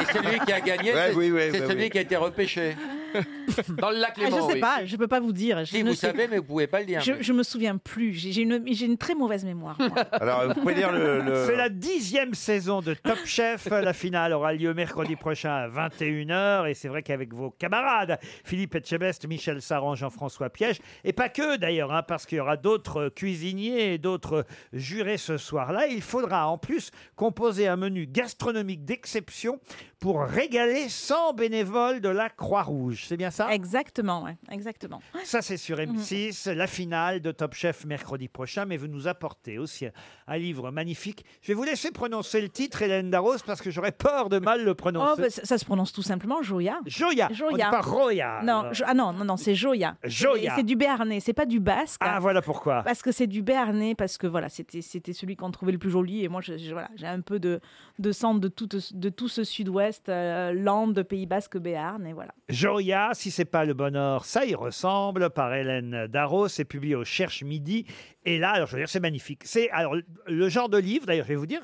S7: Et celui qui a gagné,
S8: Ouais,
S7: c'est
S8: oui, oui,
S7: c'est
S8: oui,
S7: celui
S8: oui.
S7: qui a été repêché. Dans le lac
S30: Ah, je
S7: Léman.
S30: sais
S7: Oh oui.
S30: pas, je peux pas vous dire. Je
S7: Si,
S30: ne
S7: vous
S30: sais-
S7: savez, mais vous pouvez pas le dire.
S30: Je, je me souviens plus. J'ai j'ai une, j'ai une très mauvaise mémoire. moi.
S8: Alors, vous pouvez lire le. le-
S2: C'est la dixième saison de Top Chef. La finale aura lieu mercredi prochain à 21h. Et c'est vrai qu'avec vos camarades, Philippe Etchebest, Michel Saran, Jean-François Piège, et pas que d'ailleurs, hein, parce qu'il y aura d'autres euh, cuisiniers et d'autres euh, jurés ce soir-là, il faudra en plus composer un menu gastronomique d'exception pour régaler 100 bénévoles de la Croix-Rouge. C'est bien ça
S30: Exactement, ouais, exactement. Mhm.
S2: Ça, c'est sur M6, la finale de Top Chef mercredi prochain, mais vous nous apportez aussi un livre magnifique. Je vais vous laisser prononcer le titre, Hélène Darroze, parce que j'aurais peur de mal le prononcer.
S30: Oh, bah, ça, ça se prononce tout simplement Joya.
S2: Joya. On dit pas Roya.
S30: Non, Jo- ah non, non, non, c'est Joya.
S2: Joya.
S30: C'est- C'est du Béarnais, c'est Bah, pas du Basque.
S2: Ah, voilà pourquoi.
S30: Parce que c'est du Béarnais, parce que voilà, c'était c'était celui qu'on trouvait le plus joli. Et moi, je- je- voilà, j'ai un peu de, de sang de tout, de tout ce sud-ouest, euh, Lande, Pays Basque, Béarn, et voilà.
S2: Joria, si c'est pas le bonheur, ça y ressemble, par Hélène Darros, c'est publié au Cherche Midi. Et là, alors je veux dire, c'est magnifique. C'est alors le genre de livre, d'ailleurs, je vais vous dire,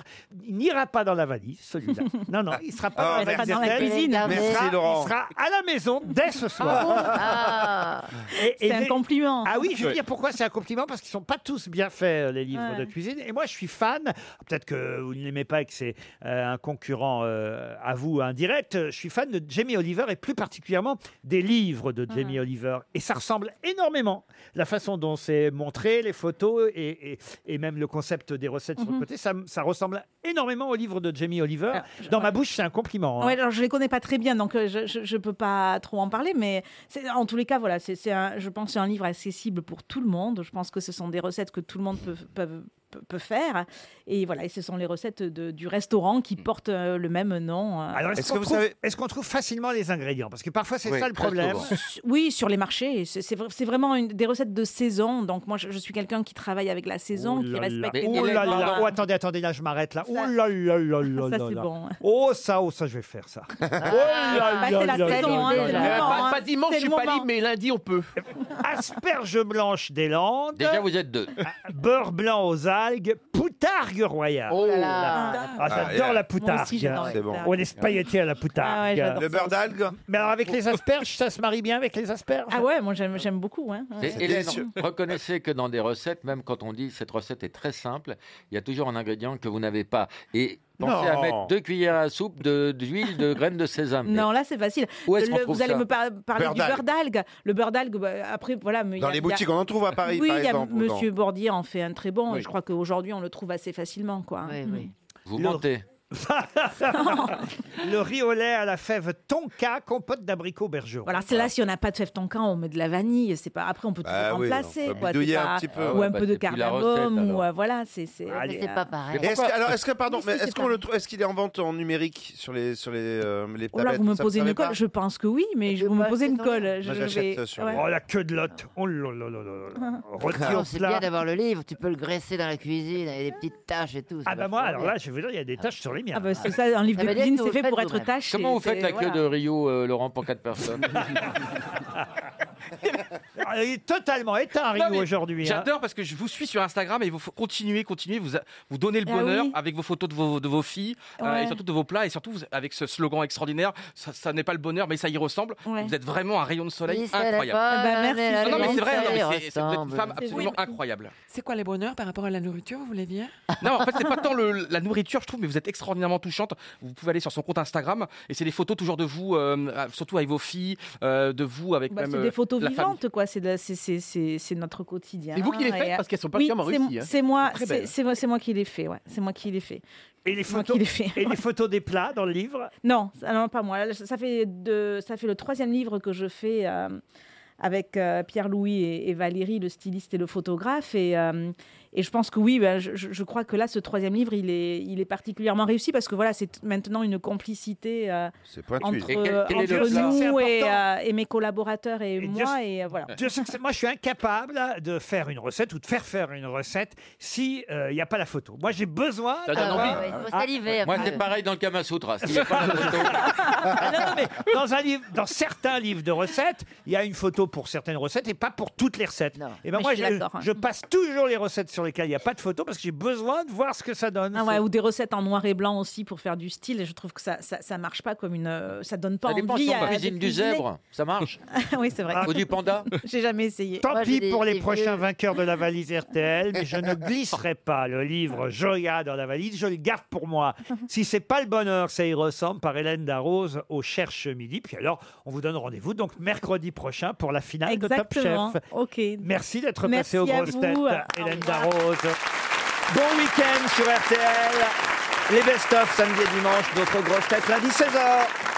S2: il n'ira pas dans la valise, celui-là. Non, non, il sera
S8: Ah,
S2: pas dans,
S8: on va
S2: la
S8: dire
S2: valise,
S8: telle.
S2: mais
S8: Merci,
S2: il sera-
S8: Laurent.
S2: Il sera à la maison dès
S30: Ah,
S2: ce
S3: Ah
S2: soir.
S30: C'est un compliment.
S2: Ah oui, je veux
S30: Oui.
S2: dire pourquoi c'est un compliment parce qu'ils sont pas tous bien faits euh, les livres
S30: Ouais.
S2: de cuisine. Et moi, je suis fan. Peut-être que vous ne l'aimez pas et que c'est euh, un concurrent euh, à vous indirect. Je suis fan de Jamie Oliver et plus particulièrement des livres de Jamie Oliver. Et ça ressemble énormément la façon dont c'est montré, les photos et, et- et même le concept des recettes sur le
S30: Mhm. Ah,
S2: côté. Ça, ça ressemble énormément aux livres de Jamie Oliver. Dans ma bouche, c'est un compliment. hein.
S30: Ouais, alors je les connais pas très bien, donc euh, je, je, je peux pas trop en parler, mais c'est- en tous les cas, voilà, c'est, c'est un, je pense que c'est un livre accessible pour tout le monde. Je pense que ce sont des recettes que tout le monde peut, peuvent- peut, peut faire, et voilà, et ce sont les recettes de- du restaurant qui portent euh, le même nom. euh.
S2: Hmm. Alors, est-ce, qu'on trouve, est-ce qu'on trouve facilement les ingrédients Parce que parfois, c'est
S30: Oui,
S2: ça le
S30: très
S2: problème.
S30: souvent. Oui, sur les marchés, c'est, c'est vra- c'est vraiment une, des recettes de saison. Donc moi, je, je suis quelqu'un qui travaille avec la saison, qui respecte. les
S2: Oh là
S30: éléments.
S2: là. Oh, attendez, attendez, là, je m'arrête là. Oh là là là là
S30: Ça,
S2: là
S30: c'est
S2: là.
S30: bon.
S2: Oh, ça, oh, ça, je vais faire ça. Oh
S28: Bah,
S2: là
S28: c'est
S2: là
S28: la
S2: là
S28: saison,
S2: là
S28: hein,
S2: là
S28: c'est le
S2: là.
S28: moment, Pas- hein. pas dimanche, C'est je suis le pas moment. libre,
S2: mais lundi, on peut. Asperges blanches des Landes. Ah,
S7: Déjà, vous êtes deux.
S2: Beurre blanc aux algues, poutargue royale.
S7: Oh là
S2: Ah,
S7: là.
S2: j'adore
S7: Ah,
S2: la
S7: yeah.
S2: poutargue.
S7: Moi aussi, j'adore la C'est bon. poutargue.
S2: Oh, les spaghettis à la poutargue.
S30: Ah ouais, j'adore Le ça beurre aussi.
S2: d'algues. Mais alors, avec les asperges, ça se marie bien avec les asperges
S30: Ah ouais, moi j'aime, j'aime beaucoup. hein.
S7: Et-
S30: Ouais.
S7: Hélène, reconnaissez que dans des recettes, même quand on dit cette recette est très simple, il y a toujours un ingrédient que vous n'avez pas. Et pensez
S30: Non.
S7: à mettre deux cuillères à soupe de- d'huile de graines de sésame.
S30: Non, là c'est facile.
S7: Où est-ce
S30: Le-
S7: qu'on trouve
S30: vous allez
S7: ça
S30: me par- parler
S7: Beurre
S30: du beurre d'algue. Le beurre d'algue, bah, après, voilà. mais il y
S8: Dans
S30: a-
S8: les
S30: il y a-
S8: boutiques, on en trouve à Paris,
S30: Oui,
S8: par
S30: il y a
S8: exemple, ou dans-
S30: Monsieur Bordier en fait un très bon.
S8: Oui.
S30: Et je crois qu'aujourd'hui, on le trouve assez facilement. Quoi. Mm.
S7: Vous mentez.
S2: Le riz au lait à la fève tonka, compote d'abricot bergeron.
S30: Voilà, c'est là, si on n'a pas de fève tonka, on met de la vanille. C'est pas... Après, on peut tout
S8: Ah
S2: Bah oui,
S30: remplacer.
S2: on peut
S30: quoi, c'est
S2: bidouiller un
S30: pas-
S2: petit peu.
S30: Ou
S2: Ouais,
S30: un
S2: bah,
S30: peu de
S2: c'est plus la
S30: cardamome.
S2: recette,
S30: ou,
S2: alors.
S30: euh, voilà, c'est. c'est- euh,
S8: Mais est-ce que- alors, est-ce que, pardon,
S30: Si,
S8: mais
S30: si,
S8: est-ce
S30: c'est
S8: qu'on
S30: pareil.
S8: le trouve, est-ce qu'il est en vente en numérique sur les, sur les, euh, les
S30: Oh là,
S8: tablettes
S30: vous me
S8: Ça,
S30: posez
S8: savez
S30: une
S8: pas
S30: colle. Je pense que oui, mais je- vous me posez une colle. Je
S8: Moi,
S30: je
S8: j'achète
S4: euh,
S30: vais-
S8: ça sur
S30: ouais. Ah.
S2: Oh, la queue de lotte. Oh là là là là là. Rôti
S3: Non,
S2: au
S3: c'est
S2: plat.
S3: bien d'avoir le livre, tu peux le graisser dans la cuisine, il y a des petites taches et tout.
S2: Ah bah moi, alors là, je vais vous dire, il y a des taches sur les miens.
S30: Ah bah, c'est ça, un livre
S3: Ça
S30: de
S3: veut dire
S30: cuisine,
S3: que
S30: c'est
S3: vous
S30: fait
S3: faites
S30: pour être
S3: vous-même.
S30: taché.
S7: Comment vous faites
S30: c'est-
S7: la queue
S30: voilà.
S7: de Rio, euh, Laurent, pour quatre personnes
S2: Alors, Il est totalement éteint, Rio,
S4: Non, mais
S2: aujourd'hui. hein.
S4: J'adore parce que je vous suis sur Instagram et vous f- continuez, continuez, vous, vous donnez le
S2: Ah
S4: bonheur
S2: oui.
S4: avec vos photos de vos, de vos filles euh,
S2: Ouais.
S4: et surtout de vos plats et surtout vous- avec ce slogan extraordinaire. Ça, ça n'est pas le bonheur, mais ça y ressemble.
S30: Ouais.
S4: Vous êtes vraiment un rayon de soleil
S6: Oui, ça n'est
S4: incroyable.
S6: pas, Eh ben, mais merci. la
S4: Non, non, mais
S6: rayon
S4: c'est
S6: de
S4: vrai, non,
S6: soleil
S4: mais c'est- c'est vous êtes une femme
S6: ressemble.
S4: absolument
S6: Oui, mais-
S4: incroyable.
S6: C'est quoi les bonheurs par rapport à la nourriture, vous voulez dire
S4: Non, en fait, c'est pas tant le- la nourriture, je trouve, mais vous êtes extraordinairement touchante. Vous pouvez aller sur son compte Instagram et c'est des photos toujours de vous, euh, surtout avec vos filles, euh, de vous avec
S30: Bah,
S4: même
S30: c'est
S4: euh,
S30: des photos
S4: la famille.
S30: vivantes, quoi. C'est, de la- c'est, c'est, c'est, c'est notre quotidien.
S4: C'est vous qui les faites
S30: Et, euh,
S4: Parce qu'elles sont pas
S30: oui,
S4: comme en
S30: c'est-
S4: Russie, hein.
S30: C'est moi,
S2: Très
S30: c'est,
S2: belles.
S30: c'est moi, c'est moi qui les fais. Ouais, c'est moi qui les fais.
S2: Et les
S30: C'est moi
S2: photos,
S30: qui les fais.
S2: et les photos des plats dans le livre
S30: Non, ça- non, pas moi. Là, Ça fait, deux- ça fait le troisième livre que je fais euh, avec euh, Pierre-Louis et, et Valérie, le styliste et le photographe. Et, euh, et je pense que oui, ben, je, je- je crois que là, ce troisième livre, il est, il est particulièrement réussi parce que voilà, c'est t- maintenant une complicité euh,
S7: C'est
S30: entre,
S7: pointu.
S2: Et quel- quel est
S30: entre
S2: le plat
S30: nous
S2: C'est
S30: et,
S2: important.
S30: euh, et mes collaborateurs et, moi.
S2: Dieu-
S30: Et euh, voilà.
S2: Dieu sait que c'est- moi, je suis incapable de faire une recette ou de faire faire une recette si euh, il n'y a pas la photo. Moi, j'ai besoin.
S8: Ça donne
S2: d'avoir-
S8: envie.
S2: Ah.
S8: Moi, c'est pareil dans le Kama Sutra. S'il y a pas de photo,
S2: Ah, non, non, mais dans, un livre, dans certains livres de recettes, il y a une photo pour certaines recettes et pas pour toutes les recettes. Et ben
S30: Mais
S2: moi,
S30: je
S2: je,
S30: suis d'accord, hein.
S2: je passe toujours les recettes sur lesquelles il n'y a pas de photo parce que j'ai besoin de voir ce que ça donne.
S30: Ah ouais, ou des recettes en noir et blanc aussi pour faire du style. Et je trouve que ça, ça, ça marche pas comme une. euh, Ça donne pas
S8: ça dépend
S30: envie
S8: si on
S30: à. de
S8: cuisine du
S30: cuisiner.
S8: zèbre. Ça marche.
S30: oui, c'est vrai.
S8: Ou du panda.
S30: J'ai jamais essayé.
S2: Ah, Tant pis pour les prochains vainqueurs de la valise RTL, mais je ne glisserai pas le livre Joya dans la valise, je le garde pour moi. Si c'est pas le bonheur, ça y ressemble par Hélène Darroze au Cherche Midi. Puis alors, on vous donne rendez-vous donc mercredi prochain pour la finale
S30: Exactement.
S2: de Top Chef.
S30: Ok.
S2: Merci d'être
S30: Merci
S2: passé aux
S30: à
S2: grosses
S30: vous.
S2: têtes,
S30: Au
S2: Hélène
S30: revoir.
S2: Darroze. Bon week-end sur RTL. Les best-of samedi et dimanche, d'autres grosses têtes lundi 16h.